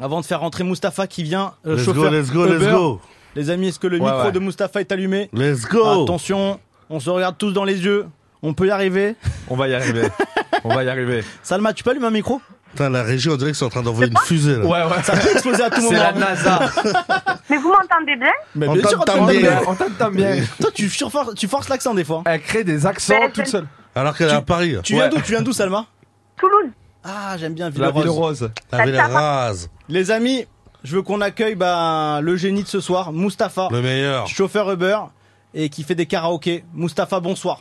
Speaker 5: Avant de faire rentrer Mustapha qui vient euh,
Speaker 6: Let's go,
Speaker 5: chauffeur
Speaker 6: let's go,
Speaker 5: Uber.
Speaker 6: let's go.
Speaker 5: Les amis, est-ce que le
Speaker 6: Ouais,
Speaker 5: micro
Speaker 6: ouais.
Speaker 5: de Mustapha est allumé
Speaker 6: Let's go.
Speaker 5: Attention, on se regarde tous dans les yeux. On peut y arriver.
Speaker 4: On va y arriver. On va y arriver.
Speaker 5: Salma, tu peux allumer un micro
Speaker 6: Putain, la régie, on dirait qu'ils sont en train d'envoyer une fusée là.
Speaker 4: Ouais, ouais.
Speaker 5: Ça peut exploser à tout moment.
Speaker 4: C'est la NASA.
Speaker 19: Mais vous m'entendez bien
Speaker 5: Mais
Speaker 6: On
Speaker 5: bien sûr,
Speaker 6: t'entend
Speaker 5: on t'entend
Speaker 6: bien.
Speaker 4: On t'entend bien.
Speaker 5: Toi, tu, surfor- tu forces l'accent des fois.
Speaker 4: Elle crée des accents
Speaker 19: Ben,
Speaker 5: Mais
Speaker 4: toute
Speaker 5: c'est-
Speaker 4: seule.
Speaker 6: Alors qu'elle est à Paris.
Speaker 5: Tu viens d'où Tu viens d'où, Salma
Speaker 19: Toulouse.
Speaker 5: Ah, j'aime bien
Speaker 4: La ville
Speaker 5: Ville-Rose.
Speaker 4: rose.
Speaker 6: La ville rase.
Speaker 5: Les amis, je veux qu'on accueille bah, le génie de ce soir, Mustapha.
Speaker 6: Le meilleur.
Speaker 5: Chauffeur Uber et qui fait des karaokés. Mustapha, bonsoir.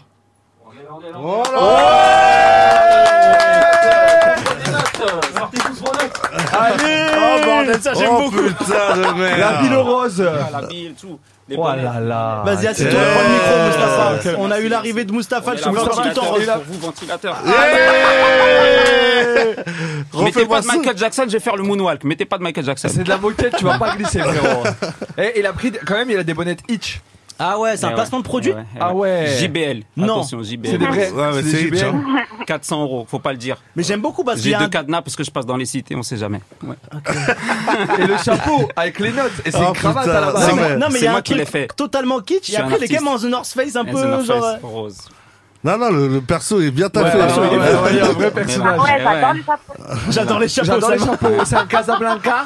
Speaker 16: Allez
Speaker 5: Oh, bordel,
Speaker 16: ça j'aime
Speaker 6: Oh,
Speaker 16: beaucoup
Speaker 6: putain de merde.
Speaker 4: La ville rose.
Speaker 16: La bille, tout. Les
Speaker 4: Oh
Speaker 16: bonnets.
Speaker 4: là là.
Speaker 5: Vas-y, assieds-toi,
Speaker 4: Ouais.
Speaker 5: prends le micro, Mustapha.
Speaker 4: Ok.
Speaker 5: On a eu l'arrivée de Mustapha,
Speaker 16: On
Speaker 5: le
Speaker 16: est là pour
Speaker 5: chauffeur
Speaker 16: vous,
Speaker 5: tout en
Speaker 16: ventilateur,
Speaker 5: rose.
Speaker 16: pour vous, ventilateur.
Speaker 5: Ah
Speaker 16: Mettez
Speaker 4: Refais-moi
Speaker 16: pas de Michael Jackson, je vais faire le moonwalk. Mettez pas de Michael Jackson.
Speaker 4: C'est de la moquette, tu vas pas glisser, frérot. Et il a pris, quand même, il a des bonnettes Hitch.
Speaker 5: Ah ouais, c'est un
Speaker 16: Eh ouais.
Speaker 5: placement de produit
Speaker 16: Eh ouais, eh
Speaker 4: Ah ouais.
Speaker 16: JBL.
Speaker 5: Non.
Speaker 16: Attention, JBL.
Speaker 4: C'est des vrais- Ouais, mais c'est hein. c'est des
Speaker 6: Hitch, JBL.
Speaker 16: 400 euros, faut pas le dire.
Speaker 5: Mais j'aime beaucoup parce qu'il y
Speaker 16: J'ai
Speaker 5: a
Speaker 16: deux
Speaker 5: un...
Speaker 16: cadenas parce que je passe dans les cités, on sait jamais. Ouais.
Speaker 4: Et le chapeau avec les notes. Et c'est
Speaker 16: Oh,
Speaker 4: une cravate
Speaker 16: putain.
Speaker 4: à la base.
Speaker 5: Non,
Speaker 16: Non,
Speaker 5: mais, non, mais
Speaker 16: c'est
Speaker 5: il y a
Speaker 16: moi
Speaker 5: un
Speaker 16: qui
Speaker 5: truc
Speaker 16: l'ai fait.
Speaker 5: totalement kitsch
Speaker 16: Je
Speaker 5: et
Speaker 16: suis un
Speaker 5: après les gars
Speaker 16: artiste.
Speaker 5: dans un North Face un
Speaker 16: Eh,
Speaker 5: peu
Speaker 16: The North
Speaker 5: genre
Speaker 16: Face,
Speaker 5: euh,
Speaker 16: rose.
Speaker 6: Non, non, le, le perso est bien taffé.
Speaker 4: Ouais, ouais, ouais, ouais, il y a un vrai
Speaker 16: personnage.
Speaker 19: Ah Ouais, j'adore
Speaker 16: Ouais.
Speaker 5: J'adore les
Speaker 19: les chapeaux.
Speaker 5: chapeaux.
Speaker 4: J'adore les
Speaker 5: Salma.
Speaker 4: chapeaux. C'est un Casablanca.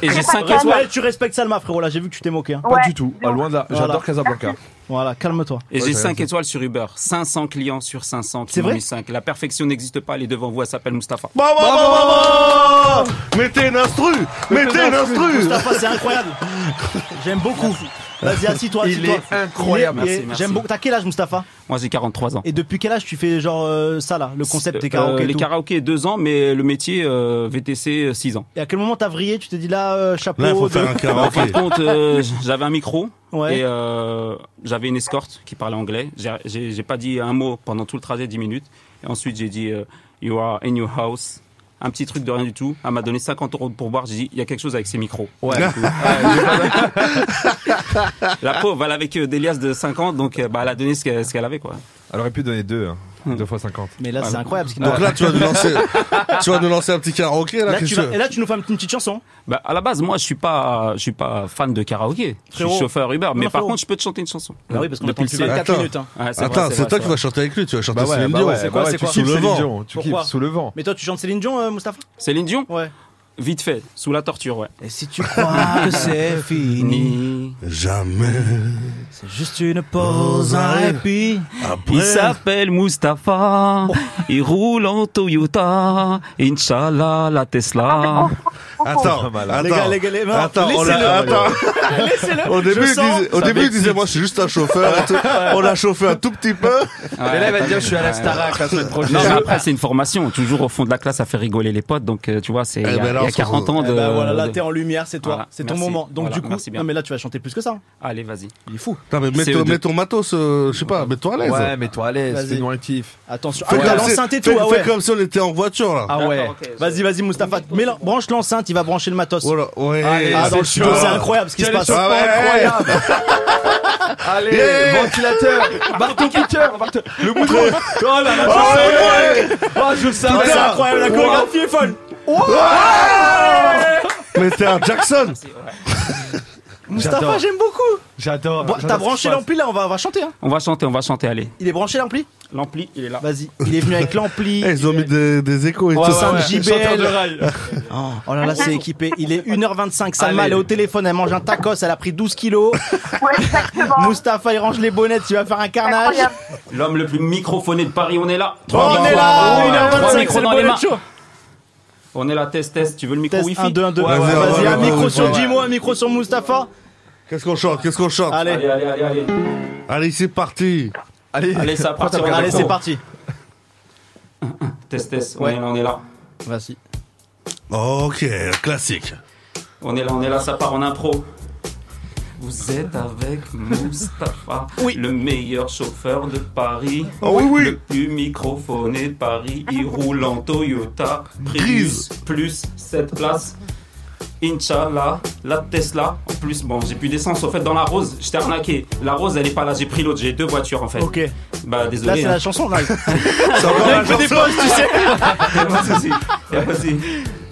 Speaker 16: Et, et j'ai 5
Speaker 5: Ouais,
Speaker 16: étoiles.
Speaker 5: tu respectes Salma frérot là, j'ai vu que tu t'es moqué hein.
Speaker 4: Pas du tout. Ah, loin de là.
Speaker 5: Voilà.
Speaker 4: J'adore Casablanca.
Speaker 5: Voilà, calme-toi.
Speaker 16: Et j'ai
Speaker 4: ça,
Speaker 16: 5 étoiles sur Uber. 500 clients sur 500 qui
Speaker 5: C'est
Speaker 16: m'ont
Speaker 5: vrai Bah,
Speaker 16: mis 5. La perfection n'existe pas, elle est devant vous, elle s'appelle Mustapha.
Speaker 6: Bon, bon, bon, bon, bon Mettez une instru Mettez une
Speaker 16: Euh,
Speaker 6: instru
Speaker 5: Mustapha, c'est incroyable. J'aime beaucoup. Vas-y, assis-toi,
Speaker 4: Il
Speaker 5: assis-toi.
Speaker 4: est incroyable.
Speaker 5: Il est- il est-
Speaker 16: Merci, merci.
Speaker 5: J'aime beaucoup. T'as quel âge, Mustapha
Speaker 16: Moi j'ai 43 ans.
Speaker 5: Et depuis quel âge tu fais genre euh, ça là, le concept des
Speaker 16: Euh,
Speaker 5: karaokés et
Speaker 16: les
Speaker 5: tout
Speaker 16: karaokés, 2 ans, mais le métier euh, VTC, 6 ans.
Speaker 5: Et à quel moment t'as vrillé Tu t'es dit là, euh, chapeau.
Speaker 6: Là, faut
Speaker 5: de-
Speaker 6: faire un
Speaker 16: Bah, en fin
Speaker 6: karaoké.
Speaker 16: de compte, euh, j'avais un micro
Speaker 5: Ouais.
Speaker 16: et euh, j'avais une escorte qui parlait anglais. J'ai- J'ai j'ai pas dit un mot pendant tout le trajet, 10 minutes. Et ensuite, j'ai dit euh, You are in your house. Un petit truc de rien du tout. Elle m'a donné 50 euros pour boire. J'ai dit Il y a quelque chose avec ces micros.
Speaker 4: Ouais.
Speaker 16: Du coup, La pauvre, elle avait que des liasses de 50, donc euh, bah, elle a donné ce qu'elle ce qu'elle avait. quoi. Hum.
Speaker 4: Elle aurait pu donner deux. hein. Deux fois 50.
Speaker 5: Mais là, c'est incroyable. parce qu'il-
Speaker 6: Donc là, tu vas nous lancer, tu vas nous lancer un petit karaoké, là,
Speaker 5: Là,
Speaker 6: qu'est-ce
Speaker 5: tu
Speaker 6: que-
Speaker 5: vas- Et là, tu nous fais une petite chanson.
Speaker 16: Bah, à la base, moi, je suis pas, je suis pas fan de karaoké. je
Speaker 5: Frérot.
Speaker 16: suis chauffeur Uber, mais
Speaker 5: Non,
Speaker 16: par
Speaker 5: frérot.
Speaker 16: contre, je peux te chanter une chanson.
Speaker 5: Bah oui, parce qu'on
Speaker 16: Depuis
Speaker 5: attend
Speaker 16: le
Speaker 5: plus
Speaker 16: C.
Speaker 5: 24 minutes. hein.
Speaker 16: Ouais, c'est vrai,
Speaker 6: Attends,
Speaker 16: c'est
Speaker 6: c'est
Speaker 16: vrai,
Speaker 6: toi
Speaker 16: c'est
Speaker 6: qui vas chanter avec lui, tu vas chanter Céline
Speaker 4: bah
Speaker 6: Dion.
Speaker 4: ouais, bah ouais,
Speaker 5: c'est
Speaker 4: tu
Speaker 5: quoi,
Speaker 4: kiffes
Speaker 6: sous le
Speaker 4: Céline
Speaker 6: vent.
Speaker 4: Dion, Tu
Speaker 5: Pourquoi
Speaker 4: kiffes sous le vent.
Speaker 5: Mais toi, tu chantes Céline Dion, euh, Mustapha
Speaker 16: Céline Dion
Speaker 5: Ouais.
Speaker 16: Vite fait, sous la torture, ouais.
Speaker 5: Et si tu crois Ah, que c'est fini,
Speaker 6: Jamais.
Speaker 5: c'est juste une pause, un répit.
Speaker 16: Il
Speaker 6: Après,
Speaker 16: s'appelle Mustapha,
Speaker 5: Oh.
Speaker 16: il roule en Toyota, Inch'Allah, la Tesla.
Speaker 6: attends, attends.
Speaker 5: Oh. Les gars, les gars, les non,
Speaker 6: Attends, on
Speaker 5: laissez-le.
Speaker 6: a- attends.
Speaker 5: Laissez-le.
Speaker 6: Au début,
Speaker 5: Je
Speaker 6: il
Speaker 5: sens-
Speaker 6: disait, au début, il disait, moi, je suis juste un chauffeur. et tout. On l'a chauffé un tout petit peu.
Speaker 4: Mais là, il va dire, je suis à la Starac la semaine prochaine.
Speaker 16: Non, mais après, c'est une formation. Toujours au fond de la classe, ça fait rigoler les potes. Donc, euh, tu vois, c'est il y,
Speaker 6: ben
Speaker 16: a-
Speaker 6: là,
Speaker 16: il
Speaker 6: on
Speaker 16: y a
Speaker 6: se
Speaker 16: 40 ans
Speaker 5: Eh
Speaker 16: de.
Speaker 5: ben voilà, là
Speaker 16: de-
Speaker 5: t'es en lumière, c'est toi,
Speaker 16: Voilà,
Speaker 5: c'est ton
Speaker 16: merci.
Speaker 5: moment. Donc
Speaker 16: Voilà,
Speaker 5: du coup,
Speaker 16: merci bien.
Speaker 5: non mais là tu vas chanter plus que ça. hein.
Speaker 16: Allez, vas-y.
Speaker 5: Il est fou.
Speaker 6: Non, mais mets ton,
Speaker 16: CO2.
Speaker 6: mets ton matos, euh, je sais pas, mets-toi à l'aise.
Speaker 4: Ouais, mais toi, à l'aise,
Speaker 5: Vas-y.
Speaker 4: fais-nous un kiff.
Speaker 5: Attention. Ah,
Speaker 6: Fais
Speaker 5: t'as
Speaker 6: comme si-
Speaker 5: l'enceinte et tout.
Speaker 6: fais-
Speaker 5: ah
Speaker 6: fais
Speaker 5: ouais.
Speaker 6: comme si on était en voiture, là.
Speaker 4: Ah ouais.
Speaker 5: Vas-y, vas-y, Mustapha. Mets l'en- branche l'enceinte, il va brancher le matos.
Speaker 6: Oh là, ouais.
Speaker 4: Allez,
Speaker 5: Ah,
Speaker 4: c'est
Speaker 5: dans le studio,
Speaker 4: chaud.
Speaker 5: c'est incroyable ce qui se
Speaker 4: Quel
Speaker 5: passe.
Speaker 4: échauffement
Speaker 6: Ah ouais.
Speaker 4: incroyable. Allez, ventilateur, marteau piqueur, marteau- le bout de- Oh là là, je savais. Oh, je savais.
Speaker 5: Ah, C'est incroyable, la
Speaker 4: Wow.
Speaker 5: chorégraphie est folle.
Speaker 6: Mais t'es un Jackson.
Speaker 5: Mustapha,
Speaker 4: J'adore.
Speaker 5: j'aime
Speaker 16: Ah
Speaker 5: beaucoup.
Speaker 16: bah,
Speaker 4: J'adore.
Speaker 5: Bon,
Speaker 4: j'adore
Speaker 5: T'as
Speaker 4: ce
Speaker 5: branché
Speaker 4: qui se
Speaker 5: l'ampli là, on va, on va chanter. hein.
Speaker 16: On va chanter, on va chanter, allez.
Speaker 5: Il est branché l'ampli
Speaker 16: L'ampli, il est là.
Speaker 5: Vas-y, il est venu avec l'ampli.
Speaker 6: Eh, ils ont mis des, des échos et tout
Speaker 5: ouais,
Speaker 6: ça.
Speaker 5: ouais.
Speaker 4: Chanteur de rail.
Speaker 5: Oh, oh là là, c'est équipé. Il est 1h25. Salma,
Speaker 4: Allez.
Speaker 5: elle est au téléphone, elle mange un tacos, elle a pris 12 kilos.
Speaker 19: Ouais, exactement.
Speaker 5: Mustapha, il range les bonnettes, il va faire un carnage.
Speaker 19: Incroyable.
Speaker 16: L'homme le plus microphoné de Paris, on est là.
Speaker 5: Oh, on est
Speaker 16: Ouais,
Speaker 5: là, 1h25,
Speaker 16: trois micros
Speaker 5: c'est le
Speaker 16: dans les
Speaker 5: bonnet
Speaker 16: mains.
Speaker 5: de show.
Speaker 16: On est là, test, test. Tu veux le micro
Speaker 5: Test
Speaker 16: wifi
Speaker 5: 1, 2, 1, 2.
Speaker 6: Ouais, ouais,
Speaker 5: Vas-y,
Speaker 6: ouais,
Speaker 5: un
Speaker 6: ouais,
Speaker 5: micro
Speaker 6: ouais,
Speaker 5: sur
Speaker 6: ouais.
Speaker 5: Jimo, un micro sur Mustapha.
Speaker 6: Qu'est-ce qu'on chante Qu'est-ce qu'on chante
Speaker 5: Allez.
Speaker 16: Allez, allez, allez, allez.
Speaker 6: Allez, c'est parti.
Speaker 16: Allez, Allez, ça va
Speaker 6: Prends ta
Speaker 16: partir.
Speaker 6: carte. Allez, c'est
Speaker 5: parti.
Speaker 16: Test, test.
Speaker 6: Ouais.
Speaker 16: On, est là, on est là.
Speaker 5: Vas-y.
Speaker 6: Ok, classique.
Speaker 16: On est là, on est là, ça part en impro. Vous êtes avec Mustapha, le meilleur chauffeur de Paris. Le plus microphoné de Paris. Il roule en Toyota Prius, plus 7 places. Inch'Allah, la Tesla. En plus, bon, j'ai plus d'essence. Au fait, dans la rose, je t'ai arnaqué. La rose, elle est pas là. J'ai pris l'autre. J'ai deux voitures, en fait.
Speaker 5: Ok.
Speaker 16: Bah,
Speaker 5: Là,
Speaker 16: désolé.
Speaker 5: c'est
Speaker 16: hein.
Speaker 5: la chanson, là.
Speaker 16: la
Speaker 5: Il fait des
Speaker 16: chanson.
Speaker 5: pauses, tu sais.
Speaker 16: Y a pas de souci, y a pas de souci.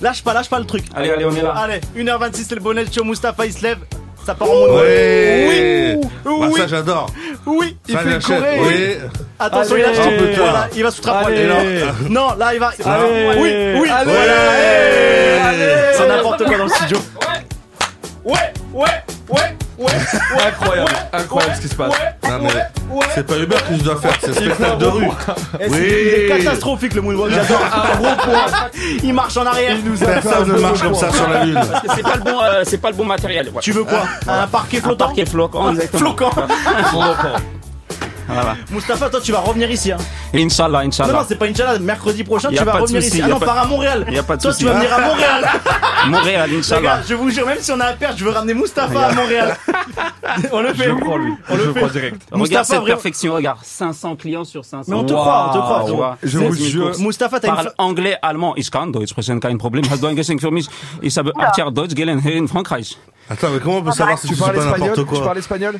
Speaker 5: Lâche pas, lâche pas le truc.
Speaker 16: Allez, allez, on est là.
Speaker 5: Allez, 1h26, c'est le bonnet de show. Mustapha, il se lève. Ça part en mode.
Speaker 6: Ouais.
Speaker 5: Oui.
Speaker 6: Bah,
Speaker 5: oui.
Speaker 6: ça, j'adore.
Speaker 5: Oui, il
Speaker 6: Ça,
Speaker 5: fait le
Speaker 6: j'achète.
Speaker 5: corée.
Speaker 6: Oui.
Speaker 5: Attention,
Speaker 6: Allez.
Speaker 5: il lâche
Speaker 6: Un peu
Speaker 5: tout.
Speaker 6: tard.
Speaker 5: Voilà, il va se rattraper.
Speaker 6: Allez.
Speaker 5: Et là- Non, là, il va.
Speaker 6: Allez.
Speaker 5: Oui, oui.
Speaker 6: Allez.
Speaker 5: Ouais.
Speaker 6: Allez.
Speaker 5: C'est n'importe quoi dans le studio. Ouais, ouais, ouais, ouais.
Speaker 4: Incroyable, incroyable ce qui se passe.
Speaker 6: Non, mais C'est pas Uber que je dois faire, c'est
Speaker 4: Il
Speaker 6: spectacle
Speaker 4: faut
Speaker 6: de
Speaker 4: un
Speaker 6: rue.
Speaker 4: bon
Speaker 5: Eh, c'est catastrophique le moonwalk, j'adore. Il marche en arrière.
Speaker 6: Personne ne marche comme ça sur la lune.
Speaker 16: Parce que c'est pas le bon, euh, c'est pas le bon matériel. ouais.
Speaker 5: Tu veux quoi Un parquet flottant
Speaker 16: Un parquet flottant, exactement.
Speaker 5: Flocant.
Speaker 16: Voilà.
Speaker 5: Mustapha, toi, tu vas revenir ici. Hein.
Speaker 16: Inshallah, Inch'Allah.
Speaker 5: Non, non, c'est pas Inch'Allah. Mercredi prochain,
Speaker 16: Ah bah. Y a
Speaker 5: tu vas
Speaker 16: pas de
Speaker 5: revenir
Speaker 16: souci,
Speaker 5: ici.
Speaker 16: y
Speaker 5: Ah
Speaker 16: a
Speaker 5: non,
Speaker 16: pas-
Speaker 5: pars à Montréal.
Speaker 16: y a pas de
Speaker 5: Toi,
Speaker 16: souci.
Speaker 5: tu vas venir à Montréal.
Speaker 16: Montréal,
Speaker 5: Les gars,
Speaker 16: Inch'Allah.
Speaker 5: je vous jure, même si on a à perdre, je veux ramener Mustapha à Montréal. On le fait. On
Speaker 16: Je
Speaker 5: le
Speaker 16: prends
Speaker 5: fait.
Speaker 16: direct.
Speaker 5: Mustapha,
Speaker 16: regarde cette
Speaker 5: vraiment-
Speaker 16: perfection, regarde. 500 clients sur 500.
Speaker 5: Mais on te croit, on te croit, frérot. Je vous jure. Mustapha,
Speaker 16: Mustafa,
Speaker 5: t'as une
Speaker 16: Parle anglais, allemand. Ich kann Deutsch, sprechen kein Problem. Hast du ein Geschenk für mich? Ich habe acht Jahre Deutsch gelernt hier in Frankreich.
Speaker 6: Attends, mais comment on peut savoir si tu dis pas n'importe quoi
Speaker 16: espagnol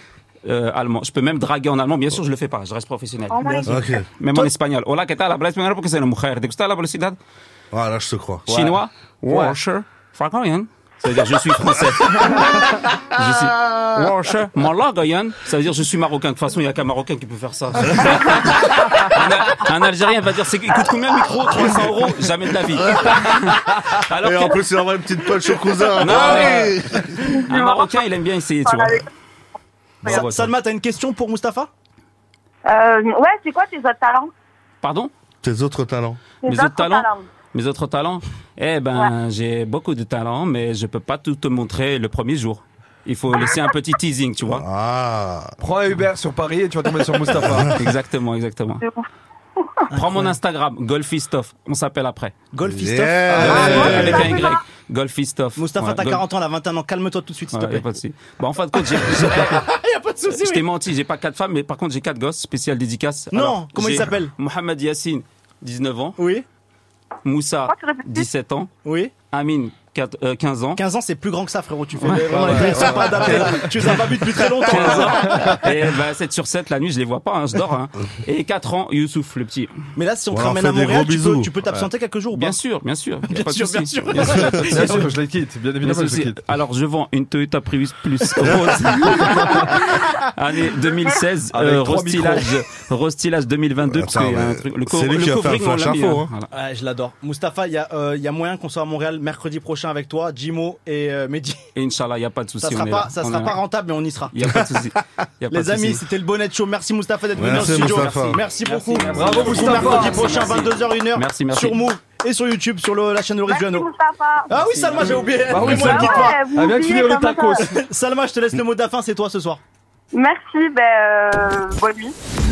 Speaker 16: euh, allemand. Je peux même draguer en allemand. Bien sûr, je le fais pas. Je reste professionnel.
Speaker 6: Oh my Bien sûr. God. Ok.
Speaker 16: Même en espagnol. Hola, ¿qué tal? Habla español porque soy una mujer. ¿Te gusta la velocidad?
Speaker 6: Ah, là, je te crois.
Speaker 16: Chinois?
Speaker 6: Ouais.
Speaker 16: Washer. Francoyen. Ça veut dire je suis français. je suis Washer. Malagoyen. Ça veut dire je suis marocain. De toute façon, il n'y a qu'un marocain qui peut faire ça. un, un Algérien va dire c'est écoute combien le micro 300 euros Jamais de la vie. Alors
Speaker 6: Et
Speaker 16: que-
Speaker 6: en plus, il envoie une petite poche au cousin. Ah
Speaker 16: Non,
Speaker 6: Allez.
Speaker 16: mais un marocain, il aime bien essayer, tu vois. bah,
Speaker 5: Sa- Salma, t'as une question pour Mustapha
Speaker 19: Euh, ouais, c'est quoi tes autres talents
Speaker 16: Pardon
Speaker 6: Tes autres talents.
Speaker 19: Tes
Speaker 16: Mes autres talents Mes autres talents Eh ben, j'ai beaucoup de talents, mais je peux pas tout te montrer le premier jour. Il faut laisser un petit teasing, tu vois.
Speaker 6: Ah.
Speaker 4: Prends un Uber sur Paris et tu vas tomber sur Mustapha.
Speaker 16: exactement, exactement. Prends mon Instagram, Golfistoff. On s'appelle après.
Speaker 5: Golfistoff
Speaker 4: Ah,
Speaker 16: Yeah. Avec un Y. Golfistoff.
Speaker 5: Mustapha,
Speaker 16: Ouais,
Speaker 5: t'as
Speaker 16: Gol-
Speaker 5: 40 ans, là, 21 ans. Calme-toi tout de suite, s'il
Speaker 16: Ouais,
Speaker 5: te
Speaker 16: y a
Speaker 5: plaît.
Speaker 16: pas de souci. Bah, en fin de compte, j'ai- j'ai-
Speaker 5: Il a pas de souci.
Speaker 16: je
Speaker 5: oui.
Speaker 16: t'ai menti, j'ai pas quatre femmes, mais par contre j'ai quatre gosses, spécial dédicace.
Speaker 5: Non, comment
Speaker 16: j'ai
Speaker 5: ils s'appellent
Speaker 16: Mohamed Yassine, 19 ans.
Speaker 5: Oui.
Speaker 16: Moussa, 17 ans.
Speaker 5: Oui.
Speaker 16: Amine, 4, euh, 15 ans.
Speaker 5: 15 ans, c'est plus grand que ça, frérot. Tu fais
Speaker 16: Ouais.
Speaker 5: vraiment
Speaker 16: Ouais,
Speaker 5: les
Speaker 16: ouais,
Speaker 5: trucs sont
Speaker 16: ouais,
Speaker 5: pas
Speaker 16: ouais.
Speaker 5: adaptés. Tu les as pas vus depuis très longtemps.
Speaker 16: 15 ans. Et bah, 7 sur 7, la nuit, je les vois pas, hein, je dors. hein. Et 4 ans, Youssouf, le petit.
Speaker 5: Mais là, si on te ramène à Montréal, tu peux, tu peux t'absenter quelques jours. ou pas
Speaker 16: Bien sûr, bien sûr. y a
Speaker 5: Bien
Speaker 16: pas de
Speaker 5: sûr,
Speaker 16: souci.
Speaker 5: bien sûr.
Speaker 16: Bien sûr,
Speaker 5: Bien sûr,
Speaker 4: je les quitte, bien évidemment,
Speaker 16: Bien sûr,
Speaker 4: je les
Speaker 16: si.
Speaker 4: quitte.
Speaker 16: Alors, je vends une Toyota Prius Plus rose. Année 2016,
Speaker 4: Avec
Speaker 16: euh,
Speaker 4: trois
Speaker 16: restylage,
Speaker 4: micros.
Speaker 16: restylage 2022. parce qu'il y a un truc- le co- le covering, on l'a mis, hein. Voilà.
Speaker 5: Ouais, Ah, je l'adore. Mustapha, il y, a, euh, il y a moyen qu'on soit à Montréal mercredi prochain avec toi, Jimo et euh, Mehdi.
Speaker 16: Et Inch'Allah, il n'y a pas de souci.
Speaker 5: Ça sera,
Speaker 16: on est
Speaker 5: pas,
Speaker 16: là.
Speaker 5: ça
Speaker 16: On
Speaker 5: sera
Speaker 16: est
Speaker 5: pas
Speaker 16: là.
Speaker 5: rentable, mais on y sera.
Speaker 16: Il n'y a pas de souci. Il y a pas
Speaker 5: Les
Speaker 16: de
Speaker 5: amis,
Speaker 16: souci.
Speaker 5: c'était le bonnet show. Merci Mustapha d'être venu en
Speaker 16: Merci,
Speaker 5: studio.
Speaker 16: Mustapha.
Speaker 5: Merci
Speaker 16: Merci,
Speaker 5: beaucoup.
Speaker 16: merci.
Speaker 5: Bravo
Speaker 16: Bravo,
Speaker 5: Mustapha.
Speaker 16: Mustapha.
Speaker 5: Mercredi prochain,
Speaker 16: Merci.
Speaker 5: 22h, 1h.
Speaker 16: Merci, merci.
Speaker 5: Sur Move et sur YouTube, sur le- la chaîne de Rick Duano. Ah oui,
Speaker 16: Merci.
Speaker 5: Salma, j'ai oublié.
Speaker 16: Bah oui,
Speaker 5: Mais moi,
Speaker 16: Salma.
Speaker 5: quitte pas.
Speaker 19: Ah, vous Ah, bien oubliez, finir les Salma, ça va. tacos.
Speaker 5: Salma, je te laisse le mot de la fin. C'est toi ce soir.
Speaker 19: Merci, ben, euh, bonne nuit.